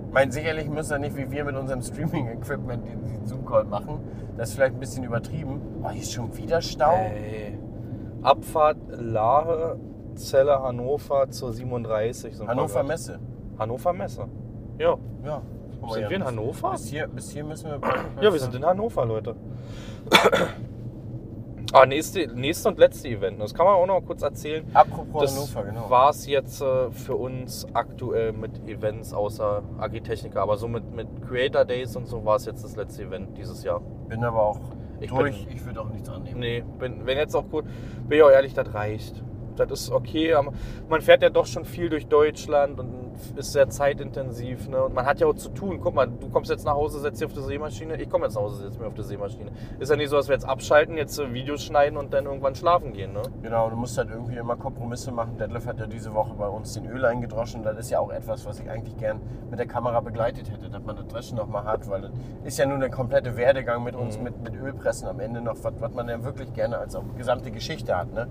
Speaker 3: Ich meine, sicherlich müssen wir nicht wie wir mit unserem Streaming-Equipment den, den Zoom-Call machen. Das ist vielleicht ein bisschen übertrieben. Oh, hier ist schon wieder Stau.
Speaker 2: Ey. Abfahrt Lahe, Zelle, Hannover zur 37. Sind wir
Speaker 3: Hannover
Speaker 2: grad.
Speaker 3: Messe.
Speaker 2: Hannover Messe. Ja.
Speaker 3: Ja. Guck mal,
Speaker 2: Sind
Speaker 3: ja,
Speaker 2: wir in
Speaker 3: bis-
Speaker 2: Hannover?
Speaker 3: Bis hier, bis hier müssen wir.
Speaker 2: Ja, wir sind in Hannover, Leute. Ah, nächste, nächste und letzte Event. Das kann man auch noch kurz erzählen.
Speaker 3: Apropos
Speaker 2: Das
Speaker 3: Hannover, genau.
Speaker 2: war es jetzt äh, für uns aktuell mit Events außer Agritechnica. Aber so mit, mit Creator Days und so war es jetzt das letzte Event dieses Jahr.
Speaker 3: Bin aber auch
Speaker 2: Ich
Speaker 3: durch.
Speaker 2: bin-
Speaker 3: ich würde auch nichts annehmen.
Speaker 2: Nee, bin, wenn jetzt auch gut, bin ich auch ehrlich, das reicht. Das ist okay, aber man fährt ja doch schon viel durch Deutschland und ist sehr zeitintensiv. Ne? Und man hat ja auch zu tun. Guck mal, du kommst jetzt nach Hause, setzt dich auf die Seemaschine. Ich komme jetzt nach Hause, setz mich auf die Seemaschine. Ist ja nicht so, dass wir jetzt abschalten, jetzt äh, Videos schneiden und dann irgendwann schlafen gehen. Ne?
Speaker 3: Genau, du musst halt irgendwie immer Kompromisse machen. Detlef hat ja diese Woche bei uns den Öl eingedroschen. Das ist ja auch etwas, was ich eigentlich gern mit der Kamera begleitet hätte, dass man das Dreschen nochmal hat, weil das ist ja nun der komplette Werdegang mit uns, mit, mit Ölpressen am Ende noch, was, was man ja wirklich gerne als auch gesamte Geschichte hat. Ne?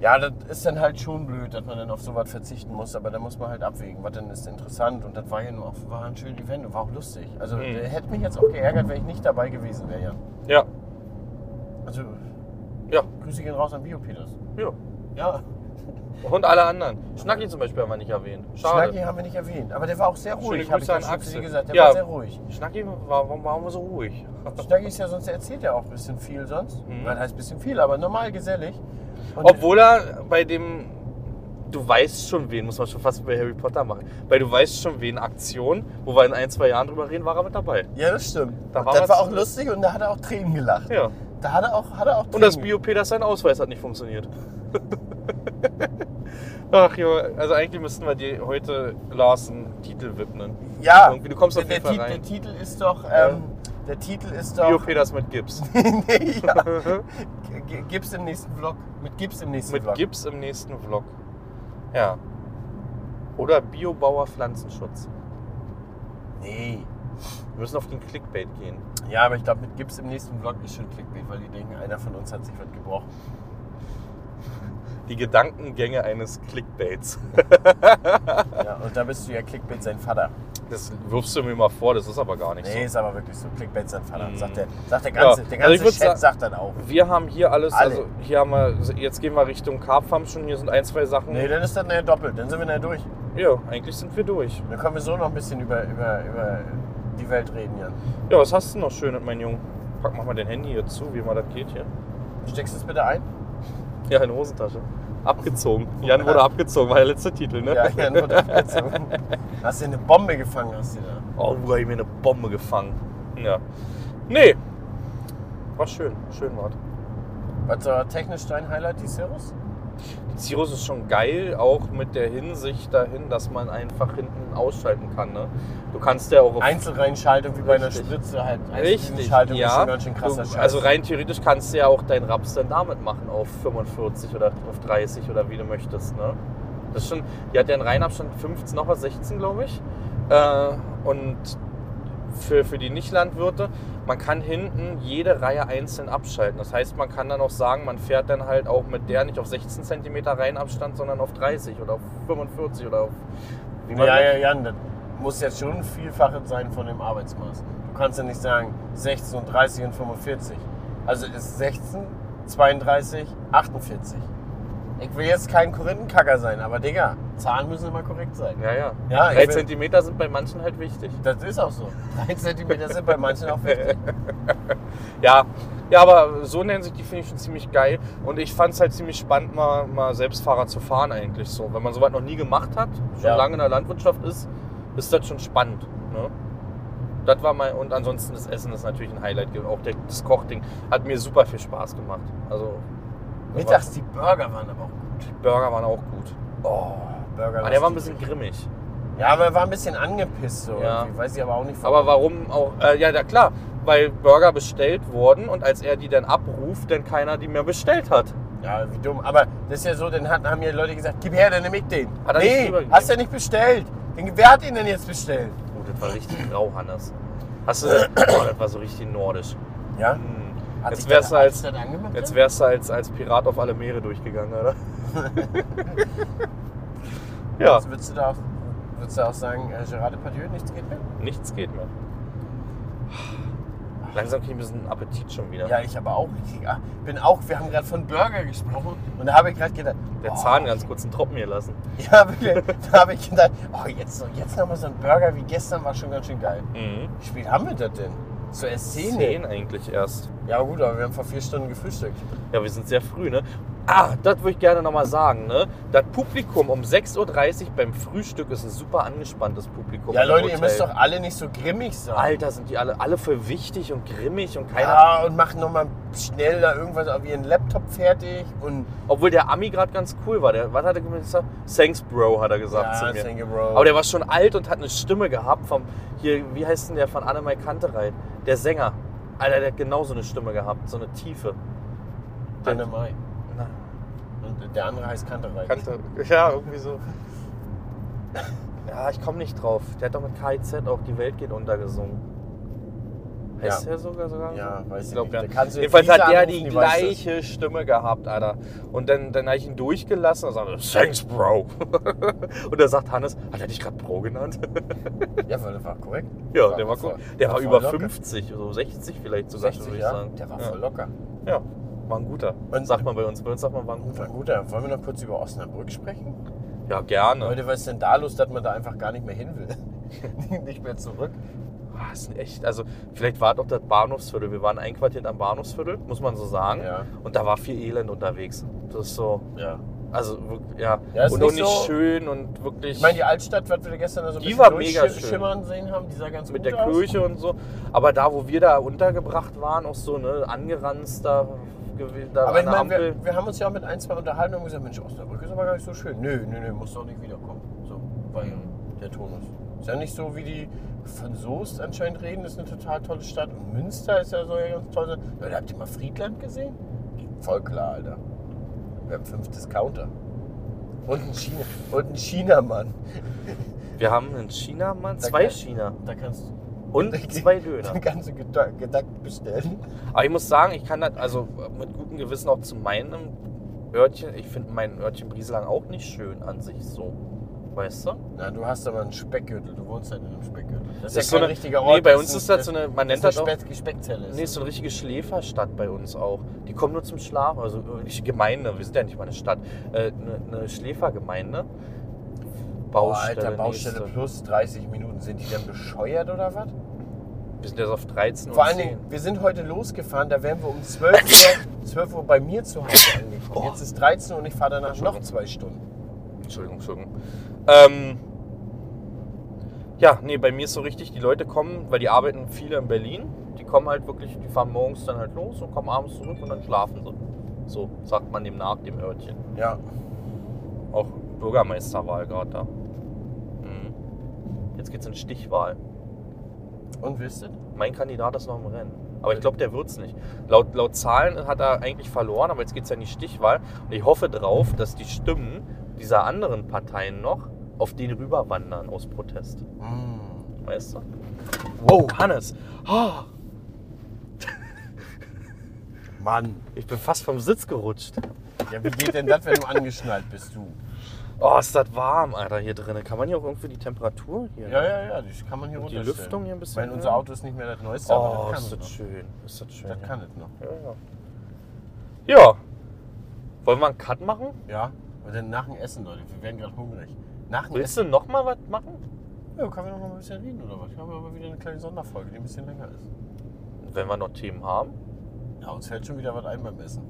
Speaker 3: Ja, das ist dann halt schon blöd, dass man dann auf sowas verzichten muss, aber da muss man halt abwägen, was denn ist interessant. Und das war ja nun auch war ein schönes Event und war auch lustig. Also hätte mich jetzt auch geärgert, wenn ich nicht dabei gewesen wäre, Jan.
Speaker 2: Ja,
Speaker 3: Also
Speaker 2: ja,
Speaker 3: Grüße gehen raus an Biopetus.
Speaker 2: ja.
Speaker 3: Ja.
Speaker 2: Und alle anderen. Schnacki zum Beispiel haben wir nicht erwähnt. Schade.
Speaker 3: Schnacki haben wir nicht erwähnt, aber der war auch sehr ruhig.
Speaker 2: Schöne
Speaker 3: hab ich
Speaker 2: Grüße
Speaker 3: ja
Speaker 2: an
Speaker 3: schon zu
Speaker 2: Axel.
Speaker 3: dir gesagt, der
Speaker 2: Ja.
Speaker 3: war sehr ruhig.
Speaker 2: Schnacki, warum waren wir so ruhig?
Speaker 3: Schnacki ist ja sonst, er erzählt ja auch ein bisschen viel sonst. Das heißt ein bisschen viel, aber normal gesellig.
Speaker 2: Mhm.
Speaker 3: Und
Speaker 2: Obwohl er bei dem, du weißt schon wen, muss man schon fast bei Harry Potter machen, bei du weißt schon wen Aktion, wo wir in ein, zwei Jahren drüber reden, war er mit dabei.
Speaker 3: ja, das stimmt.
Speaker 2: Da
Speaker 3: Und
Speaker 2: war
Speaker 3: das
Speaker 2: was-
Speaker 3: war auch lustig und da hat er auch Tränen gelacht.
Speaker 2: Ja.
Speaker 3: Da hat er auch, hat er auch Tränen
Speaker 2: Und das Biopé, dass sein Ausweis hat nicht
Speaker 3: <laughs>
Speaker 2: funktioniert. Ach jo, also eigentlich müssten wir dir heute Lars einen Titel widmen.
Speaker 3: Ja,
Speaker 2: Irgendwie, du kommst auf
Speaker 3: der,
Speaker 2: jeden Fall
Speaker 3: der,
Speaker 2: rein.
Speaker 3: Tit- der Titel ist doch. Ähm, Der Titel ist doch.
Speaker 2: Biopé, das mit Gips.
Speaker 3: <laughs> nee,
Speaker 2: <laughs>
Speaker 3: ja. G- G- Gips im nächsten Vlog. Mit Gips im nächsten
Speaker 2: mit
Speaker 3: Vlog.
Speaker 2: Gips im nächsten Vlog. Ja. Oder Biobauer Pflanzenschutz.
Speaker 3: Nee.
Speaker 2: Wir müssen auf den Clickbait gehen.
Speaker 3: Ja, aber ich glaube, mit Gips im nächsten Vlog ist schon Clickbait, weil die denken, einer von uns hat sich was
Speaker 2: <laughs>
Speaker 3: gebrochen.
Speaker 2: Die Gedankengänge eines Clickbaits.
Speaker 3: Ja, und da bist du ja Clickbait sein Vater.
Speaker 2: Das wirfst du mir mal vor, das ist aber gar nicht
Speaker 3: Nee,
Speaker 2: so.
Speaker 3: ist aber wirklich so. Clickbait sein Vater.
Speaker 2: Mhm.
Speaker 3: Sagt, der, sagt der ganze,
Speaker 2: Ja,
Speaker 3: der
Speaker 2: also ich
Speaker 3: ganze
Speaker 2: würd sa-
Speaker 3: Chat sagt dann auch.
Speaker 2: Wir haben hier alles,
Speaker 3: Alle.
Speaker 2: also hier haben wir, jetzt gehen wir Richtung Carpfarm schon, hier sind ein, zwei Sachen.
Speaker 3: Nee, dann ist das nachher doppelt. Dann sind wir nachher durch.
Speaker 2: Ja, eigentlich sind wir durch.
Speaker 3: Dann können wir so noch ein bisschen über, über, über die Welt reden, Jan.
Speaker 2: Ja, was hast du noch schönes, mein Junge? Pack mach mal dein Handy hier zu, wie mal das geht hier.
Speaker 3: Steckst du es bitte ein?
Speaker 2: Ja, in die Hosentasche. Abgezogen. Jan wurde abgezogen, war der letzte Titel, ne?
Speaker 3: Ja, Jan wird abgezogen. Hast du eine Bombe gefangen, hast du
Speaker 2: <laughs>
Speaker 3: da.
Speaker 2: Oh, wo hab ich mir eine Bombe gefangen. Ja. Nee. War schön, schön war's.
Speaker 3: Was war technisch dein Highlight, die Cirrus?
Speaker 2: Die Cirrus ist schon geil, auch mit der Hinsicht dahin, dass man einfach hinten ausschalten kann. Ne? Du kannst ja auch auf
Speaker 3: Einzelreihenschaltung wie bei einer
Speaker 2: Richtig.
Speaker 3: Spritze halt.
Speaker 2: Richtig,
Speaker 3: Schaltung
Speaker 2: ja.
Speaker 3: ist schon ganz schön krasser
Speaker 2: du,
Speaker 3: Scheiß.
Speaker 2: also rein theoretisch kannst du ja auch deinen Raps dann damit machen auf 45 oder auf 30 oder wie du möchtest. Ne? Das ist schon, die hat ja einen Reihenabstand 15, noch was 16, glaube ich. Äh, und für, für die Nichtlandwirte, man kann hinten jede Reihe einzeln abschalten. Das heißt, man kann dann auch sagen, man fährt dann halt auch mit der nicht auf 16 cm Reihenabstand, sondern auf 30 oder auf 45 oder auf wie man
Speaker 3: Ja,
Speaker 2: will.
Speaker 3: ja, Jan, das muss jetzt schon ein Vielfaches sein von dem Arbeitsmaß. Du kannst ja nicht sagen 16 und 30 und 45. Also ist 16, 32, 48. Ich will jetzt kein Korinthenkacker sein, aber Digga, Zahlen müssen immer korrekt sein.
Speaker 2: Ja, ja.
Speaker 3: Ja, ich
Speaker 2: Drei
Speaker 3: will-
Speaker 2: Zentimeter sind bei manchen halt wichtig.
Speaker 3: Das ist auch so. 3 cm sind bei manchen auch <laughs> wichtig.
Speaker 2: <laughs> Ja, ja, aber so nennen sich die finde ich schon ziemlich geil. Und ich fand es halt ziemlich spannend, mal, mal selbst Fahrrad zu fahren eigentlich so. Wenn man sowas noch nie gemacht hat, schon
Speaker 3: Ja.
Speaker 2: lange in der Landwirtschaft ist, ist das schon spannend. Ne? Das war mein, und ansonsten das Essen ist natürlich ein Highlight. gewesen. Auch der, das Kochding hat mir super viel Spaß gemacht. Also
Speaker 3: Mittags die Burger waren aber auch gut.
Speaker 2: die Burger waren auch gut.
Speaker 3: Oh, Burger.
Speaker 2: Aber der war ein bisschen grimmig.
Speaker 3: ja, aber er war ein bisschen angepisst so.
Speaker 2: Ja.
Speaker 3: irgendwie. Weiß ich aber auch nicht.
Speaker 2: Aber warum auch? Äh, ja, na klar, weil Burger bestellt wurden und als er die dann abruft, dann keiner die mehr bestellt hat.
Speaker 3: Ja, wie dumm. Aber das ist ja so, dann hat- haben ja Leute gesagt, gib her, dann nimm ich den.
Speaker 2: Hat er nicht
Speaker 3: nee,
Speaker 2: rübergegeben.
Speaker 3: hast du ja nicht bestellt. Den, wer hat ihn denn jetzt bestellt?
Speaker 2: Oh, das war richtig grau, Hannes. Hast du
Speaker 3: <coughs>
Speaker 2: das? Oh, das war so richtig nordisch.
Speaker 3: Ja? Hat
Speaker 2: Jetzt
Speaker 3: sich
Speaker 2: wär's
Speaker 3: das-
Speaker 2: halt-
Speaker 3: hat sich das angemacht?
Speaker 2: Jetzt
Speaker 3: ja?
Speaker 2: wärst du als, als Pirat auf alle Meere durchgegangen,
Speaker 3: <laughs>
Speaker 2: oder? ja,
Speaker 3: Jetzt Würdest du da auch, würdest du auch sagen, äh, Gerard Depardieu, nichts geht mehr?
Speaker 2: nichts geht mehr. Langsam krieg ich ein bisschen Appetit schon wieder.
Speaker 3: Ja, ich aber auch. Ich ah, bin auch, wir haben gerade von Burger gesprochen und da habe ich gerade gedacht,
Speaker 2: Der
Speaker 3: oh,
Speaker 2: Zahn ganz kurz einen Tropfen gelassen.
Speaker 3: <laughs> Ja, wirklich. Da habe ich gedacht, oh, jetzt, noch- jetzt nochmal so ein Burger wie gestern war schon ganz schön geil.
Speaker 2: Mhm.
Speaker 3: Wie spät haben wir das denn? Zur S10?
Speaker 2: eigentlich erst. E?
Speaker 3: Ja, gut, aber wir haben vor vier Stunden gefrühstückt.
Speaker 2: Ja, wir sind sehr früh, ne? Ach, das würde ich gerne nochmal sagen. Ne? Das Publikum um 6.30 Uhr beim Frühstück ist ein super angespanntes Publikum.
Speaker 3: Ja,
Speaker 2: im
Speaker 3: Leute, ihr
Speaker 2: Hotel.
Speaker 3: müsst doch alle nicht so grimmig sein.
Speaker 2: Alter, sind die alle, alle voll wichtig und grimmig und keiner.
Speaker 3: Ja, und machen nochmal schnell da irgendwas auf ihren Laptop fertig und
Speaker 2: Obwohl der Ami gerade ganz cool war. Der, was hat er gesagt? Thanks, Bro, hat er gesagt zu mir.
Speaker 3: thank you, bro.
Speaker 2: Aber der war schon alt und hat eine Stimme gehabt vom, hier, wie heißt denn der von Annemai Kantereit? Der Sänger. Alter, der hat genauso eine Stimme gehabt, so eine Tiefe.
Speaker 3: Annemai.
Speaker 2: Na.
Speaker 3: Und der andere heißt Kanterei.
Speaker 2: Kante. Ja, irgendwie so. <laughs> Ja, ich komme nicht drauf. Der hat doch mit KIZ auch Die Welt geht unter gesungen. Heißt
Speaker 3: Ja.
Speaker 2: der sogar sogar?
Speaker 3: Ja, weiß ich
Speaker 2: Ich glaub,
Speaker 3: nicht. Da
Speaker 2: ja.
Speaker 3: kannst du jetzt
Speaker 2: Jedenfalls
Speaker 3: Lisa
Speaker 2: hat der
Speaker 3: anrufen,
Speaker 2: die
Speaker 3: weiß das.
Speaker 2: gleiche Stimme gehabt, Alter. Und dann, dann habe ich ihn durchgelassen und sagte, thanks, Bro. <laughs> und da sagt Hannes, hat er dich gerade Bro genannt? <laughs>
Speaker 3: Ja, weil der war korrekt.
Speaker 2: ja, der war cool. Der war
Speaker 3: voll
Speaker 2: über
Speaker 3: locker.
Speaker 2: 50, so 60 vielleicht sogar,
Speaker 3: 60,
Speaker 2: würde ich
Speaker 3: ja.
Speaker 2: sagen.
Speaker 3: Der war
Speaker 2: ja.
Speaker 3: voll locker.
Speaker 2: ja, war ein guter.
Speaker 3: Und-
Speaker 2: sagt man bei uns. Bei uns sagt man, war ein guter.
Speaker 3: War gut, dann wollen wir noch kurz über Osnabrück sprechen?
Speaker 2: Ja, gerne.
Speaker 3: Leute, was ist denn da los, dass man da einfach gar nicht mehr hin will? <laughs> nicht mehr zurück?
Speaker 2: Ah, ist echt, also vielleicht war doch das Bahnhofsviertel. Wir waren einquartiert am Bahnhofsviertel, muss man so sagen.
Speaker 3: Ja.
Speaker 2: Und da war viel Elend unterwegs. Das ist so,
Speaker 3: Ja.
Speaker 2: also wirklich, ja.
Speaker 3: Ja, ist
Speaker 2: und auch
Speaker 3: nicht
Speaker 2: nicht
Speaker 3: so-
Speaker 2: schön und wirklich.
Speaker 3: Ich meine, die Altstadt, was wir gestern da so ein
Speaker 2: Die
Speaker 3: bisschen
Speaker 2: war mega
Speaker 3: durchschim-
Speaker 2: schön.
Speaker 3: schimmern sehen haben, die sah ganz
Speaker 2: mit
Speaker 3: gut
Speaker 2: der
Speaker 3: aus.
Speaker 2: Kirche und so. Aber da, wo wir da untergebracht waren, auch so ne, angeranzt da, gew- da
Speaker 3: Aber
Speaker 2: an
Speaker 3: ich
Speaker 2: der
Speaker 3: meine,
Speaker 2: Ampel.
Speaker 3: wir, wir haben uns ja auch mit ein, zwei unterhalten und gesagt, Mensch, Osnabrück ist aber gar nicht so schön. Nö, nö, nö, muss doch nicht wiederkommen. So, war ja der Tonus. Ist ja nicht so, wie die von Soest anscheinend reden, das ist eine total tolle Stadt. Und Münster ist ja so eine ganz tolle. Leute, habt ihr mal Friedland gesehen? Geht voll klar, Alter. Wir haben fünf Discounter. Und einen China, und einen Chinamann.
Speaker 2: wir haben in China, Mann,
Speaker 3: Da
Speaker 2: zwei
Speaker 3: kann- <laughs>
Speaker 2: China
Speaker 3: Da kannst du
Speaker 2: und zwei Döner.
Speaker 3: <laughs> den ganzen Geda- Gedanken bestellen.
Speaker 2: Aber ich muss sagen, ich kann das also mit gutem Gewissen auch zu meinem Örtchen, ich finde mein Örtchen Brieselang auch nicht schön an sich so. Weißt du?
Speaker 3: Na, du hast aber einen Speckgürtel. Du wohnst halt in einem Speckgürtel. Das,
Speaker 2: ist so eine- nee, bei uns ist das so eine- man nennt
Speaker 3: das ist
Speaker 2: das auch-
Speaker 3: Speck, Speckzelle. Ist
Speaker 2: Nee, ist so eine richtige Schläferstadt bei uns auch. Die kommen nur zum Schlafen, also nicht Gemeinde, wir sind ja nicht mal eine Stadt. Äh, eine, eine Schläfergemeinde.
Speaker 3: Boah,
Speaker 2: Baustelle.
Speaker 3: Alter, Baustelle
Speaker 2: nächste.
Speaker 3: plus 30 Minuten. Sind die dann bescheuert oder was?
Speaker 2: Wir sind jetzt auf 13
Speaker 3: Vor
Speaker 2: und
Speaker 3: allen
Speaker 2: 10.
Speaker 3: Dingen, wir sind heute losgefahren, da wären wir um 12 Uhr, 12 Uhr bei mir zu Hause angekommen. Jetzt ist 13 Uhr und ich fahre danach noch zwei Stunden.
Speaker 2: Entschuldigung, Entschuldigung. Ähm, ja, nee, bei mir ist so richtig, die Leute kommen, weil die arbeiten viele in Berlin. Die kommen halt wirklich, die fahren morgens dann halt los und kommen abends zurück und dann schlafen sie. So sagt man dem nach, dem Örtchen.
Speaker 3: Ja.
Speaker 2: Auch Bürgermeisterwahl gerade da. Mhm. Jetzt geht's in Stichwahl.
Speaker 3: Und wisst ihr?
Speaker 2: Mein Kandidat ist noch im Rennen. Aber ich glaube, der wird's nicht. Laut, laut Zahlen hat er eigentlich verloren, aber jetzt geht's ja in die Stichwahl. Und ich hoffe drauf, dass die Stimmen dieser anderen Parteien noch auf den rüberwandern aus Protest. Weißt du? Wow, Hannes. Oh,
Speaker 3: Mann.
Speaker 2: ich bin fast vom Sitz gerutscht.
Speaker 3: Ja, wie geht denn das, wenn du angeschnallt bist, du?
Speaker 2: Oh, ist das warm, Alter, hier drin. Kann man hier auch irgendwie die Temperatur hier?
Speaker 3: Ja, ja, ja, das kann man hier
Speaker 2: Und die
Speaker 3: runterstellen.
Speaker 2: Lüftung hier ein bisschen
Speaker 3: Weil unser
Speaker 2: höher?
Speaker 3: Auto ist nicht mehr das Neueste,
Speaker 2: Oh,
Speaker 3: aber das
Speaker 2: ist
Speaker 3: kann es
Speaker 2: das
Speaker 3: noch.
Speaker 2: schön. Ist das schön.
Speaker 3: Das kann es noch.
Speaker 2: Ja, ja. ja. Wollen wir einen Cut machen?
Speaker 3: Ja, und dann nach dem Essen, Leute. Wir werden gerade hungrig. Nach dem
Speaker 2: Willst du noch mal was machen?
Speaker 3: Essen. Ja, können wir noch mal ein bisschen reden oder was? Haben wir aber wieder eine kleine Sonderfolge, die ein bisschen länger ist.
Speaker 2: Wenn wir noch Themen haben.
Speaker 3: Ja, uns fällt schon wieder was ein beim Essen.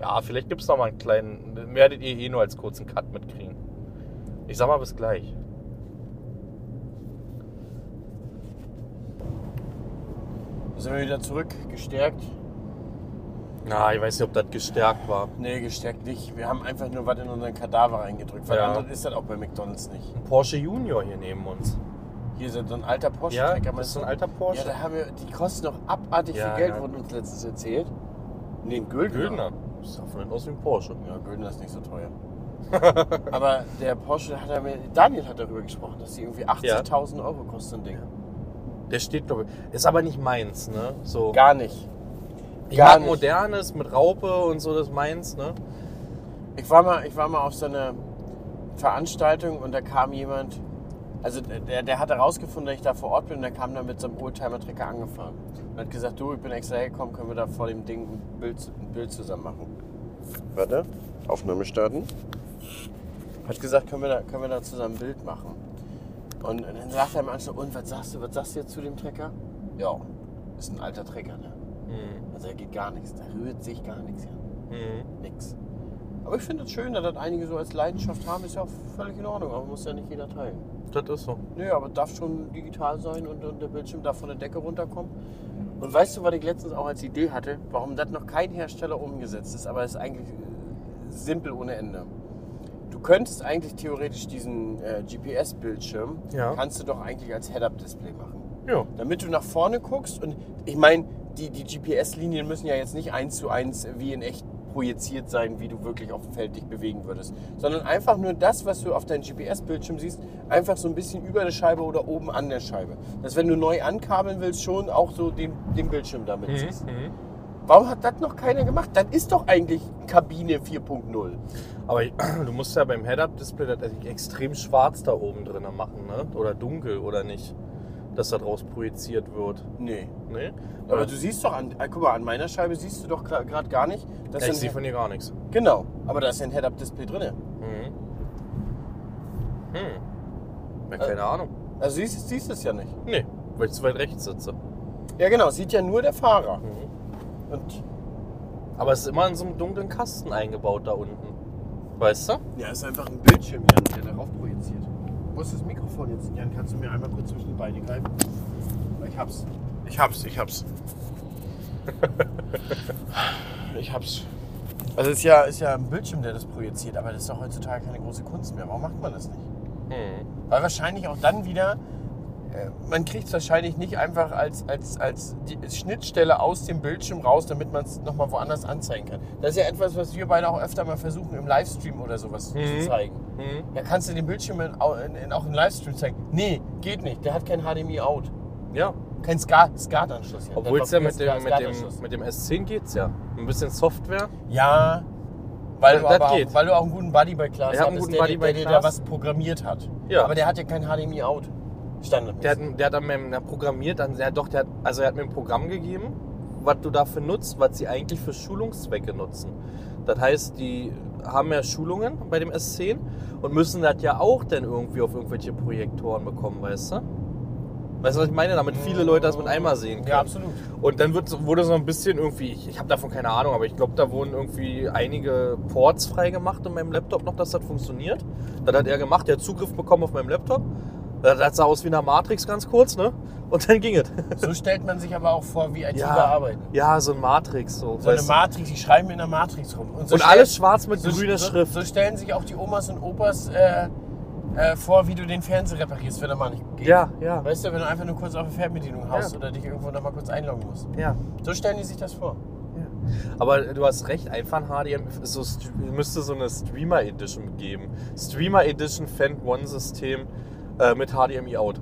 Speaker 2: Ja, vielleicht gibt es noch mal einen kleinen. dann Werdet ihr eh nur als kurzen Cut mitkriegen. Ich sag mal bis gleich.
Speaker 3: Da sind wir wieder zurück, gestärkt.
Speaker 2: Na, ich weiß nicht, ob das gestärkt war.
Speaker 3: Nee, gestärkt nicht. Wir haben einfach nur was in unseren Kadaver reingedrückt. Weil
Speaker 2: Ja.
Speaker 3: anderes ist das auch bei McDonalds nicht.
Speaker 2: Ein Porsche Junior hier neben uns.
Speaker 3: Hier ist so ein alter Porsche.
Speaker 2: Ja,
Speaker 3: Taycan,
Speaker 2: das ist so ein
Speaker 3: meinst du?
Speaker 2: alter Porsche.
Speaker 3: Ja, da haben wir, die kosten doch abartig
Speaker 2: Ja,
Speaker 3: viel Geld,
Speaker 2: ja.
Speaker 3: wurde uns letztens erzählt. Nee, ein Güldner.
Speaker 2: Das sah von hinten aus wie ein Porsche.
Speaker 3: Ja, Güldner ist nicht
Speaker 2: <laughs>
Speaker 3: so teuer. Aber der Porsche hat er mir, Daniel hat darüber gesprochen, dass die irgendwie 80.000 Euro kostet, so ein Ding.
Speaker 2: Der steht, glaube ich. Ist aber nicht meins, ne? So.
Speaker 3: Gar nicht.
Speaker 2: ich
Speaker 3: gar
Speaker 2: mag
Speaker 3: nicht.
Speaker 2: modernes mit Raupe und so, das ist meins, ne?
Speaker 3: Ich war mal, ich war mal auf so einer Veranstaltung und da kam jemand, also der, der hat herausgefunden, dass ich da vor Ort bin und der kam dann mit so einem Oldtimer-Trecker angefahren. Und hat gesagt, du, ich bin extra hergekommen, können wir da vor dem Ding ein Bild, ein Bild zusammen machen. Warte, Aufnahme starten. Hat gesagt, können wir da, können wir da zusammen ein Bild machen. Und dann sagt er im Anschluss, und was sagst du, was sagst du jetzt zu dem Trecker?
Speaker 2: Hm,
Speaker 3: Ja, ist ein alter Trecker, ne? Also da geht gar nichts, da rührt sich gar nichts. Ja. Nix. Aber ich finde es schön, dass das einige so als Leidenschaft haben, ist ja auch völlig in Ordnung, aber muss ja nicht jeder teilen.
Speaker 2: Das ist so.
Speaker 3: Nö, aber darf schon digital sein und, und der Bildschirm darf von der Decke runterkommen. Und weißt du, was ich letztens auch als Idee hatte, warum das noch kein Hersteller umgesetzt ist, aber es ist eigentlich äh, simpel ohne Ende. Du könntest eigentlich theoretisch diesen äh, GPS-Bildschirm,
Speaker 2: Ja.
Speaker 3: kannst du doch eigentlich als Head-Up-Display machen
Speaker 2: Ja.
Speaker 3: damit du nach vorne guckst und ich meine, die, die GPS-Linien müssen ja jetzt nicht eins zu eins wie in echt projiziert sein, wie du wirklich auf dem Feld dich bewegen würdest, sondern einfach nur das, was du auf deinem GPS-Bildschirm siehst, einfach so ein bisschen über der Scheibe oder oben an der Scheibe. Dass wenn du neu ankabeln willst, schon auch so den, den Bildschirm damit
Speaker 2: Mhm,
Speaker 3: siehst. Warum hat das noch keiner gemacht? Das ist doch eigentlich Kabine 4.0.
Speaker 2: Aber ich- <clears throat> du musst ja beim Head-Up-Display das eigentlich extrem schwarz da oben drin machen, ne? Oder dunkel, oder nicht? Dass da draus projiziert wird.
Speaker 3: Nee.
Speaker 2: Ne?
Speaker 3: Aber du siehst doch an, äh, guck mal, an meiner Scheibe siehst du doch gerade gar nicht, dass
Speaker 2: ja, ich
Speaker 3: ein-
Speaker 2: sehe von dir gar nichts.
Speaker 3: Genau, aber da ist ja ein Head-Up-Display drin.
Speaker 2: Mhm. Hm. Ja, keine Ahnung.
Speaker 3: Also siehst, es- siehst es ja nicht.
Speaker 2: Nee, weil ich zu weit rechts sitze.
Speaker 3: Ja genau, sieht ja nur der Fahrer. Und
Speaker 2: Aber es ist immer in so einem dunklen Kasten eingebaut da unten. Weißt du?
Speaker 3: ja, ist einfach ein Bildschirm, Jan, der darauf projiziert. Wo ist das Mikrofon jetzt? Jan, kannst du mir einmal kurz zwischen die Beine greifen? Ich hab's. Ich hab's, ich hab's. <laughs> ich hab's. Also ist ja, ist ja ein Bildschirm, der das projiziert, aber das ist doch heutzutage keine große Kunst mehr. Warum macht man das nicht?
Speaker 2: Hm.
Speaker 3: Weil wahrscheinlich auch dann wieder, äh, man kriegt es wahrscheinlich nicht einfach als, als, als die Schnittstelle aus dem Bildschirm raus, damit man es nochmal woanders anzeigen kann. Das ist ja etwas, was wir beide auch öfter mal versuchen, im Livestream oder sowas zu zeigen.
Speaker 2: Mhm.
Speaker 3: Ja, kannst du den Bildschirm in, au- in, in, auch im Livestream zeigen? Nee, geht nicht. Der hat kein HDMI-Out.
Speaker 2: Ja.
Speaker 3: Kein Skat- SCART-Anschluss. hier.
Speaker 2: Obwohl es ja mit dem, mit,
Speaker 3: SCART-Anschluss.
Speaker 2: dem, mit dem S10 geht's ja. Ein bisschen Software.
Speaker 3: Ja, weil du,
Speaker 2: Das
Speaker 3: aber auch,
Speaker 2: geht.
Speaker 3: weil du auch einen guten Buddy bei Klaas
Speaker 2: Ich hab einen
Speaker 3: hattest,
Speaker 2: guten
Speaker 3: der,
Speaker 2: Buddy
Speaker 3: dir-
Speaker 2: bei
Speaker 3: der dir da
Speaker 2: Klaas.
Speaker 3: was programmiert hat.
Speaker 2: Ja.
Speaker 3: Aber der hat ja kein HDMI-Out. Standardmäßig.
Speaker 2: Der hat, der hat an meinem, der programmiert, dann, ja doch, der hat, also er hat mir ein Programm gegeben, was du dafür nutzt, was sie eigentlich für Schulungszwecke nutzen. Das heißt, die haben ja Schulungen bei dem S10 und müssen das ja auch dann irgendwie auf irgendwelche Projektoren bekommen, weißt du? Weißt du, was ich meine? Damit viele Leute das mit einmal sehen können.
Speaker 3: Ja, absolut.
Speaker 2: Und dann wird, so- wurde so ein bisschen irgendwie, ich, ich habe davon keine Ahnung, aber ich glaube, da wurden irgendwie einige Ports freigemacht in meinem Laptop noch, dass das funktioniert. Das hat er gemacht, der hat Zugriff bekommen auf meinem Laptop. Das das sah aus wie eine Matrix ganz kurz, ne? Und dann ging es.
Speaker 3: So stellt man sich aber auch vor, wie ITler arbeiten.
Speaker 2: ja, so ein Matrix. So,
Speaker 3: So eine
Speaker 2: weißt du?
Speaker 3: Matrix, die schreiben in der Matrix rum. so
Speaker 2: Und
Speaker 3: stell-
Speaker 2: alles schwarz mit
Speaker 3: so,
Speaker 2: grüner
Speaker 3: so,
Speaker 2: Schrift.
Speaker 3: So stellen sich auch die Omas und Opas äh, äh, vor, wie du den Fernseher reparierst, wenn er mal nicht geht.
Speaker 2: Ja, ja,
Speaker 3: Weißt du, wenn du einfach nur kurz auf eine Fernbedienung haust
Speaker 2: Ja.
Speaker 3: oder dich irgendwo noch mal kurz einloggen musst.
Speaker 2: ja.
Speaker 3: So stellen die sich das vor.
Speaker 2: Aber du hast recht, einfach ein HDMI, so, St- müsste so eine Streamer Edition geben. Streamer Edition Fan One System äh, mit HDMI Out.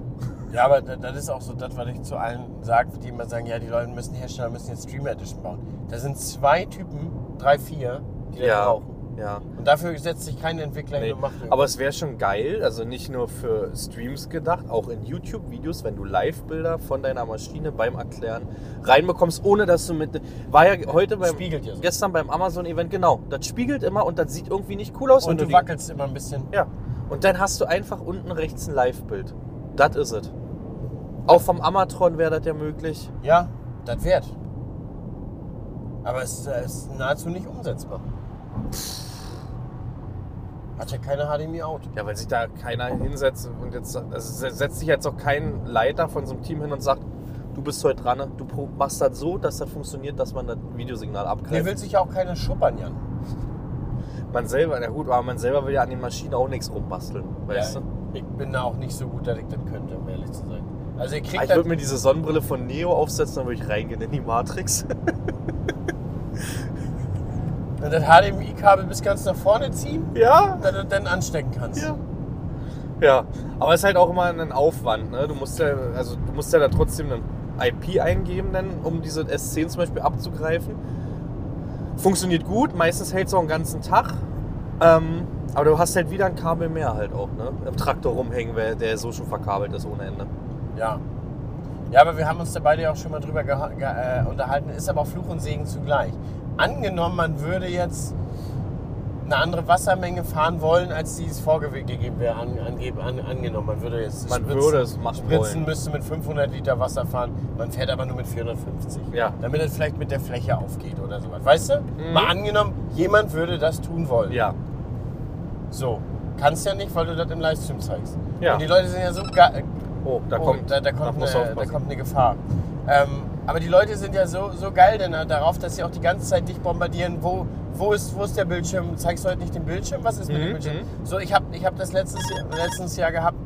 Speaker 3: Ja, aber da- das ist auch so das, was ich zu allen sage, die immer sagen, ja, die Leute müssen Hersteller müssen jetzt Streamer Edition bauen. Da sind zwei Typen, drei, vier, die das brauchen.
Speaker 2: ja.
Speaker 3: Und dafür setzt sich kein Entwickler
Speaker 2: Nee,
Speaker 3: hin und macht irgendwas.
Speaker 2: aber es wäre schon geil, also nicht nur für Streams gedacht, auch in YouTube-Videos, wenn du Live-Bilder von deiner Maschine beim Erklären reinbekommst, ohne dass du mit. War ja heute beim.
Speaker 3: Spiegelt ja so.
Speaker 2: Gestern beim Amazon-Event, genau. Das spiegelt immer und das sieht irgendwie nicht cool aus. wenn
Speaker 3: und du
Speaker 2: die-
Speaker 3: wackelst immer ein bisschen.
Speaker 2: Ja. Und dann hast du einfach unten rechts ein Live-Bild. Das is it. Auch vom Amatron wäre das ja möglich.
Speaker 3: Ja, das wert. Aber es äh, ist nahezu nicht umsetzbar. Hat ja keine HDMI-Out.
Speaker 2: Ja, weil sich da keiner hinsetzt und jetzt also setzt sich jetzt auch kein Leiter von so einem Team hin und sagt, du bist heute dran, ne? du pro- machst das so, dass das funktioniert, dass man das Videosignal
Speaker 3: Hier
Speaker 2: abgreift.
Speaker 3: will sich ja auch keiner schuppern, Jan.
Speaker 2: man selber, na gut, aber man selber will ja an den Maschinen auch nichts rumbasteln, weißt
Speaker 3: Ja,
Speaker 2: du?
Speaker 3: Ich bin da auch nicht so gut, dass ich das könnte, um ehrlich zu sein. Also ihr
Speaker 2: Ah,
Speaker 3: kriegt
Speaker 2: Ich
Speaker 3: das,
Speaker 2: würde mir diese Sonnenbrille von Neo aufsetzen, dann würde ich reingehen in die Matrix.
Speaker 3: wenn das HDMI-Kabel bis ganz nach vorne ziehen,
Speaker 2: <laughs> Ja,
Speaker 3: dass du das dann anstecken kannst.
Speaker 2: Ja. Ja, aber es ist halt auch immer ein Aufwand. Ne? Du musst ja, also du musst ja da trotzdem eine IP eingeben, dann, um diese S10 zum Beispiel abzugreifen. Funktioniert gut, meistens hält es auch einen ganzen Tag. Ähm, aber du hast halt wieder ein Kabel mehr halt auch, ne? Im Traktor rumhängen, wer- der so schon verkabelt ist ohne Ende.
Speaker 3: Ja. Ja, aber wir haben uns da beide ja auch schon mal drüber geha- ge äh, unterhalten. Ist aber auch Fluch und Segen zugleich. Angenommen, man würde jetzt eine andere Wassermenge fahren wollen, als die es vorgegeben wäre, an, angeb- an, angenommen. Man würde jetzt
Speaker 2: Man
Speaker 3: spritzen-
Speaker 2: würde es machen
Speaker 3: Spritzen
Speaker 2: wollen.
Speaker 3: müsste mit 500 Liter Wasser fahren, man fährt aber nur mit 450.
Speaker 2: Ja. Mhm.
Speaker 3: Damit es vielleicht mit der Fläche aufgeht oder sowas. Weißt du? Mal angenommen, jemand würde das tun wollen.
Speaker 2: Ja.
Speaker 3: So. Kannst ja nicht, weil du das im Livestream zeigst.
Speaker 2: Ja.
Speaker 3: Und die Leute sind ja so ge-
Speaker 2: Oh, da
Speaker 3: Oh,
Speaker 2: kommt,
Speaker 3: da, da, kommt,
Speaker 2: musst du
Speaker 3: eine, da
Speaker 2: aufpassen.
Speaker 3: kommt eine Gefahr. Ähm, aber die Leute sind ja so, so geil denn, darauf, dass sie auch die ganze Zeit dich bombardieren. Wo, wo, ist, wo ist der Bildschirm? Zeigst du heute nicht den Bildschirm? Was ist mit dem
Speaker 2: Mhm,
Speaker 3: Bildschirm? So, ich habe ich hab das letztes, Jahr- letztens Jahr gehabt.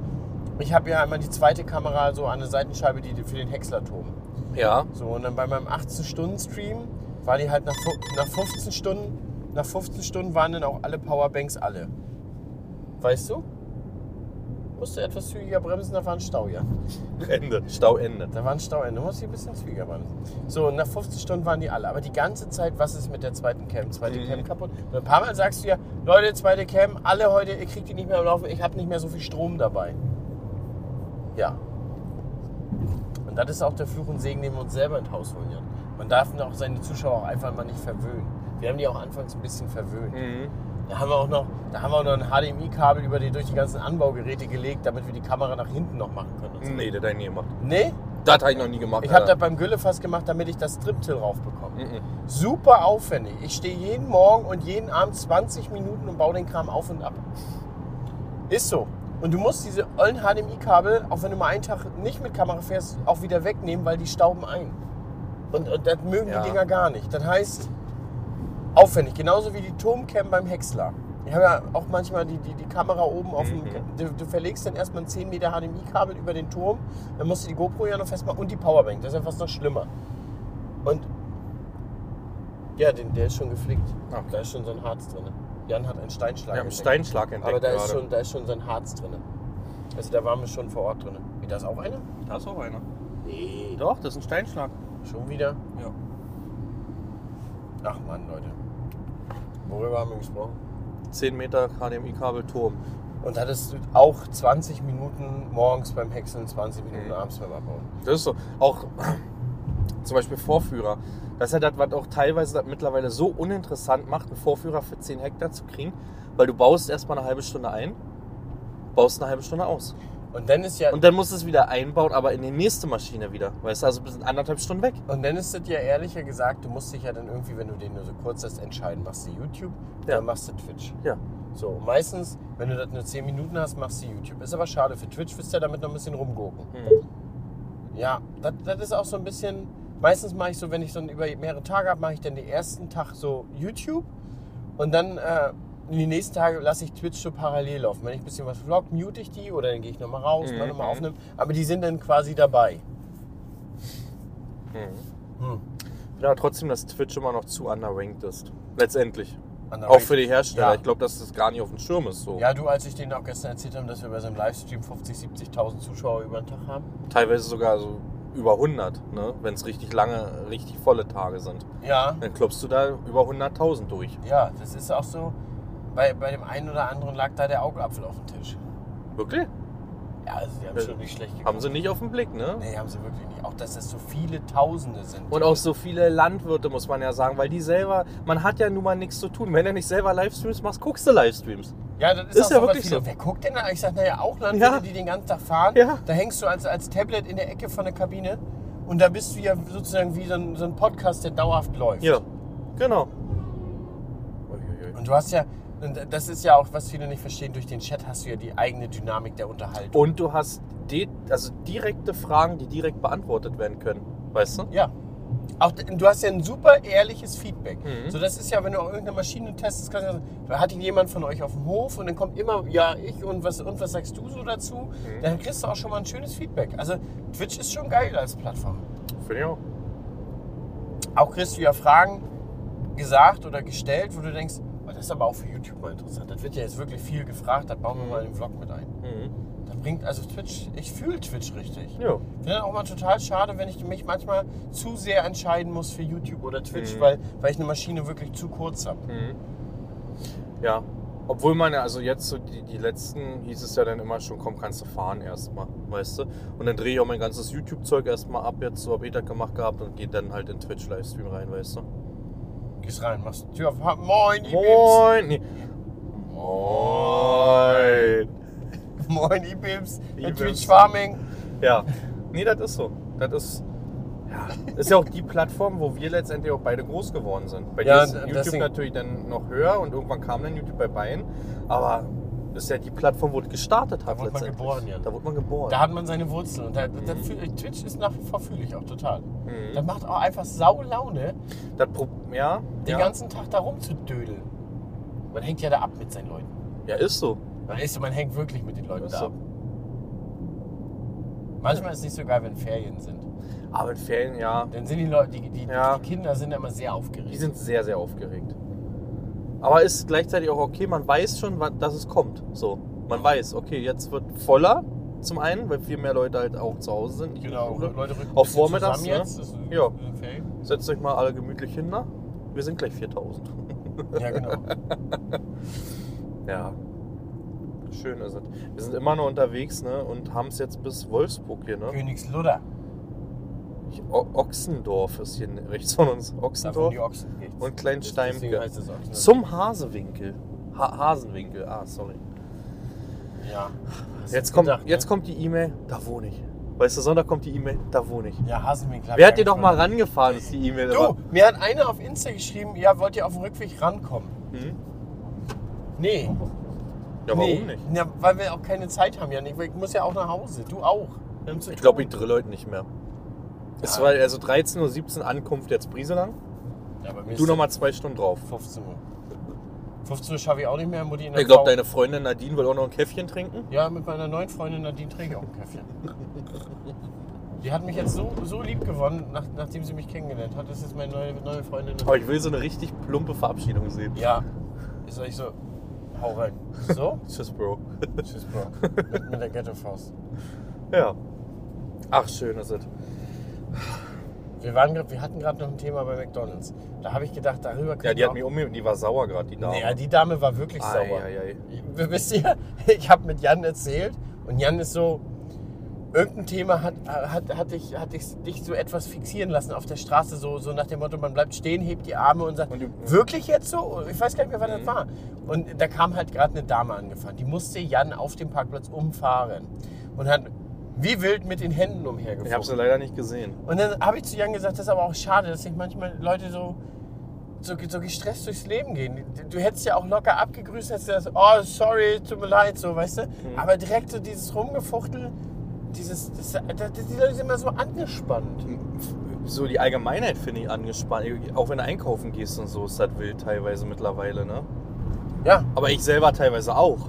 Speaker 3: Ich habe ja einmal die zweite Kamera so an der Seitenscheibe, die die für den Häckslerturm.
Speaker 2: Ja.
Speaker 3: So, und dann bei meinem 18-Stunden-Stream war die halt nach, fu- nach 15 Stunden, nach 15 Stunden waren dann auch alle Powerbanks alle. Weißt du? Musste etwas zügiger bremsen, da war ein Stau, ja.
Speaker 2: Ende. Stauende.
Speaker 3: Da war ein Stauende, muss ich ein bisschen zügiger machen. So, und nach 50 Stunden waren die alle. Aber die ganze Zeit, was ist mit der zweiten Cam? Zweite
Speaker 2: Mhm.
Speaker 3: Cam kaputt. Und ein paar Mal sagst du ja, Leute, zweite Cam, alle heute, ihr kriegt die nicht mehr am Laufen, ich habe nicht mehr so viel Strom dabei. Ja. Und das ist auch der Fluch und Segen, den wir uns selber ins Haus holen, Jan. Man darf auch seine Zuschauer auch einfach mal nicht verwöhnen. Wir haben die auch anfangs ein bisschen verwöhnt. Da haben wir auch noch, da haben wir auch noch ein HDMI-Kabel über die, durch die ganzen Anbaugeräte gelegt, damit wir die Kamera nach hinten noch machen können. und so.
Speaker 2: Nee, das hat nie gemacht. Äh,
Speaker 3: Nee?
Speaker 2: Das habe ich noch nie gemacht.
Speaker 3: Ich habe
Speaker 2: Alter.
Speaker 3: das beim Güllefass gemacht, damit ich das Triptil raufbekomme.
Speaker 2: Mhm.
Speaker 3: Super aufwendig. Ich stehe jeden Morgen und jeden Abend 20 Minuten und baue den Kram auf und ab. Ist so. Und du musst diese ollen HDMI-Kabel, auch wenn du mal einen Tag nicht mit Kamera fährst, auch wieder wegnehmen, weil die stauben ein. Und, und das mögen
Speaker 2: Ja.
Speaker 3: die Dinger gar nicht. Das heißt, aufwendig. Genauso wie die Turmcam beim Häcksler. Ich habe ja auch manchmal die, die, die Kamera oben auf
Speaker 2: Mhm.
Speaker 3: dem. Du, du verlegst dann erstmal ein 10 Meter HDMI-Kabel über den Turm, dann musst du die GoPro ja noch festmachen und die Powerbank. Das ist ja fast noch schlimmer. Und. Ja, den, der ist schon geflickt.
Speaker 2: Okay.
Speaker 3: Da ist schon so ein Harz drin. Jan hat einen Steinschlag.
Speaker 2: Ich habe einen
Speaker 3: entdeckt.
Speaker 2: Steinschlag entdeckt.
Speaker 3: Aber da ist,
Speaker 2: gerade.
Speaker 3: schon, da ist schon so ein Harz drin. Also da waren wir schon vor Ort drin. Wie, da ist auch einer?
Speaker 2: Da ist auch einer.
Speaker 3: Nee.
Speaker 2: Doch, das ist ein Steinschlag.
Speaker 3: Schon wieder?
Speaker 2: Ja.
Speaker 3: Ach Mann, Leute. Worüber haben wir gesprochen?
Speaker 2: 10 Meter HDMI-Kabel Turm.
Speaker 3: Und hattest du auch 20 Minuten morgens beim Häckseln, 20 Minuten abends beim Abbauen.
Speaker 2: Das ist so. Auch <clears throat> zum Beispiel Vorführer. Das ist ja das, was auch teilweise das mittlerweile so uninteressant macht, einen Vorführer für 10 Hektar zu kriegen, weil du baust erstmal eine halbe Stunde ein, baust eine halbe Stunde aus.
Speaker 3: Und dann ist ja,
Speaker 2: Und dann musst du es wieder einbauen, aber in die nächste Maschine wieder. Weißt du, also bist anderthalb Stunden weg.
Speaker 3: und dann ist das ja ehrlicher gesagt, du musst dich ja dann irgendwie, wenn du den nur so kurz hast, entscheiden, machst du YouTube
Speaker 2: Ja.
Speaker 3: oder machst du Twitch.
Speaker 2: Ja.
Speaker 3: So, und meistens, wenn du das nur 10 Minuten hast, machst du YouTube. Ist aber schade, für Twitch wirst du ja damit noch ein bisschen rumgucken. Ja, das, das ist auch so ein bisschen. Meistens mache ich so, wenn ich so ein- über mehrere Tage habe, mache ich dann den ersten Tag so YouTube und dann äh, die nächsten Tage lasse ich Twitch so parallel laufen. Wenn ich ein bisschen was vlog, mute ich die oder dann gehe ich nochmal raus, mhm. nochmal aufnehmen. Aber die sind dann quasi dabei.
Speaker 2: Ich finde aber trotzdem, dass Twitch immer noch zu underranked ist. Letztendlich.
Speaker 3: Underranked.
Speaker 2: Auch für die Hersteller.
Speaker 3: Ja.
Speaker 2: Ich glaube, dass das gar nicht auf dem Schirm ist. So.
Speaker 3: Ja, du, als ich denen auch gestern erzählt habe, dass wir bei so einem Livestream 50, 70.000 Zuschauer über den Tag haben.
Speaker 2: Teilweise sogar so über 100, ne? wenn es richtig lange, richtig volle Tage sind.
Speaker 3: Ja.
Speaker 2: Dann klopfst du da über 100.000 durch.
Speaker 3: Ja, das ist auch so. Bei, bei dem einen oder anderen lag da der Augapfel auf dem Tisch.
Speaker 2: Wirklich?
Speaker 3: Ja, also die haben
Speaker 2: Ja.
Speaker 3: schon nicht schlecht geguckt.
Speaker 2: Haben sie nicht auf den Blick, ne?
Speaker 3: Nee, haben sie wirklich nicht. Auch, dass das so viele Tausende sind.
Speaker 2: Und auch so viele Landwirte, muss man ja sagen, weil die selber, man hat ja nun mal nichts zu tun. Wenn du nicht selber Livestreams machst, guckst du Livestreams.
Speaker 3: Ja, das ist,
Speaker 2: Ist
Speaker 3: auch
Speaker 2: ja
Speaker 3: so, was
Speaker 2: wirklich
Speaker 3: viele-
Speaker 2: so.
Speaker 3: Wer guckt denn da? Ich sag, naja, auch Landwirte,
Speaker 2: Ja.
Speaker 3: die den ganzen Tag fahren.
Speaker 2: Ja.
Speaker 3: Da hängst du als, als Tablet in der Ecke von der Kabine und da bist du ja sozusagen wie so ein, so ein Podcast, der dauerhaft läuft.
Speaker 2: Ja, genau. Uiuiui.
Speaker 3: Und du hast ja, und das ist ja auch, was viele nicht verstehen, durch den Chat hast du ja die eigene Dynamik der Unterhaltung.
Speaker 2: Und du hast de also direkte Fragen, die direkt beantwortet werden können. Weißt du?
Speaker 3: Ja. Auch, d- du hast ja ein super ehrliches Feedback. So, das ist ja, wenn du auch irgendeine Maschine testest, kannst du ja sagen, da hat ihn jemand von euch auf dem Hof und dann kommt immer, ja, ich und was, und was sagst du so dazu? Dann kriegst du auch schon mal ein schönes Feedback. Also Twitch ist schon geil als Plattform.
Speaker 2: Finde ich auch.
Speaker 3: Auch kriegst du ja Fragen gesagt oder gestellt, wo du denkst, oh, das ist aber auch für YouTube mal interessant. Das wird ja jetzt wirklich viel gefragt, das bauen wir mal in den Vlog mit ein. Da bringt also Twitch, ich fühle Twitch richtig.
Speaker 2: Ja.
Speaker 3: Ich finde das auch mal total schade, wenn ich mich manchmal zu sehr entscheiden muss für YouTube oder Twitch, weil, weil ich eine Maschine wirklich zu kurz habe.
Speaker 2: Mhm. Ja. Obwohl man ja, also jetzt so die, die letzten hieß es ja dann immer schon, komm, kannst du fahren erstmal, weißt du? Und dann drehe ich auch mein ganzes YouTube-Zeug erstmal ab, jetzt so hab ich das gemacht gehabt und gehe dann halt in Twitch-Livestream rein, weißt du?
Speaker 3: Gehst rein, machst die Tür auf, ha, moin, die Bibs.
Speaker 2: Moin! Nee. Moin.
Speaker 3: <laughs> Moin, Ibims.
Speaker 2: Ibims.
Speaker 3: Natürlich Farming.
Speaker 2: Ja. Nee, das ist so. Das ist. Ja, ist ja auch die Plattform, wo wir letztendlich auch beide groß geworden sind. Bei
Speaker 3: Ja,
Speaker 2: dir ist YouTube
Speaker 3: deswegen-
Speaker 2: natürlich dann noch höher und irgendwann kam dann YouTube bei Bein. Aber das ist ja die Plattform, wo es gestartet hat.
Speaker 3: Da wurde man
Speaker 2: letztendlich.
Speaker 3: geboren, Jan.
Speaker 2: Da wurde man geboren.
Speaker 3: Da hat man seine Wurzeln. Und da, da fühl, ich- Twitch ist nach wie vor fühle ich auch total. Das macht auch einfach sau Laune,
Speaker 2: das Pro ja,
Speaker 3: den
Speaker 2: ja.
Speaker 3: ganzen Tag da rumzudödeln. Man hängt ja da ab mit seinen Leuten.
Speaker 2: ja, ist so.
Speaker 3: Man, ist, man hängt wirklich mit den Leuten
Speaker 2: Ist
Speaker 3: da
Speaker 2: so.
Speaker 3: ab. Manchmal ist es nicht so geil, wenn Ferien sind.
Speaker 2: Aber in Ferien, ja,
Speaker 3: Dann sind die Leute, die, die,
Speaker 2: Ja.
Speaker 3: die Kinder sind immer sehr
Speaker 2: die
Speaker 3: aufgeregt.
Speaker 2: sind sehr, sehr aufgeregt. Aber ist gleichzeitig auch okay, man weiß schon, wann- dass es kommt. So, man weiß, okay, jetzt wird voller zum einen, weil viel mehr Leute halt auch zu Hause sind. nicht in der
Speaker 3: Genau,
Speaker 2: Schule.
Speaker 3: Leute rücken
Speaker 2: Auch
Speaker 3: ein bisschen
Speaker 2: vormittags,
Speaker 3: zusammen
Speaker 2: ne?
Speaker 3: jetzt. Das ist-
Speaker 2: Ja.
Speaker 3: äh, Ferien.
Speaker 2: Setzt euch mal alle gemütlich hin, na? Wir sind gleich 4000. <laughs>
Speaker 3: Ja, genau.
Speaker 2: Ja. Schön ist es. Wir sind immer noch unterwegs, ne? Und haben es jetzt bis Wolfsburg hier, ne?
Speaker 3: Königsluder.
Speaker 2: Ich, o Ochsendorf ist hier rechts von uns.
Speaker 3: Da wohnen
Speaker 2: Ochsendorf
Speaker 3: die Ochsen nichts.
Speaker 2: und Kleinsteimke.
Speaker 3: Deswegen heißt es Ochsen.
Speaker 2: Zum Hasewinkel. Ha Hasenwinkel, ah, sorry.
Speaker 3: Ja. Hast
Speaker 2: Jetzt
Speaker 3: du
Speaker 2: kommt,
Speaker 3: gedacht, ne?
Speaker 2: jetzt kommt die E-Mail, da wohne ich. Weißt du, Sonntag kommt die E-Mail, da wohne ich.
Speaker 3: Ja, Hasenwinkel. hab
Speaker 2: Wer
Speaker 3: ich
Speaker 2: hat dir doch mal
Speaker 3: angesprochen.
Speaker 2: rangefahren, ist die E-Mail.
Speaker 3: Du,
Speaker 2: aber-
Speaker 3: mir hat einer auf Insta geschrieben, ja, wollt ihr auf dem Rückweg rankommen?
Speaker 2: Hm?
Speaker 3: Nee.
Speaker 2: Ja,
Speaker 3: nee.
Speaker 2: warum nicht?
Speaker 3: Ja, weil wir auch keine Zeit haben, Janik. weil Ich muss ja auch nach Hause. Du auch. Wir haben zu
Speaker 2: Ich glaube, ich
Speaker 3: tun.
Speaker 2: drill heute nicht mehr. Es war also 13.17 Uhr Ankunft jetzt Brieselang.
Speaker 3: Ja, bei mir
Speaker 2: Du
Speaker 3: ist
Speaker 2: nochmal zwei Stunden drauf.
Speaker 3: 15 Uhr. 15 Uhr schaffe ich auch nicht mehr, Mutti. in der
Speaker 2: Ich glaube,
Speaker 3: Frau-
Speaker 2: deine Freundin Nadine will auch noch ein Käffchen trinken.
Speaker 3: Ja, mit meiner neuen Freundin Nadine trinke ich auch einen
Speaker 2: <laughs>
Speaker 3: Kaffee. Die hat mich jetzt so, so lieb gewonnen, nach, nachdem sie mich kennengelernt hat. Das ist jetzt meine neue, neue Freundin.
Speaker 2: Aber ich will so eine richtig plumpe Verabschiedung sehen.
Speaker 3: Ja. Ist euch so, hau rein. So?
Speaker 2: Tschüss, Bro. <laughs>
Speaker 3: Tschüss, Bro. Mit, mit der Ghetto-Faust.
Speaker 2: Ja. Ach, schön ist es.
Speaker 3: Wir, waren grad, wir hatten gerade noch ein Thema bei McDonalds. Da habe ich gedacht, darüber
Speaker 2: Ja,
Speaker 3: können
Speaker 2: die
Speaker 3: wir
Speaker 2: hat mich umgebracht. Die war sauer gerade, die Dame.
Speaker 3: Nee, ja, die Dame war wirklich
Speaker 2: Genau. Ei,
Speaker 3: sauer.
Speaker 2: ei, ei.
Speaker 3: W- Wisst ihr, <laughs> ich habe mit Jan erzählt und Jan ist so, irgendein Thema hat, hat, hat, dich, hat dich, dich so etwas fixieren lassen auf der Straße, so, so nach dem Motto, man bleibt stehen, hebt die Arme und sagt,
Speaker 2: Und Mhm. die-
Speaker 3: wirklich jetzt so? Ich weiß gar nicht mehr, was das war. Und da kam halt gerade eine Dame angefahren, die musste Jan auf dem Parkplatz umfahren und hat wie wild mit den Händen
Speaker 2: ich habe sie
Speaker 3: umhergefunden.
Speaker 2: leider nicht gesehen.
Speaker 3: Und dann habe ich zu Jan gesagt, das ist aber auch schade, dass sich manchmal Leute so, so, so gestresst durchs Leben gehen. Du hättest ja auch locker abgegrüßt, hättest gesagt, oh, sorry, tut mir leid, so, weißt du? Aber direkt so dieses Rumgefuchtel, dieses, das, das, die Leute sind immer so angespannt.
Speaker 2: So die Allgemeinheit finde ich angespannt. Auch wenn du einkaufen gehst und so, ist das wild teilweise mittlerweile, ne?
Speaker 3: Ja.
Speaker 2: Aber ich selber teilweise auch.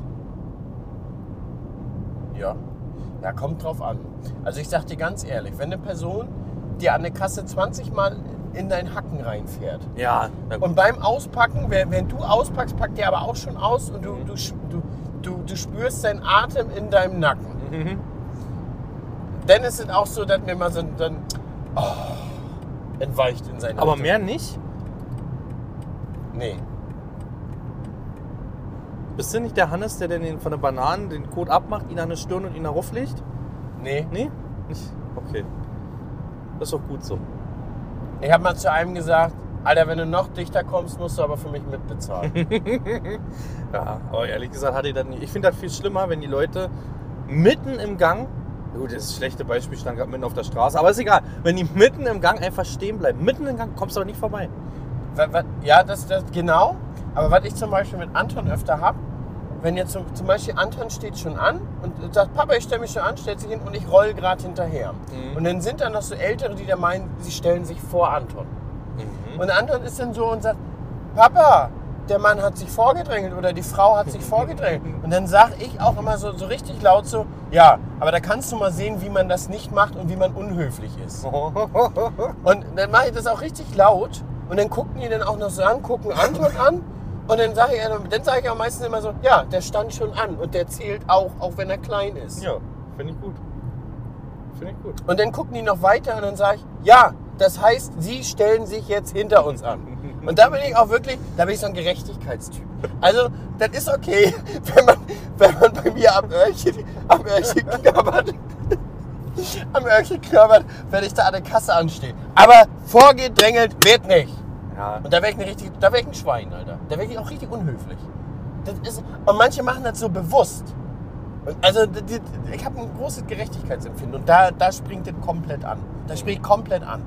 Speaker 3: Ja. Ja, kommt drauf an. Also ich sag dir ganz ehrlich, wenn eine Person dir an der Kasse 20 Mal in deinen Hacken reinfährt,
Speaker 2: Ja. Na gut.
Speaker 3: Und beim Auspacken, wenn, wenn du auspackst, packt der aber auch schon aus und
Speaker 2: Mhm.
Speaker 3: du, du, sch- du, du, du spürst seinen Atem in deinem Nacken.
Speaker 2: Mhm.
Speaker 3: Dann ist es auch so, dass mir mal so ein- dann oh, entweicht in seinen
Speaker 2: Aber
Speaker 3: Richtung.
Speaker 2: mehr nicht?
Speaker 3: Nee.
Speaker 2: Bist du nicht der Hannes, der denn den von der Banane den Kot abmacht, ihn an eine Stirn und ihn da rauflegt?
Speaker 3: Nee.
Speaker 2: Nee? Nicht? Okay. Das ist doch gut so.
Speaker 3: Ich habe mal zu einem gesagt, Alter, wenn du noch dichter kommst, musst du aber für mich mitbezahlen.
Speaker 2: Ja, aber ehrlich gesagt hatte ich das nicht. Ich finde das viel schlimmer, wenn die Leute mitten im Gang, gut, das ist das schlechte Beispiel, ich stand gerade mitten auf der Straße, aber ist egal, wenn die mitten im Gang einfach stehen bleiben. Mitten im Gang kommst du aber nicht vorbei.
Speaker 3: Wa- wa- ja, das, das genau. Aber was ich zum Beispiel mit Anton öfter habe, wenn jetzt zum, zum Beispiel Anton steht schon an und sagt, Papa, ich stelle mich schon an, stellt sich hin und ich roll gerade hinterher. Und dann sind da noch so Ältere, die da meinen, sie stellen sich vor Anton. Und Anton ist dann so und sagt, Papa, der Mann hat sich vorgedrängelt oder die Frau hat sich vorgedrängelt. Und dann sage ich auch immer so, so richtig laut so, ja, aber da kannst du mal sehen, wie man das nicht macht und wie man unhöflich ist. Und dann mache ich das auch richtig laut und dann gucken die dann auch noch so an, gucken Anton an und dann sage ich, dann sage ich auch meistens immer so, ja, der stand schon an und der zählt auch, auch wenn er klein ist.
Speaker 2: Ja, finde ich gut. Finde ich gut.
Speaker 3: Und dann gucken die noch weiter und dann sage ich, ja, das heißt, sie stellen sich jetzt hinter uns an. Und da bin ich auch wirklich, da bin ich so ein Gerechtigkeitstyp. Also, das ist okay, <laughs> wenn man, wenn man bei mir am Öhrchen, am Öhrchen knabbert, am Öhrchen knabbert, wenn ich da an der Kasse anstehe. Aber vorgedrängelt wird nicht.
Speaker 2: Ja,
Speaker 3: Und da wäre ich, ein richtig- da wär ich ein Schwein, Alter. Da wäre ich auch richtig unhöflich. Das ist, und manche machen das so bewusst. Und also die, die, ich habe ein großes Gerechtigkeitsempfinden und da, da springt das komplett an. Das springt komplett an.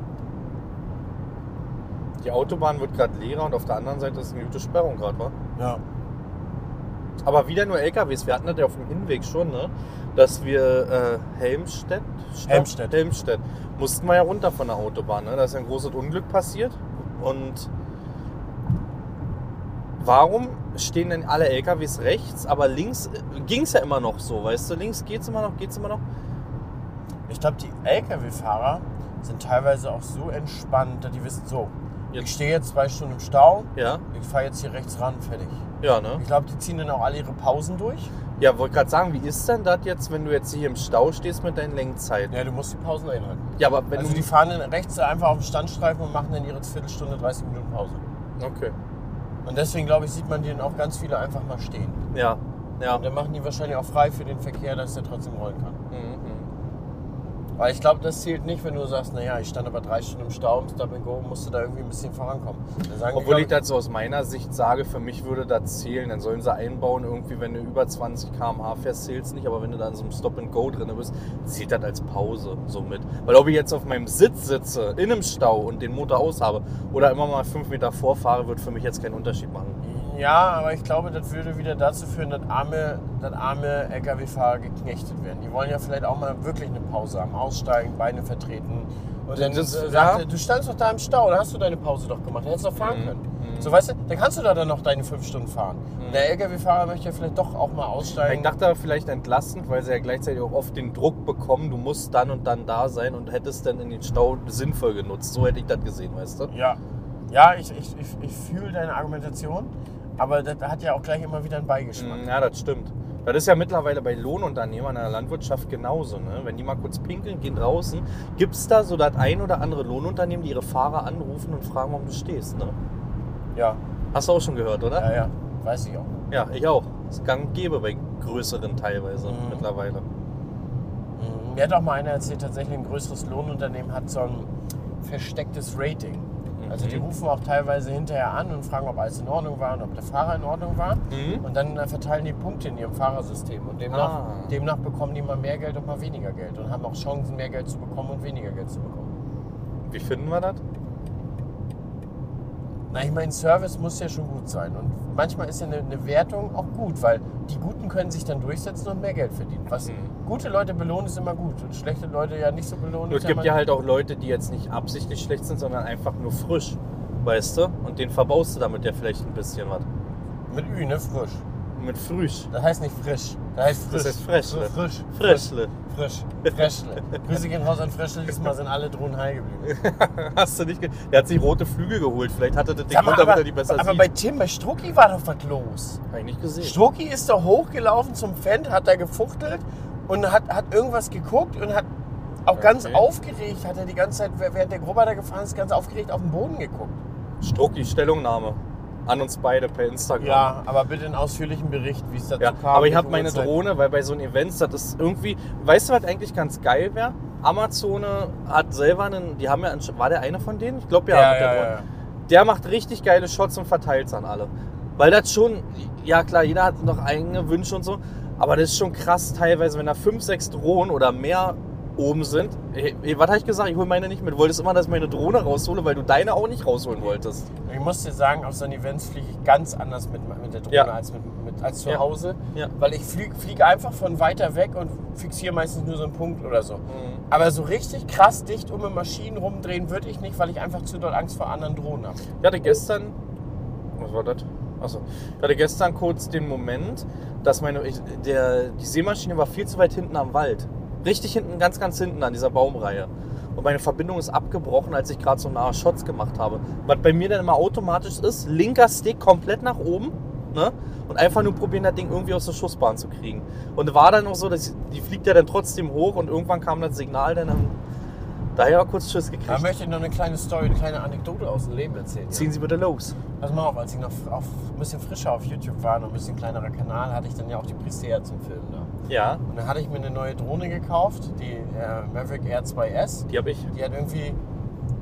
Speaker 2: Die Autobahn wird gerade leerer und auf der anderen Seite ist eine gute Sperrung gerade, wa?
Speaker 3: Ja.
Speaker 2: Aber wieder nur LKWs. Wir hatten das ja auf dem Hinweg schon, ne? dass wir äh, Helmstedt, Stadt-
Speaker 3: Helmstedt.
Speaker 2: Helmstedt mussten wir ja runter von der Autobahn. Ne? Da ist ein großes Unglück passiert. Und warum stehen denn alle LKWs rechts, aber links ging es ja immer noch so, weißt du? Links geht's immer noch, geht's immer noch.
Speaker 3: Ich glaube, die Lkw-Fahrer sind teilweise auch so entspannt, dass die wissen, so,
Speaker 2: Jetzt-
Speaker 3: ich stehe jetzt zwei Stunden im Stau,
Speaker 2: Ja,
Speaker 3: ich fahre jetzt hier rechts ran, fertig.
Speaker 2: ja, ne?
Speaker 3: Ich glaube, die ziehen dann auch alle ihre Pausen durch.
Speaker 2: Ja, wollte gerade sagen, wie ist denn das jetzt, wenn du jetzt hier im Stau stehst mit deinen Lenkzeiten?
Speaker 3: Ja, du musst die Pausen einhalten.
Speaker 2: Ja, aber wenn
Speaker 3: Also
Speaker 2: du
Speaker 3: die fahren dann rechts einfach auf den Standstreifen und machen dann ihre Viertelstunde, 30 Minuten Pause.
Speaker 2: Okay.
Speaker 3: Und deswegen, glaube ich, sieht man denen auch ganz viele einfach mal stehen.
Speaker 2: Ja, ja.
Speaker 3: Und dann machen die wahrscheinlich auch frei für den Verkehr, dass der trotzdem rollen kann.
Speaker 2: Mhm.
Speaker 3: Weil ich glaube, das zählt nicht, wenn du sagst, naja, ich stand aber drei Stunden im Stau, im Stop and Go, musste da irgendwie ein bisschen vorankommen. Dann sagen die,
Speaker 2: Obwohl
Speaker 3: glaub
Speaker 2: ich das so aus meiner Sicht sage, für mich würde das zählen. Dann sollen sie einbauen, irgendwie, wenn du über 20 km/h fährst, zählt es nicht. Aber wenn du da in so einem Stop-and-Go drin bist, zählt das als Pause so mit. Weil ob ich jetzt auf meinem Sitz sitze, in einem Stau und den Motor aus habe oder immer mal fünf Meter vorfahre, wird für mich jetzt keinen Unterschied machen.
Speaker 3: Ja, aber ich glaube, das würde wieder dazu führen, dass arme, dass arme Lkw-Fahrer geknechtet werden. Die wollen ja vielleicht auch mal wirklich eine Pause haben, aussteigen, Beine vertreten. Und dann
Speaker 2: Das-
Speaker 3: äh, sagt
Speaker 2: ja.
Speaker 3: er, du standst doch da im Stau, da hast du deine Pause doch gemacht, da hättest du doch fahren
Speaker 2: Mhm.
Speaker 3: können. So, weißt du, dann kannst du da dann noch deine fünf Stunden fahren. Und der Lkw-Fahrer möchte ja vielleicht doch auch mal aussteigen.
Speaker 2: Ich dachte aber vielleicht entlastend, weil sie ja gleichzeitig auch oft den Druck bekommen, du musst dann und dann da sein und hättest dann in den Stau sinnvoll genutzt. So hätte ich das gesehen, weißt du?
Speaker 3: ja, ja ich, ich, ich, ich fühle deine Argumentation, aber das hat ja auch gleich immer wieder einen Beigeschmack.
Speaker 2: Ja, das stimmt. Das ist ja mittlerweile bei Lohnunternehmern in der Landwirtschaft genauso. Ne? Wenn die mal kurz pinkeln, gehen draußen, gibt es da so das ein oder andere Lohnunternehmen, die ihre Fahrer anrufen und fragen, warum du stehst. Ne?
Speaker 3: Ja,
Speaker 2: Hast du auch schon gehört, oder?
Speaker 3: ja, ja, weiß ich auch.
Speaker 2: Ja, ich auch. Das ist gang und gäbe bei größeren teilweise
Speaker 3: Mhm.
Speaker 2: mittlerweile.
Speaker 3: Mhm. Mir hat auch mal einer erzählt, tatsächlich ein größeres Lohnunternehmen hat so ein verstecktes Rating. Also
Speaker 2: Mhm.
Speaker 3: die rufen auch teilweise hinterher an und fragen, ob alles in Ordnung war und ob der Fahrer in Ordnung war.
Speaker 2: Mhm.
Speaker 3: Und dann äh, verteilen die Punkte in ihrem Fahrersystem. Und demnach,
Speaker 2: Ah.
Speaker 3: demnach bekommen die mal mehr Geld und mal weniger Geld und haben auch Chancen, mehr Geld zu bekommen und weniger Geld zu bekommen.
Speaker 2: Wie finden wir das?
Speaker 3: Na, ich meine, Service muss ja schon gut sein. Und manchmal ist ja eine, eine Wertung auch gut, weil die Guten können sich dann durchsetzen und mehr Geld verdienen. Was
Speaker 2: Mhm.
Speaker 3: gute Leute belohnen, ist immer gut. Und schlechte Leute ja nicht so belohnen.
Speaker 2: Nur es
Speaker 3: ist
Speaker 2: gibt
Speaker 3: mal-
Speaker 2: ja halt auch Leute, die jetzt nicht absichtlich schlecht sind, sondern einfach nur frisch. Weißt du? Und den verbaust du damit ja vielleicht ein bisschen was.
Speaker 3: Mit Ü, ne? Frisch.
Speaker 2: Mit Früsch.
Speaker 3: Das heißt nicht frisch. Das heißt frisch. ne?
Speaker 2: Das heißt Freschle.
Speaker 3: Frisch.
Speaker 2: Frischle.
Speaker 3: Frisch. Frischle. Grüße gehen raus an Frischle. Diesmal sind alle Drohnen heil geblieben.
Speaker 2: Hast du nicht ge Der hat sich rote Flügel geholt. Vielleicht hatte das den
Speaker 3: Sag mal,
Speaker 2: Grund, damit er die besser
Speaker 3: aber
Speaker 2: sieht.
Speaker 3: bei Tim, bei Strucki war doch was los.
Speaker 2: Hab ich nicht gesehen.
Speaker 3: Strucki ist doch hochgelaufen zum Fan, hat da gefuchtelt und hat, hat irgendwas geguckt und hat auch ganz
Speaker 2: Okay.
Speaker 3: aufgeregt, hat er die ganze Zeit, während der Grubber da gefahren ist, ganz aufgeregt auf den Boden geguckt.
Speaker 2: Strucki, Stellungnahme. An uns beide per Instagram.
Speaker 3: Ja, aber bitte einen ausführlichen Bericht, wie es dazu
Speaker 2: Ja,
Speaker 3: kam.
Speaker 2: aber ich
Speaker 3: welche
Speaker 2: habe meine
Speaker 3: Uhrzeit.
Speaker 2: Drohne, weil bei so einem Events, das ist irgendwie, weißt du, was eigentlich ganz geil wäre? Amazone hat selber einen, die haben ja, einen- war der einer von denen? Ich glaube ja,
Speaker 3: Ja,
Speaker 2: mit der
Speaker 3: ja,
Speaker 2: Drohne.
Speaker 3: ja, ja.
Speaker 2: Der macht richtig geile Shots und verteilt an alle. Weil das schon, ja klar, jeder hat noch eigene Wünsche und so, aber das ist schon krass teilweise, wenn da fünf, sechs Drohnen oder mehr oben sind. Ey, ey, was habe ich gesagt? Ich hole meine nicht mit. Du wolltest immer, dass ich meine Drohne raushole, weil du deine auch nicht rausholen wolltest.
Speaker 3: Ich muss dir sagen, auf so einem Events fliege ich ganz anders mit, mit der Drohne
Speaker 2: Ja.
Speaker 3: als, mit, mit, als zu
Speaker 2: Ja.
Speaker 3: Hause.
Speaker 2: Ja.
Speaker 3: Weil ich fliege flieg einfach von weiter weg und fixiere meistens nur so einen Punkt oder so. Aber so richtig krass dicht um eine Maschinen rumdrehen würde ich nicht, weil ich einfach zu doll Angst vor anderen Drohnen habe.
Speaker 2: Ich hatte gestern. Was war das? Achso. Ich hatte gestern kurz den Moment, dass meine. Ich, der, die Seemaschine war viel zu weit hinten am Wald. Richtig hinten, ganz, ganz hinten an dieser Baumreihe. Und meine Verbindung ist abgebrochen, als ich gerade so nahe Shots gemacht habe. Was bei mir dann immer automatisch ist, linker Stick komplett nach oben. Ne? Und einfach nur probieren, das Ding irgendwie aus der Schussbahn zu kriegen. Und war dann auch so, dass die fliegt ja dann trotzdem hoch und irgendwann kam das Signal, dann haben, daher kurz Schuss
Speaker 3: Da
Speaker 2: gekriegt.
Speaker 3: möchte ich noch eine kleine Story, eine kleine Anekdote aus dem Leben erzählen.
Speaker 2: Ziehen Sie bitte los.
Speaker 3: Pass mal auf, als ich noch auf, ein bisschen frischer auf YouTube war und ein bisschen kleinerer Kanal, hatte ich dann ja auch die Prisea zum Filmen da.
Speaker 2: Ja,
Speaker 3: Und dann hatte ich mir eine neue Drohne gekauft, die äh, Maverick R2S.
Speaker 2: die habe ich.
Speaker 3: Die hat irgendwie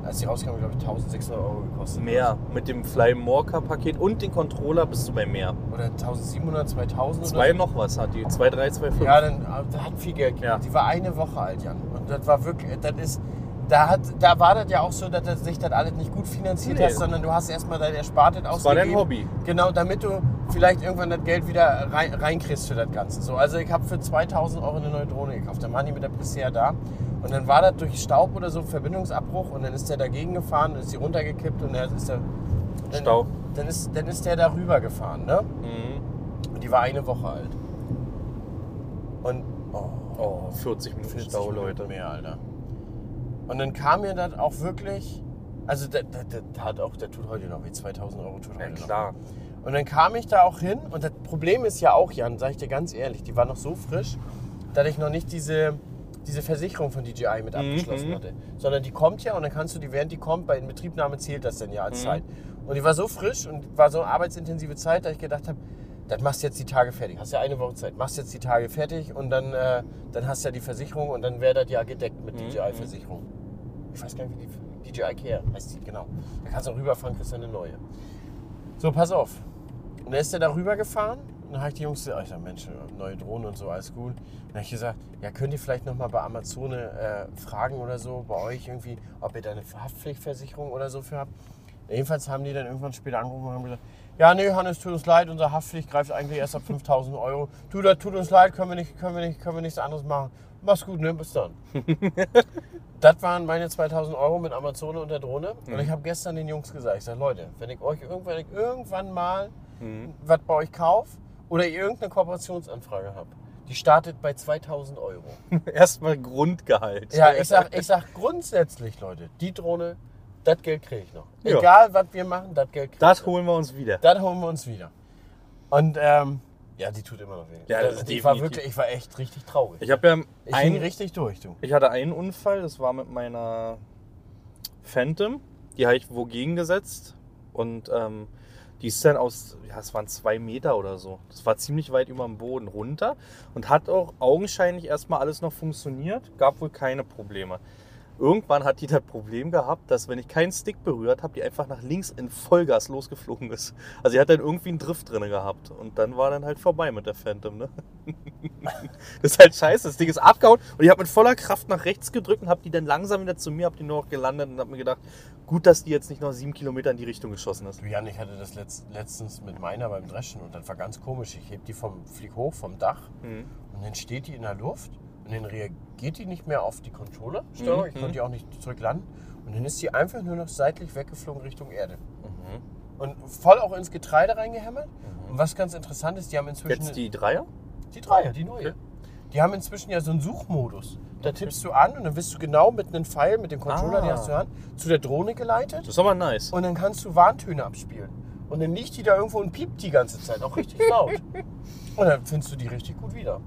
Speaker 3: als die rauskamen, glaube ich, 1600 Euro gekostet.
Speaker 2: Mehr. Mit dem Fly Morca Paket und den Controller bist du bei mehr.
Speaker 3: Oder 1700, 2000
Speaker 2: Zwei
Speaker 3: oder
Speaker 2: noch was hat die. Zwei, drei, zwei,
Speaker 3: so.
Speaker 2: fünf.
Speaker 3: Ja, dann aber da hat viel Geld.
Speaker 2: Ja.
Speaker 3: Die war eine Woche alt, Jan. Und das war wirklich, das ist, da, hat, da war das ja auch so, dass das sich das alles nicht gut finanziert
Speaker 2: Nee.
Speaker 3: hat, sondern du hast erstmal dein Erspartes
Speaker 2: das war
Speaker 3: ausgegeben.
Speaker 2: dein Hobby.
Speaker 3: Genau, damit du vielleicht irgendwann das Geld wieder rein, reinkriegst für das Ganze. So, also ich habe für 2000 Euro eine neue Drohne gekauft. Dann waren die mit der Prisea da. Und dann war das durch Staub oder so Verbindungsabbruch und dann ist der dagegen gefahren und ist die runtergekippt und dann ist der. Dann,
Speaker 2: Stau.
Speaker 3: Dann ist, dann ist der darüber gefahren, ne?
Speaker 2: Mhm.
Speaker 3: Und die war eine Woche alt. Und
Speaker 2: Oh, 40 Minuten
Speaker 3: 40
Speaker 2: Stau,
Speaker 3: Minuten
Speaker 2: Leute.
Speaker 3: mehr, Alter. Und dann kam mir das auch wirklich. Also, das, das, das hat auch, der tut heute noch weh. 2000 Euro tut heute
Speaker 2: Ja,
Speaker 3: noch
Speaker 2: klar. <laughs>
Speaker 3: und dann kam ich da auch hin und das Problem ist ja auch, Jan, sag ich dir ganz ehrlich, die war noch so frisch, dass ich noch nicht diese, diese Versicherung von DJI mit abgeschlossen
Speaker 2: mhm.
Speaker 3: hatte. Sondern die kommt ja und dann kannst du die, während die kommt, bei Inbetriebnahme zählt das dann ja
Speaker 2: Mhm.
Speaker 3: als Zeit. Und die war so frisch und war so eine arbeitsintensive Zeit, dass ich gedacht habe, das machst du jetzt die Tage fertig. Hast ja eine Woche Zeit. Machst jetzt die Tage fertig und dann, äh, dann hast du ja die Versicherung und dann wäre das ja gedeckt
Speaker 2: Mhm,
Speaker 3: mit DJI-Versicherung. Ich weiß gar nicht, wie die DJI Care heißt die, genau. Da kannst du auch rüberfahren, kriegst du eine neue. So, pass auf. Und dann ist der da rüber gefahren. Und dann habe ich die Jungs gesagt, oh, ich sag, Mensch, neue Drohne und so, alles gut. Und dann habe ich gesagt, ja, könnt ihr vielleicht nochmal bei Amazone äh, fragen oder so, bei euch irgendwie, ob ihr da eine Haftpflichtversicherung oder so für habt. Jedenfalls haben die dann irgendwann später angerufen und haben gesagt, ja, nee, Hannes, tut uns leid, unsere Haftpflicht greift eigentlich erst ab 5000 Euro. Du, das tut uns leid, können wir, nicht, können, wir nicht, können wir nichts anderes machen. Mach's gut, ne, bis dann. Das waren meine 2000 Euro mit Amazone und der Drohne.
Speaker 2: Mhm.
Speaker 3: Und ich habe gestern den Jungs gesagt, ich sage, Leute, wenn ich euch irgendwann, wenn ich irgendwann mal
Speaker 2: Mhm.
Speaker 3: was bei euch kaufe oder ihr irgendeine Kooperationsanfrage habt, die startet bei
Speaker 2: <laughs>
Speaker 3: 2000 Euro.
Speaker 2: Erstmal Grundgehalt.
Speaker 3: Ja, ich sag, ich sag grundsätzlich, Leute, die Drohne, das Geld kriege ich noch.
Speaker 2: Ja.
Speaker 3: Egal, was wir machen, das Geld kriege
Speaker 2: <laughs>
Speaker 3: ich
Speaker 2: Das
Speaker 3: noch.
Speaker 2: holen wir uns wieder.
Speaker 3: Dann holen wir uns wieder. Und ähm, ja, die tut immer noch weh. Also,
Speaker 2: Ja, das
Speaker 3: ich
Speaker 2: ist
Speaker 3: war
Speaker 2: definitiv.
Speaker 3: wirklich, ich war echt richtig traurig.
Speaker 2: Ich habe ja
Speaker 3: Ich hing
Speaker 2: einen,
Speaker 3: richtig durch, du.
Speaker 2: ich hatte einen Unfall, das war mit meiner Phantom. Die habe ich wogegen gesetzt. Und ähm, die ist dann aus, ja, es waren zwei Meter oder so. Das war ziemlich weit über dem Boden runter. Und hat auch augenscheinlich erstmal alles noch funktioniert. Gab wohl keine Probleme. Irgendwann hat die das Problem gehabt, dass wenn ich keinen Stick berührt habe, die einfach nach links in Vollgas losgeflogen ist. Also die hat dann irgendwie einen Drift drin gehabt. Und dann war dann halt vorbei mit der Phantom, ne? <laughs> Das ist halt scheiße. Das Ding ist abgehauen und ich habe mit voller Kraft nach rechts gedrückt und habe die dann langsam wieder zu mir, habe die nur noch gelandet und habe mir gedacht, gut, dass die jetzt nicht noch sieben Kilometer in die Richtung geschossen ist.
Speaker 3: Du, Jan, ich hatte das letzt, letztens mit meiner beim Dreschen und das war ganz komisch. Ich heb die vom, flieg hoch vom Dach und dann steht die in der Luft und dann reagiert die nicht mehr auf die
Speaker 2: Mhm,
Speaker 3: Controller-Steuerung. Ich konnte die auch nicht zurücklanden. Und dann ist die einfach nur noch seitlich weggeflogen Richtung Erde.
Speaker 2: Mhm.
Speaker 3: Und voll auch ins Getreide reingehämmert. Und was ganz interessant ist, die haben inzwischen...
Speaker 2: Jetzt die Dreier?
Speaker 3: Die Dreier, die neue.
Speaker 2: Okay.
Speaker 3: Die haben inzwischen ja so einen Suchmodus. Da tippst du an und dann wirst du genau mit einem Pfeil, mit dem Controller, den
Speaker 2: Ah.
Speaker 3: hast du in der Hand, zu der Drohne geleitet
Speaker 2: Das ist aber nice.
Speaker 3: und dann kannst du Warntöne abspielen. Und dann liegt die da irgendwo und piept die ganze Zeit, auch <laughs> richtig laut. Und dann findest du die richtig gut wieder.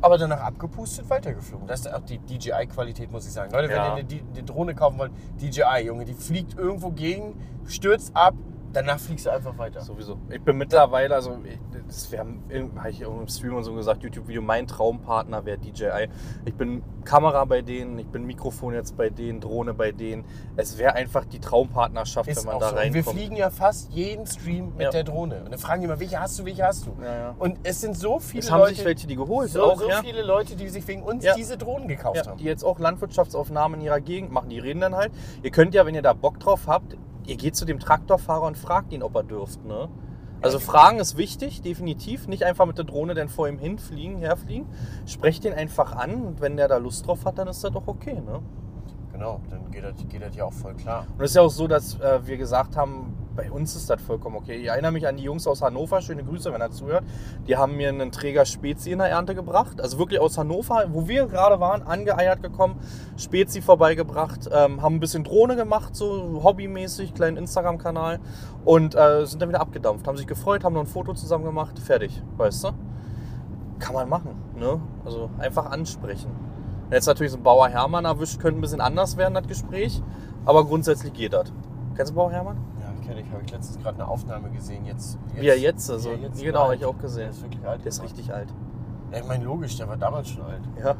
Speaker 3: Aber danach abgepustet, weitergeflogen. Mhm. Das ist auch die DJI-Qualität, muss ich sagen. Leute, wenn
Speaker 2: Ja.
Speaker 3: ihr eine, D- eine Drohne kaufen wollt, DJI, Junge, die fliegt irgendwo gegen, stürzt ab, danach fliegst du einfach weiter.
Speaker 2: Sowieso. Ich bin mittlerweile, also ich- das, wir haben, im- habe ich irgendwo im Stream und so gesagt, YouTube-Video, mein Traumpartner wäre DJI. Ich bin Kamera bei denen, ich bin Mikrofon jetzt bei denen, Drohne bei denen. Es wäre einfach die Traumpartnerschaft, wenn
Speaker 3: Ist
Speaker 2: man
Speaker 3: auch
Speaker 2: da
Speaker 3: so. Und wir
Speaker 2: reinkommt.
Speaker 3: fliegen ja fast jeden Stream mit
Speaker 2: Ja.
Speaker 3: der Drohne. Und dann fragen die immer, welche hast du, welche hast du?
Speaker 2: Ja, ja.
Speaker 3: Und es sind so viele
Speaker 2: es haben
Speaker 3: Leute,
Speaker 2: sich welche die geholt,
Speaker 3: so,
Speaker 2: auch,
Speaker 3: so
Speaker 2: ja.
Speaker 3: viele Leute, die sich wegen uns
Speaker 2: Ja.
Speaker 3: diese Drohnen gekauft
Speaker 2: Ja,
Speaker 3: haben.
Speaker 2: die jetzt auch Landwirtschaftsaufnahmen in ihrer Gegend machen. Die reden dann halt. Ihr könnt ja, wenn ihr da Bock drauf habt, ihr geht zu dem Traktorfahrer und fragt ihn, ob er dürft. Ne? Also fragen ist wichtig, definitiv. Nicht einfach mit der Drohne dann vor ihm hinfliegen, herfliegen. Sprecht ihn einfach an und wenn der da Lust drauf hat, dann ist das doch okay. Ne?
Speaker 3: Genau, dann geht das, geht das ja auch voll klar.
Speaker 2: Und es ist ja auch so, dass äh, wir gesagt haben, bei uns ist das vollkommen okay. Ich erinnere mich an die Jungs aus Hannover, schöne Grüße, wenn er zuhört. Die haben mir einen Träger Spezi in der Ernte gebracht. Also wirklich aus Hannover, wo wir gerade waren, angeeiert gekommen, Spezi vorbeigebracht, ähm, haben ein bisschen Drohne gemacht, so hobbymäßig, kleinen Instagram-Kanal und äh, sind dann wieder abgedampft. Haben sich gefreut, haben noch ein Foto zusammen gemacht, fertig, weißt du? Kann man machen, ne? Also einfach ansprechen. Wenn jetzt natürlich so ein Bauer Hermann erwischt, könnte ein bisschen anders werden, das Gespräch. Aber grundsätzlich geht das. Kennst du Bauer Hermann?
Speaker 3: Ja, ich kenne, ich habe letztens gerade eine Aufnahme gesehen. Jetzt,
Speaker 2: Wie er jetzt ist.
Speaker 3: wie er
Speaker 2: und-
Speaker 3: jetzt
Speaker 2: genau, habe
Speaker 3: alt.
Speaker 2: ich auch
Speaker 3: Der
Speaker 2: gesehen.
Speaker 3: ist wirklich alt.
Speaker 2: Der ist richtig alt.
Speaker 3: Ja, ich meine, logisch, der war damals schon alt.
Speaker 2: Ja.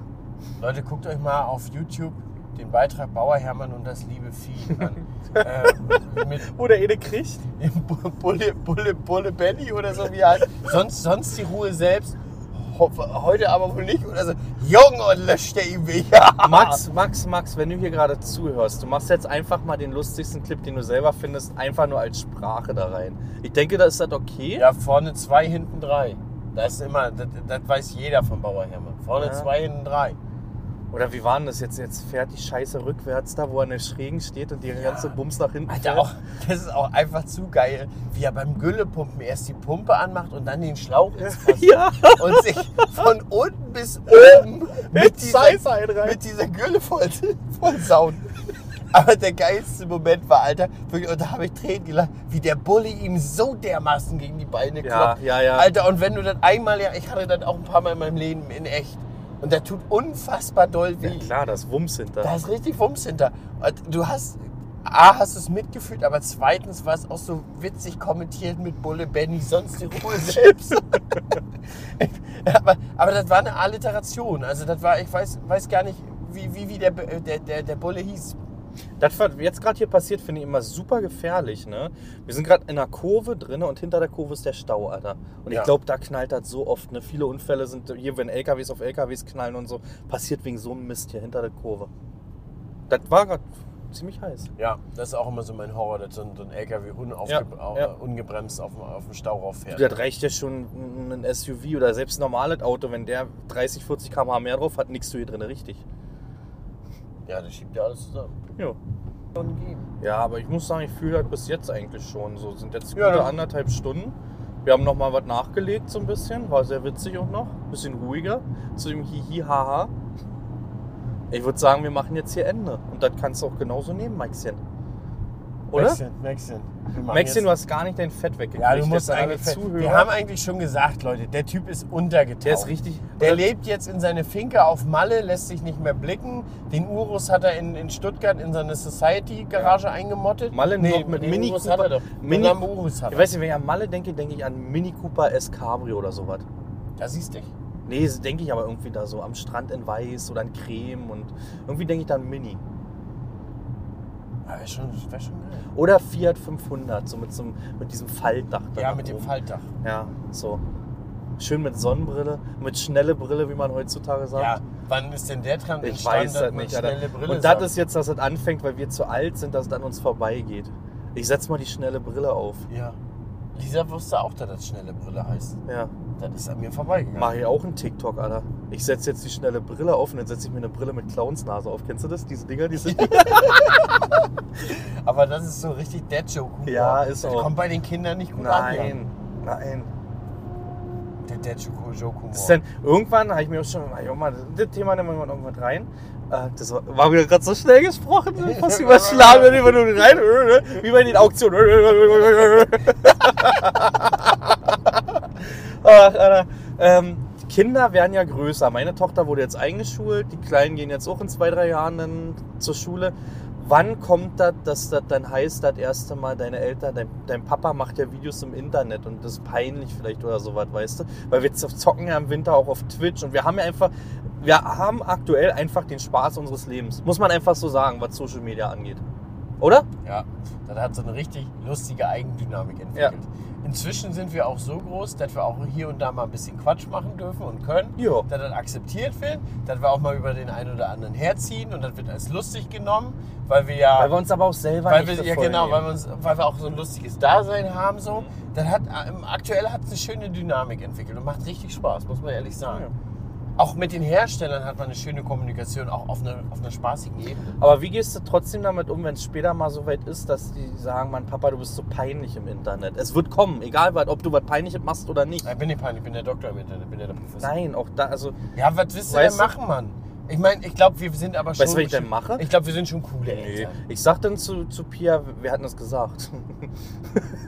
Speaker 3: Leute, guckt euch mal auf YouTube den Beitrag Bauer Hermann und das liebe Vieh
Speaker 2: <laughs>
Speaker 3: an. äh, mit
Speaker 2: Oder Ede kriegt.
Speaker 3: Bu- Bulle, Bulle, Bulle Belly oder so wie er heißt. Sonst, sonst die Ruhe selbst. Ho- Heute aber wohl nicht oder so. Jung und löscht der ihm weg.
Speaker 2: <laughs>
Speaker 3: <laughs>
Speaker 2: Max, Max, Max, wenn du hier gerade zuhörst, du machst jetzt einfach mal den lustigsten Clip, den du selber findest, einfach nur als Sprache da rein. Ich denke, da ist das okay.
Speaker 3: Ja, vorne zwei, hinten drei. Das ist immer, das, das weiß jeder vom Bauer Hermann. Vorne
Speaker 2: Ja.
Speaker 3: zwei, hinten drei.
Speaker 2: Oder wie war denn das jetzt? Jetzt fährt die Scheiße rückwärts da, wo er in der Schrägen steht und die ganze Bums nach hinten
Speaker 3: Alter,
Speaker 2: fährt.
Speaker 3: auch, das ist auch einfach zu geil, wie er beim Güllepumpen erst die Pumpe anmacht und dann den Schlauch ins
Speaker 2: <laughs> <laughs>
Speaker 3: Fass
Speaker 2: Ja.
Speaker 3: macht und sich von unten bis oben mit dieser,
Speaker 2: Scheiße ein rein.
Speaker 3: mit dieser Gülle voll, voll sauen. Aber der geilste Moment war, Alter, wirklich, und da habe ich Tränen gelacht, wie der Bulle ihm so dermaßen gegen die Beine
Speaker 2: Ja,
Speaker 3: kloppt.
Speaker 2: ja, ja.
Speaker 3: Alter, und wenn du das einmal, ja, ich hatte das auch ein paar Mal in meinem Leben in echt. Und das tut unfassbar doll weh.
Speaker 2: Ja, klar, das Wumms hinter.
Speaker 3: Da ist richtig Wumms hinter. Und Du hast, A, hast es mitgefühlt, aber zweitens war es auch so witzig kommentiert mit Bulle Benny, sonst die <laughs> Ruhe selbst. aber, aber das war eine Alliteration. Also das war, ich weiß, weiß gar nicht, wie, wie, wie der, der, der, der Bulle hieß.
Speaker 2: Das, was jetzt gerade hier passiert, finde ich immer super gefährlich. Ne? Wir sind gerade in einer Kurve drin und hinter der Kurve ist der Stau, Alter. Und
Speaker 3: Ja.
Speaker 2: ich glaube, da knallt das so oft. Ne? Viele Unfälle sind hier, wenn LKWs auf LKWs knallen und so, passiert wegen so einem Mist hier hinter der Kurve. Das war gerade ziemlich heiß.
Speaker 3: Ja, das ist auch immer so mein Horror, dass so ein, so ein LKW unaufge-
Speaker 2: Ja,
Speaker 3: au- äh,
Speaker 2: ja.
Speaker 3: ungebremst auf dem, auf dem Stau rauffährt.
Speaker 2: Das reicht ja schon ein SUV oder selbst ein normales Auto, wenn der 30, 40 km/h mehr drauf hat, nickst du hier drin richtig.
Speaker 3: Ja, das schiebt ja alles zusammen.
Speaker 2: Ja. Ja, aber ich muss sagen, ich fühle halt bis jetzt eigentlich schon so. Sind jetzt
Speaker 3: Ja,
Speaker 2: gute
Speaker 3: dann-
Speaker 2: anderthalb Stunden. Wir haben nochmal was nachgelegt, so ein bisschen. War sehr witzig auch noch. Bisschen ruhiger. Zu dem Hihi-Haha. Ich würde sagen, wir machen jetzt hier Ende. Und das kannst du auch genauso nehmen, Maxchen. Oder? Maxchen,
Speaker 3: Maxchen, Maxchen. Wir machen
Speaker 2: du hast gar nicht dein Fett weggekriegt.
Speaker 3: Ja, du musst
Speaker 2: Jetzt alle
Speaker 3: eigentlich.
Speaker 2: Zuhörer.
Speaker 3: Wir haben eigentlich schon gesagt, Leute, der Typ ist untergetaucht.
Speaker 2: der ist richtig.
Speaker 3: Der lebt jetzt in seine Finke auf Malle, lässt sich nicht mehr blicken. Den Urus hat er in, in Stuttgart in seine Society-Garage eingemottet.
Speaker 2: Malle noch mit
Speaker 3: den
Speaker 2: Mini
Speaker 3: Urus
Speaker 2: Cooper.
Speaker 3: hat er doch.
Speaker 2: Mini-
Speaker 3: Den Lambo Urus hat
Speaker 2: ich
Speaker 3: er.
Speaker 2: weiß nicht, wenn ich an Malle denke, denke ich an Mini Cooper S Cabrio oder sowas.
Speaker 3: Da siehst dich.
Speaker 2: Nee, das denke ich aber irgendwie da so am Strand in Weiß oder in Creme und irgendwie denke ich dann Mini.
Speaker 3: Ja, Wäre schon, wär schon geil.
Speaker 2: Oder Fiat 500, so mit, so, einem- mit diesem Faltdach. da
Speaker 3: Ja,
Speaker 2: nach
Speaker 3: mit dem
Speaker 2: oben.
Speaker 3: Faltdach.
Speaker 2: Ja, so. Schön mit Sonnenbrille, mit schnelle Brille, wie man heutzutage sagt.
Speaker 3: Ja, wann ist denn der dran?
Speaker 2: ich weiß das nicht. Alter.
Speaker 3: Schnelle Brille
Speaker 2: und das
Speaker 3: sagt?
Speaker 2: ist jetzt, dass es anfängt, weil wir zu alt sind, dass es an uns vorbeigeht. Ich setz mal die schnelle Brille auf.
Speaker 3: Ja. Lisa wusste auch, dass das schnelle Brille heißt.
Speaker 2: Ja,
Speaker 3: Das ist an mir vorbeigegangen.
Speaker 2: mache ich auch einen TikTok, Alter. Ich setz jetzt die schnelle Brille auf und dann setz ich mir eine Brille mit Clownsnase auf. Kennst du das? Diese Dinger, die
Speaker 3: <laughs>
Speaker 2: sind.
Speaker 3: Aber das ist so richtig Dad-Joke.
Speaker 2: Ja, ist
Speaker 3: das
Speaker 2: auch.
Speaker 3: kommt bei den Kindern nicht gut an. ja.
Speaker 2: nein.
Speaker 3: Der Dad-Joke-Humor.
Speaker 2: Das ist dann, irgendwann habe ich mir auch schon, ey, Junge, das Thema nehmen wir mal irgendwann rein. Äh, Das war, war wieder gerade so schnell gesprochen, so fast überschlagen, wenn wir nur rein, äh, äh, wie bei den Auktionen. Ach, Alter. Ähm, die Kinder werden ja größer. Meine Tochter wurde jetzt eingeschult, die Kleinen gehen jetzt auch in zwei, drei Jahren dann zur Schule. Wann kommt das, dass das dann heißt, das erste Mal deine Eltern, dein, dein Papa macht ja Videos im Internet und das ist peinlich vielleicht oder sowas, weißt du? Weil wir zocken ja im Winter auch auf Twitch und wir haben ja einfach, wir haben aktuell einfach den Spaß unseres Lebens. Muss man einfach so sagen, was Social Media angeht. Oder?
Speaker 3: Ja, das hat so eine richtig lustige Eigendynamik entwickelt. Inzwischen sind wir auch so groß, dass wir auch hier und da mal ein bisschen Quatsch machen dürfen und können.
Speaker 2: Ja.
Speaker 3: Dass das akzeptiert wird, dass wir auch mal über den einen oder anderen herziehen und das wird als lustig genommen, weil wir ja.
Speaker 2: Weil wir uns aber auch selber
Speaker 3: weil
Speaker 2: nicht
Speaker 3: wir,
Speaker 2: so
Speaker 3: ja
Speaker 2: voll
Speaker 3: genau,
Speaker 2: nehmen.
Speaker 3: weil wir, uns, weil wir auch so ein lustiges Dasein haben
Speaker 2: Mhm.
Speaker 3: so. Dann hat ähm, aktuell hat es eine schöne Dynamik entwickelt und macht richtig Spaß, muss man ehrlich sagen.
Speaker 2: Ja.
Speaker 3: Auch mit den Herstellern hat man eine schöne Kommunikation, auch auf einer, auf einer spaßigen Ebene.
Speaker 2: Aber wie gehst du trotzdem damit um, wenn es später mal so weit ist, dass die sagen, mein Papa, du bist so peinlich im Internet. Es wird kommen, egal was, ob du was Peinliches machst oder nicht.
Speaker 3: Ich bin nicht peinlich, ich bin der Doktor im Internet, ich bin ja der Professor.
Speaker 2: Nein, auch da, also
Speaker 3: Ja, was willst du
Speaker 2: Weißt
Speaker 3: denn
Speaker 2: du-
Speaker 3: machen, Mann? Ich meine, ich glaube, wir sind aber schon.
Speaker 2: Weißt du, was ich denn mache?
Speaker 3: Ich glaube, wir sind schon coole
Speaker 2: Nee.
Speaker 3: Eltern.
Speaker 2: Ich sag dann zu, zu Pia, wir hatten das gesagt.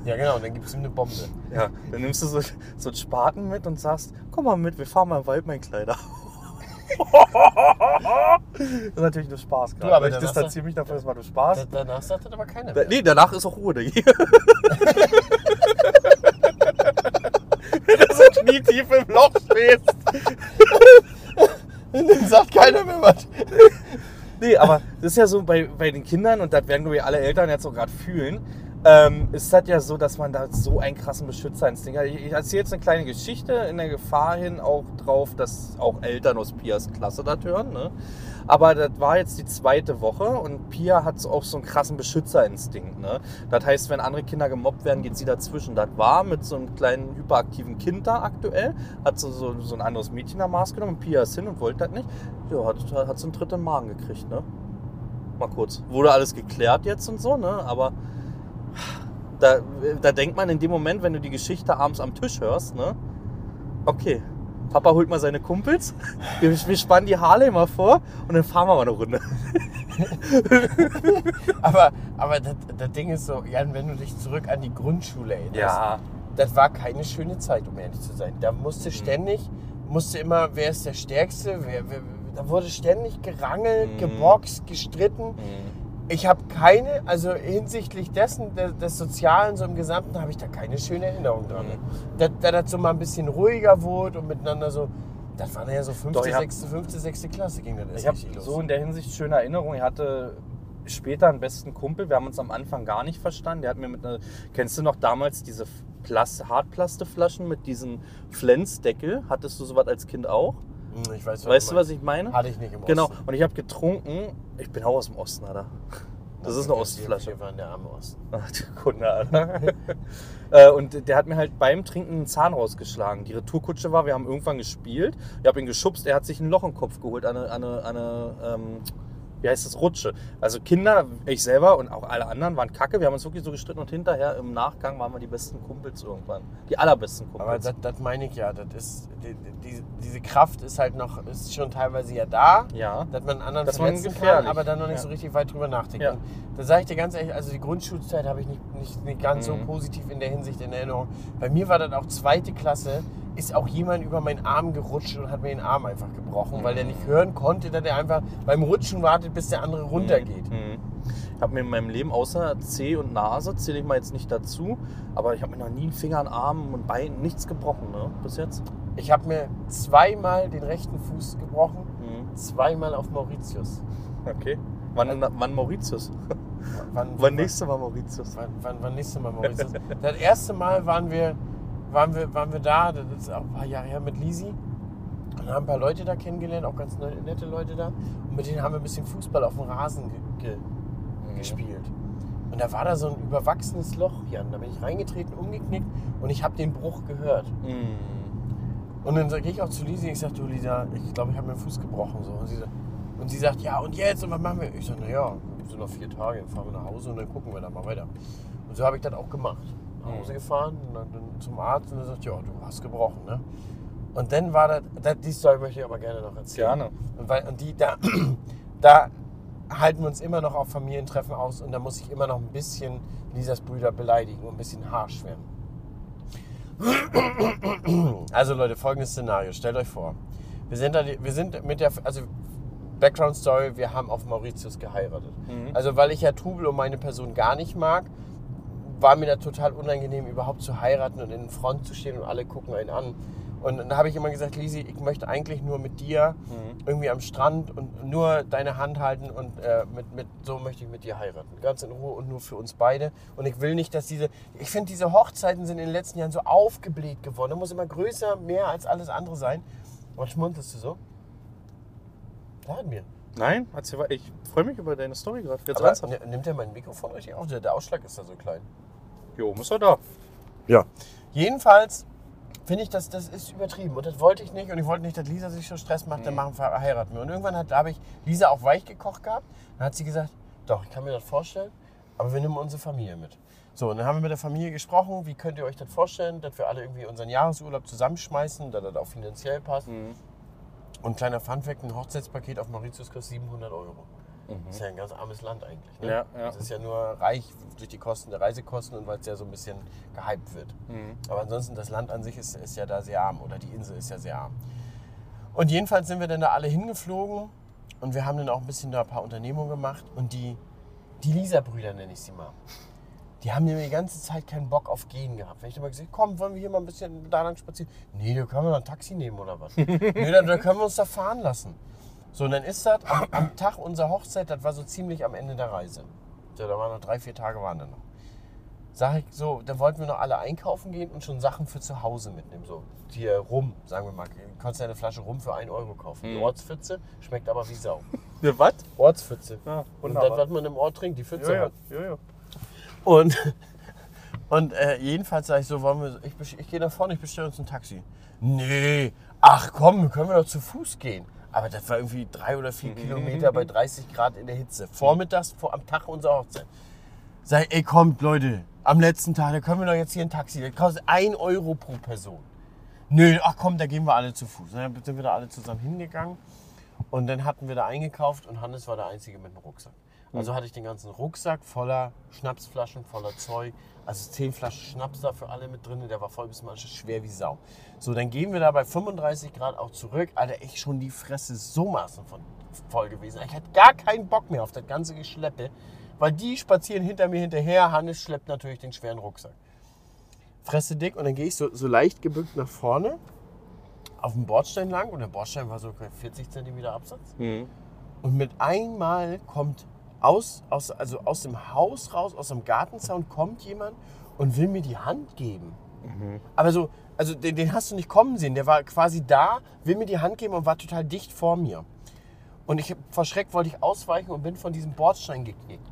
Speaker 3: Ja, genau, dann gibst du ihm eine Bombe.
Speaker 2: Ja. Dann nimmst du so, so einen Spaten mit und sagst, komm mal mit, wir fahren mal im Wald, mein Kleider. <laughs> das ist natürlich nur Spaß gerade.
Speaker 3: aber
Speaker 2: ich
Speaker 3: danach-
Speaker 2: distanziere mich davon, das war nur Spaß.
Speaker 3: Da- Danach sagt das aber keiner.
Speaker 2: Da,
Speaker 3: Mehr.
Speaker 2: nee, danach ist auch Ruhe, <laughs> Diggi. Wenn du so knietief im Loch stehst.
Speaker 3: <laughs> Dann sagt keiner mehr was.
Speaker 2: Nee, aber das ist ja so bei, bei den Kindern, und das werden, glaube ich, alle Eltern jetzt auch gerade fühlen, ähm, ist das ja so, dass man da so einen krassen Beschützerinstinkt hat. Ich, ich erzähle jetzt eine kleine Geschichte in der Gefahr hin auch drauf, dass auch Eltern aus Pias Klasse das hören. Ne? Aber das war jetzt die zweite Woche und Pia hat so auch so einen krassen Beschützerinstinkt. Ne? Das heißt, wenn andere Kinder gemobbt werden, geht sie dazwischen. Das war mit so einem kleinen hyperaktiven Kind da aktuell, hat so, so, so ein anderes Mädchen am Maß genommen, Pia ist hin und wollte das nicht. Ja, hat, hat so einen Tritt im Magen gekriegt. Ne? Mal kurz. Wurde alles geklärt jetzt und so, ne? aber da, da denkt man in dem Moment, wenn du die Geschichte abends am Tisch hörst, ne? okay, Papa holt mal seine Kumpels, <laughs> wir, wir spannen die Harley mal vor und dann fahren wir mal eine Runde.
Speaker 3: Aber, aber das, das Ding ist so, Jan, wenn du dich zurück an die Grundschule
Speaker 2: <laughs>
Speaker 3: erinnerst,
Speaker 2: Ja.
Speaker 3: das war keine schöne Zeit, um ehrlich zu sein. Da
Speaker 2: Mhm.
Speaker 3: musste ständig, musste immer, wer ist der Stärkste, wer, wer, da wurde ständig gerangelt,
Speaker 2: Mhm.
Speaker 3: geboxt, gestritten. Ich habe keine, also hinsichtlich dessen, de- des Sozialen so im Gesamten, habe ich da keine schöne Erinnerung dran.
Speaker 2: Mhm.
Speaker 3: Da, da das so mal ein bisschen ruhiger wurde und miteinander so, das war ja so fünfte,
Speaker 2: Doch, ich hab-
Speaker 3: sechste, fünfte, sechste Klasse ging das
Speaker 2: Ich habe
Speaker 3: richtig los. Hm,
Speaker 2: so in der Hinsicht schöne Erinnerungen. Ich hatte später einen besten Kumpel. Wir haben uns am Anfang gar nicht verstanden. Der hat mir mit einer. Kennst du noch damals diese Plast Hartplasteflaschen mit diesem Flensdeckel? Hattest du sowas als Kind auch?
Speaker 3: Hm, ich weiß,
Speaker 2: weißt du, was
Speaker 3: meinst.
Speaker 2: ich meine?
Speaker 3: Hatte ich nicht im
Speaker 2: Genau.
Speaker 3: Osten.
Speaker 2: Und ich habe getrunken. Ich bin auch aus dem Osten,
Speaker 3: <laughs>
Speaker 2: Alter. Das ist eine Ostflasche.
Speaker 3: Wir waren der arme Osten.
Speaker 2: Ach, du Kunde, Alter. <laughs> Äh, und der hat mir halt beim Trinken einen Zahn rausgeschlagen. Die Retourkutsche war, wir haben irgendwann gespielt. Ich habe ihn geschubst, er hat sich ein Loch im Kopf geholt, an eine, an eine, an eine ähm, wie heißt das, Rutsche. Also Kinder, ich selber und auch alle anderen waren kacke. Wir haben uns wirklich so gestritten und hinterher im Nachgang waren wir die besten Kumpels irgendwann. Die allerbesten
Speaker 3: Aber
Speaker 2: Kumpels.
Speaker 3: das, das meine ich ja. Das ist, die, die, diese Kraft ist halt noch, ist schon teilweise ja da.
Speaker 2: ja.
Speaker 3: Dass man anderen
Speaker 2: Dass man
Speaker 3: verletzen kann,
Speaker 2: gefährlich-
Speaker 3: aber dann noch nicht
Speaker 2: ja.
Speaker 3: so richtig weit drüber nachdenkt.
Speaker 2: Ja.
Speaker 3: Und Da sage ich dir ganz ehrlich, also die Grundschulzeit habe ich nicht, nicht, nicht ganz so
Speaker 2: Mhm.
Speaker 3: positiv in der Hinsicht in Erinnerung. Bei mir war dann auch zweite Klasse, ist auch jemand über meinen Arm gerutscht und hat mir den Arm einfach gebrochen, weil der
Speaker 2: Mhm.
Speaker 3: nicht hören konnte, dass er einfach beim Rutschen wartet, bis der andere runtergeht.
Speaker 2: Mhm. Ich habe mir in meinem Leben außer Zeh und Nase, zähle ich mal jetzt nicht dazu, aber ich habe mir noch nie einen Finger an Armen und Beinen, nichts gebrochen, ne? Bis jetzt.
Speaker 3: Ich habe mir zweimal den rechten Fuß gebrochen,
Speaker 2: Mhm.
Speaker 3: zweimal auf Mauritius.
Speaker 2: Okay. Wann, wann Mauritius?
Speaker 3: Wann,
Speaker 2: Wann nächste Mal Mauritius?
Speaker 3: Wann, wann, wann nächste Mal Mauritius? das erste Mal waren wir, waren wir, waren wir da, das ist auch ein paar Jahre her mit Lisi. Und haben ein paar Leute da kennengelernt, auch ganz ne- nette Leute da. Und mit denen haben wir ein bisschen Fußball auf dem Rasen ge ge gespielt. Und da war da so ein überwachsenes Loch, Jan. Da bin ich reingetreten, umgeknickt und ich habe den Bruch gehört.
Speaker 2: Mhm.
Speaker 3: Und dann gehe ich auch zu Lisi, ich sage, du Lisa, ich glaube, ich habe mir den Fuß gebrochen. So. Und, sie, sa- und sie sagt, ja, und jetzt, und was machen wir? Ich sage, naja, sind noch vier Tage, dann fahren wir nach Hause und dann gucken wir da mal weiter. Und so habe ich das auch gemacht. Nach Hause gefahren, und dann, dann zum Arzt und er sagt, ja, du hast gebrochen. Ne? Und dann war das, das, die Story möchte ich aber gerne noch erzählen.
Speaker 2: Gerne.
Speaker 3: Und, weil, und die, da, <clears throat> da halten wir uns immer noch auf Familientreffen aus und da muss ich immer noch ein bisschen Lisas Brüder beleidigen und ein bisschen harsch werden. <clears throat> Also Leute, folgendes Szenario. Stellt euch vor, wir sind, da, wir sind mit der, also Background Story, wir haben auf Mauritius geheiratet. Also weil ich ja Trubel und meine Person gar nicht mag, war mir da total unangenehm, überhaupt zu heiraten und in Front zu stehen und alle gucken einen an. Und dann habe ich immer gesagt, Lisi, ich möchte eigentlich nur mit dir irgendwie am Strand und nur deine Hand halten und äh, mit, mit, so möchte ich mit dir heiraten. Ganz in Ruhe und nur für uns beide. Und ich will nicht, dass diese, ich finde, diese Hochzeiten sind in den letzten Jahren so aufgebläht geworden. Da muss immer größer, mehr als alles andere sein. Was schmunzelst du so? Lad mir.
Speaker 2: Nein, erzähl weiter. ich freue mich über deine Story gerade. Jetzt
Speaker 3: Aber
Speaker 2: ernsthaft.
Speaker 3: n- nimmt er mein Mikrofon richtig auf? Der, der Ausschlag ist da so klein.
Speaker 2: Jo, muss er da.
Speaker 3: Ja. Jedenfalls finde ich, das, das ist übertrieben. Und das wollte ich nicht. Und ich wollte nicht, dass Lisa sich so Stress macht, dann machen, verheiraten wir. Und irgendwann hat- da habe ich Lisa auch weich gekocht gehabt. Dann hat sie gesagt, doch, ich kann mir das vorstellen, aber wir nehmen unsere Familie mit. So, und dann haben wir mit der Familie gesprochen, wie könnt ihr euch das vorstellen, dass wir alle irgendwie unseren Jahresurlaub zusammenschmeißen, dass das auch finanziell passt. Und kleiner Funfact, ein Hochzeitspaket auf Mauritius kostet 700 Euro. Das ist ja ein ganz armes Land eigentlich. Ne?
Speaker 2: Mhm. Ja, ja.
Speaker 3: Das ist ja nur reich durch die Kosten der Reisekosten und weil es ja so ein bisschen gehypt wird.
Speaker 2: Mhm.
Speaker 3: Aber ansonsten, das Land an sich ist, ist ja da sehr arm oder die Insel ist ja sehr arm. Und jedenfalls sind wir dann da alle hingeflogen und wir haben dann auch ein bisschen da ein paar Unternehmungen gemacht und die, die Lisa-Brüder nenne ich sie mal. Die haben nämlich die ganze Zeit keinen Bock auf Gehen gehabt. Wenn ich immer gesagt komm, wollen wir hier mal ein bisschen da lang spazieren? Nee, da können wir doch ein Taxi nehmen oder was. nee, dann, dann können wir uns da fahren lassen. So, und dann ist das am, am Tag unserer Hochzeit, das war so ziemlich am Ende der Reise. So, da waren noch drei, vier Tage waren da noch. Sag ich so, da wollten wir noch alle einkaufen gehen und schon Sachen für zu Hause mitnehmen. So, hier rum, sagen wir mal. Du konntest ja eine Flasche rum für 1 Euro kaufen. Die Ortsfütze schmeckt aber wie Sau.
Speaker 2: Ja, was?
Speaker 3: Ortsfütze.
Speaker 2: Ja,
Speaker 3: und
Speaker 2: wunderbar.
Speaker 3: das, was man im Ort trinkt, die Pfütze.
Speaker 2: Ja,
Speaker 3: hat.
Speaker 2: ja, ja.
Speaker 3: Und, <laughs> und äh, jedenfalls sage ich so, wollen wir, ich, best- ich gehe nach vorne, ich bestelle uns ein Taxi. Nee, ach komm, können wir doch zu Fuß gehen. Aber das war irgendwie drei oder
Speaker 2: <laughs>
Speaker 3: vier Kilometer bei 30 Grad in der Hitze. Vormittags, vor, am Tag unserer Hochzeit. Sag ich, ey kommt Leute, am letzten Tag, da können wir doch jetzt hier ein Taxi. Das kostet 1 Euro pro Person. Nö, ach komm, da gehen wir alle zu Fuß. Und Dann sind wir da alle zusammen hingegangen. Und dann hatten wir da eingekauft und Hannes war der Einzige mit einem Rucksack. Also hatte ich den ganzen Rucksack voller Schnapsflaschen, voller Zeug. Also zehn Flaschen Schnaps da für alle mit drin. Der war voll bis zum Anschluss schwer wie Sau. So, dann gehen wir da bei 35 Grad auch zurück. Alter, echt schon die Fresse so maßen von voll gewesen. Ich hatte gar keinen Bock mehr auf das ganze Geschleppe, weil die spazieren hinter mir hinterher. Hannes schleppt natürlich den schweren Rucksack. Fresse dick und dann gehe ich so, so leicht gebückt nach vorne auf dem Bordstein lang und der Bordstein war so 40 cm Absatz. Und mit einmal kommt aus, aus, also aus dem Haus raus, aus dem Gartenzaun kommt jemand und will mir die Hand geben. Aber so, also den, den hast du nicht kommen sehen. Der war quasi da, will mir die Hand geben und war total dicht vor mir. Und ich hab- vor Schreck wollte ich ausweichen und bin von diesem Bordstein geknickt.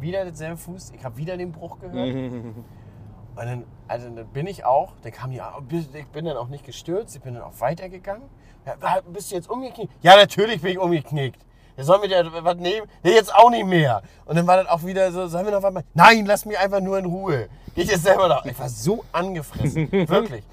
Speaker 3: Wieder derselbe Fuß, ich habe wieder den Bruch gehört. Und dann, also dann bin ich auch, dann kam die, ah, ich bin dann auch nicht gestürzt, ich bin dann auch weitergegangen. Ja, wa- bist du jetzt umgeknickt? Ja, natürlich bin ich umgeknickt. Ja, sollen wir dir also was nehmen? Nee, jetzt auch nicht mehr. Und dann war dann auch wieder so, sollen wir noch was machen? Nein, lass mich einfach nur in Ruhe. Geh ich jetzt selber noch. Ich war so angefressen, wirklich.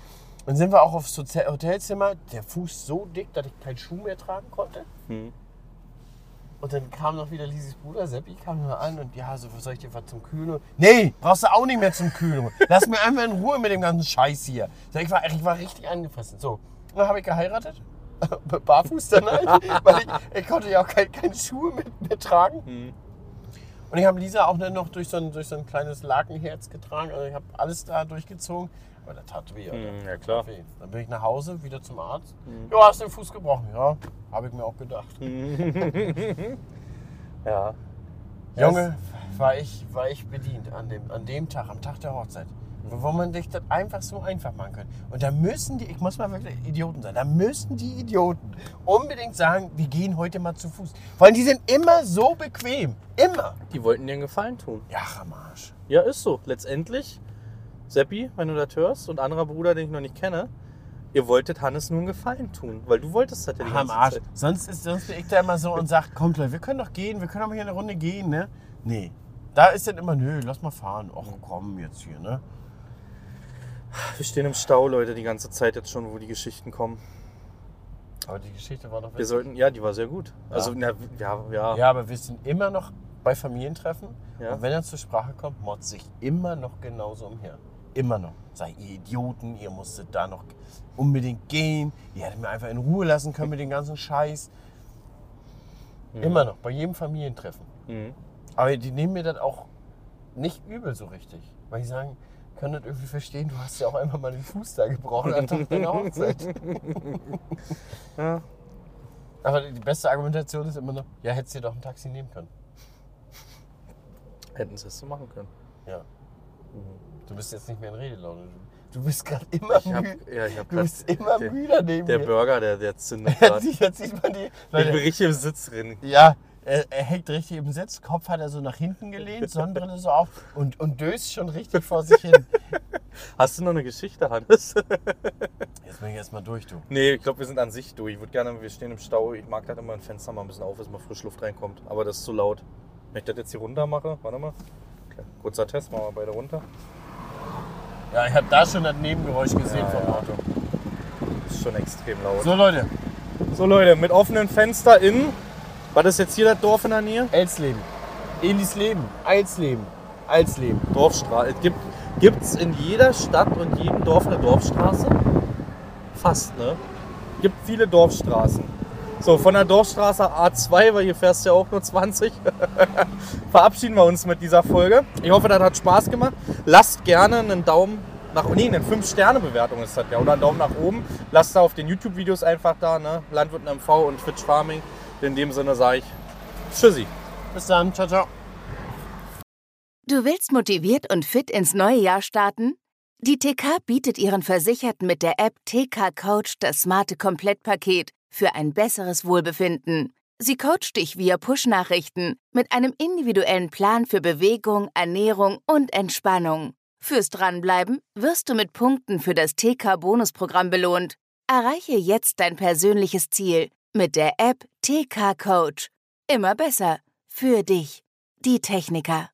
Speaker 3: Und sind wir auch aufs Hotel- Hotelzimmer, der Fuß so dick, dass ich keinen Schuh mehr tragen konnte. Und dann kam noch wieder Lisis Bruder, Seppi, kam nur an und ja, so, soll ich dir was zum Kühlen? Nee, brauchst du auch nicht mehr zum Kühlen. Lass mir einfach in Ruhe mit dem ganzen Scheiß hier. So, ich, war, ich war richtig angefressen. So, dann habe ich geheiratet. <laughs> Barfuß dann halt, <laughs> weil ich, ich konnte ja auch kein, keine Schuhe mit, mit tragen. Und ich habe Lisa auch dann noch durch so, ein, durch so ein kleines Lakenherz getragen. Also ich habe alles da durchgezogen. Aber das tat weh. Alter.
Speaker 2: Mhm, ja, klar.
Speaker 3: Tat weh. Dann bin ich nach Hause, wieder zum Arzt. Ja, hast den Fuß gebrochen. Ja, habe ich mir auch gedacht.
Speaker 2: Ja.
Speaker 3: Junge, war ich, war ich bedient an dem, an dem Tag, am Tag der Hochzeit. Wo man sich das einfach so einfach machen könnte. Und da müssen die, ich muss mal wirklich Idioten sein, da müssen die Idioten unbedingt sagen, wir gehen heute mal zu Fuß. Weil die sind immer so bequem. Immer.
Speaker 2: Die wollten dir einen Gefallen tun.
Speaker 3: Ja, am Arsch.
Speaker 2: Ja, ist so. Letztendlich, Seppi, wenn du das hörst, und anderer Bruder, den ich noch nicht kenne, ihr wolltet Hannes nur einen Gefallen tun, weil du wolltest das ja die
Speaker 3: Am
Speaker 2: ganze
Speaker 3: Arsch.
Speaker 2: Zeit.
Speaker 3: Sonst, ist, sonst bin ich da immer so und sag, kommt Leute, wir können doch gehen, wir können doch mal hier eine Runde gehen, ne? Nee. Da ist dann immer, nö, lass mal fahren. Och, komm jetzt hier, ne?
Speaker 2: Wir stehen im Stau, Leute, die ganze Zeit jetzt schon, wo die Geschichten kommen.
Speaker 3: Aber die Geschichte war doch
Speaker 2: Wir sollten, ja, die war sehr gut. Also, na, ja, ja.
Speaker 3: Ja, aber wir sind immer noch bei Familientreffen.
Speaker 2: Ja.
Speaker 3: Und wenn er zur Sprache kommt, motzt sich immer noch genauso umher. Immer noch. Sei ihr Idioten, ihr musstet da noch unbedingt gehen. Ihr hättet mir einfach in Ruhe lassen können mit dem ganzen Scheiß. Immer noch, bei jedem Familientreffen.
Speaker 2: Mhm.
Speaker 3: Aber die nehmen mir das auch nicht übel so richtig. Weil die sagen, können das irgendwie verstehen, du hast ja auch einmal mal den Fuß da gebrochen am Tag deiner Hochzeit.
Speaker 2: <laughs> Ja.
Speaker 3: Aber die beste Argumentation ist immer noch, ja, hättest dir doch ein Taxi nehmen können.
Speaker 2: Hätten sie es so machen können.
Speaker 3: Ja. Du bist jetzt nicht mehr in Redelaune. Du- Du bist gerade immer
Speaker 2: Ich hab,
Speaker 3: müde.
Speaker 2: ja, ich hab
Speaker 3: Du
Speaker 2: grad-
Speaker 3: bist immer
Speaker 2: der,
Speaker 3: müder neben
Speaker 2: Der
Speaker 3: mir.
Speaker 2: Burger, der, der <laughs> zündet
Speaker 3: <laughs> Jetzt,
Speaker 2: gerade.
Speaker 3: sieht- jetzt sieht man die.
Speaker 2: Ich bin
Speaker 3: Leute,
Speaker 2: richtig im Sitz drin.
Speaker 3: ja, er, er hängt richtig im Sitz, Kopf hat er so nach hinten gelehnt, Sonnenbrille so auf und, und döst schon richtig vor sich hin.
Speaker 2: Hast du noch eine Geschichte, Hannes? <laughs>
Speaker 3: Jetzt bin ich erstmal durch, du.
Speaker 2: nee, ich glaube, wir sind an sich durch. Ich würde gerne, wir stehen im Stau. Ich mag das immer, ein Fenster mal ein bisschen auf, dass mal frische Luft reinkommt. Aber das ist zu laut. Wenn ich das jetzt hier runter mache, warte mal. Okay. Kurzer Test, machen wir beide runter.
Speaker 3: Ja, ich habe da schon das Nebengeräusch gesehen
Speaker 2: Ja,
Speaker 3: vom
Speaker 2: ja.
Speaker 3: Auto.
Speaker 2: Ist schon extrem laut. So,
Speaker 3: So, Leute,
Speaker 2: Leute, mit offenen Fenster in. War das jetzt hier das Dorf in der Nähe?
Speaker 3: Elsleben. Elisleben. Eilsleben. Eilsleben.
Speaker 2: Dorfstraße. Es äh, Gibt gibt's in jeder Stadt und jedem Dorf eine Dorfstraße? Fast, ne? Gibt viele Dorfstraßen. So, von der Dorfstraße A2, weil hier fährst du ja auch nur <laughs> 20, verabschieden wir uns mit dieser Folge. Ich hoffe, das hat Spaß gemacht. Lasst gerne einen Daumen nach oben. Nee, eine 5-Sterne-Bewertung ist das ja. Oder einen Daumen nach oben. Lasst da auf den YouTube-Videos einfach da, ne? Landwirt und MV und Twitch Farming. In dem Sinne sage ich Tschüssi.
Speaker 3: Bis dann, ciao, ciao.
Speaker 5: Du willst motiviert und fit ins neue Jahr starten? Die TK bietet ihren Versicherten mit der App TK Coach das smarte Komplettpaket für ein besseres Wohlbefinden. Sie coacht dich via Push-Nachrichten mit einem individuellen Plan für Bewegung, Ernährung und Entspannung. Fürs Dranbleiben wirst du mit Punkten für das TK-Bonusprogramm belohnt. Erreiche jetzt dein persönliches Ziel mit der App TK Coach. Immer besser. Für dich. Die Techniker.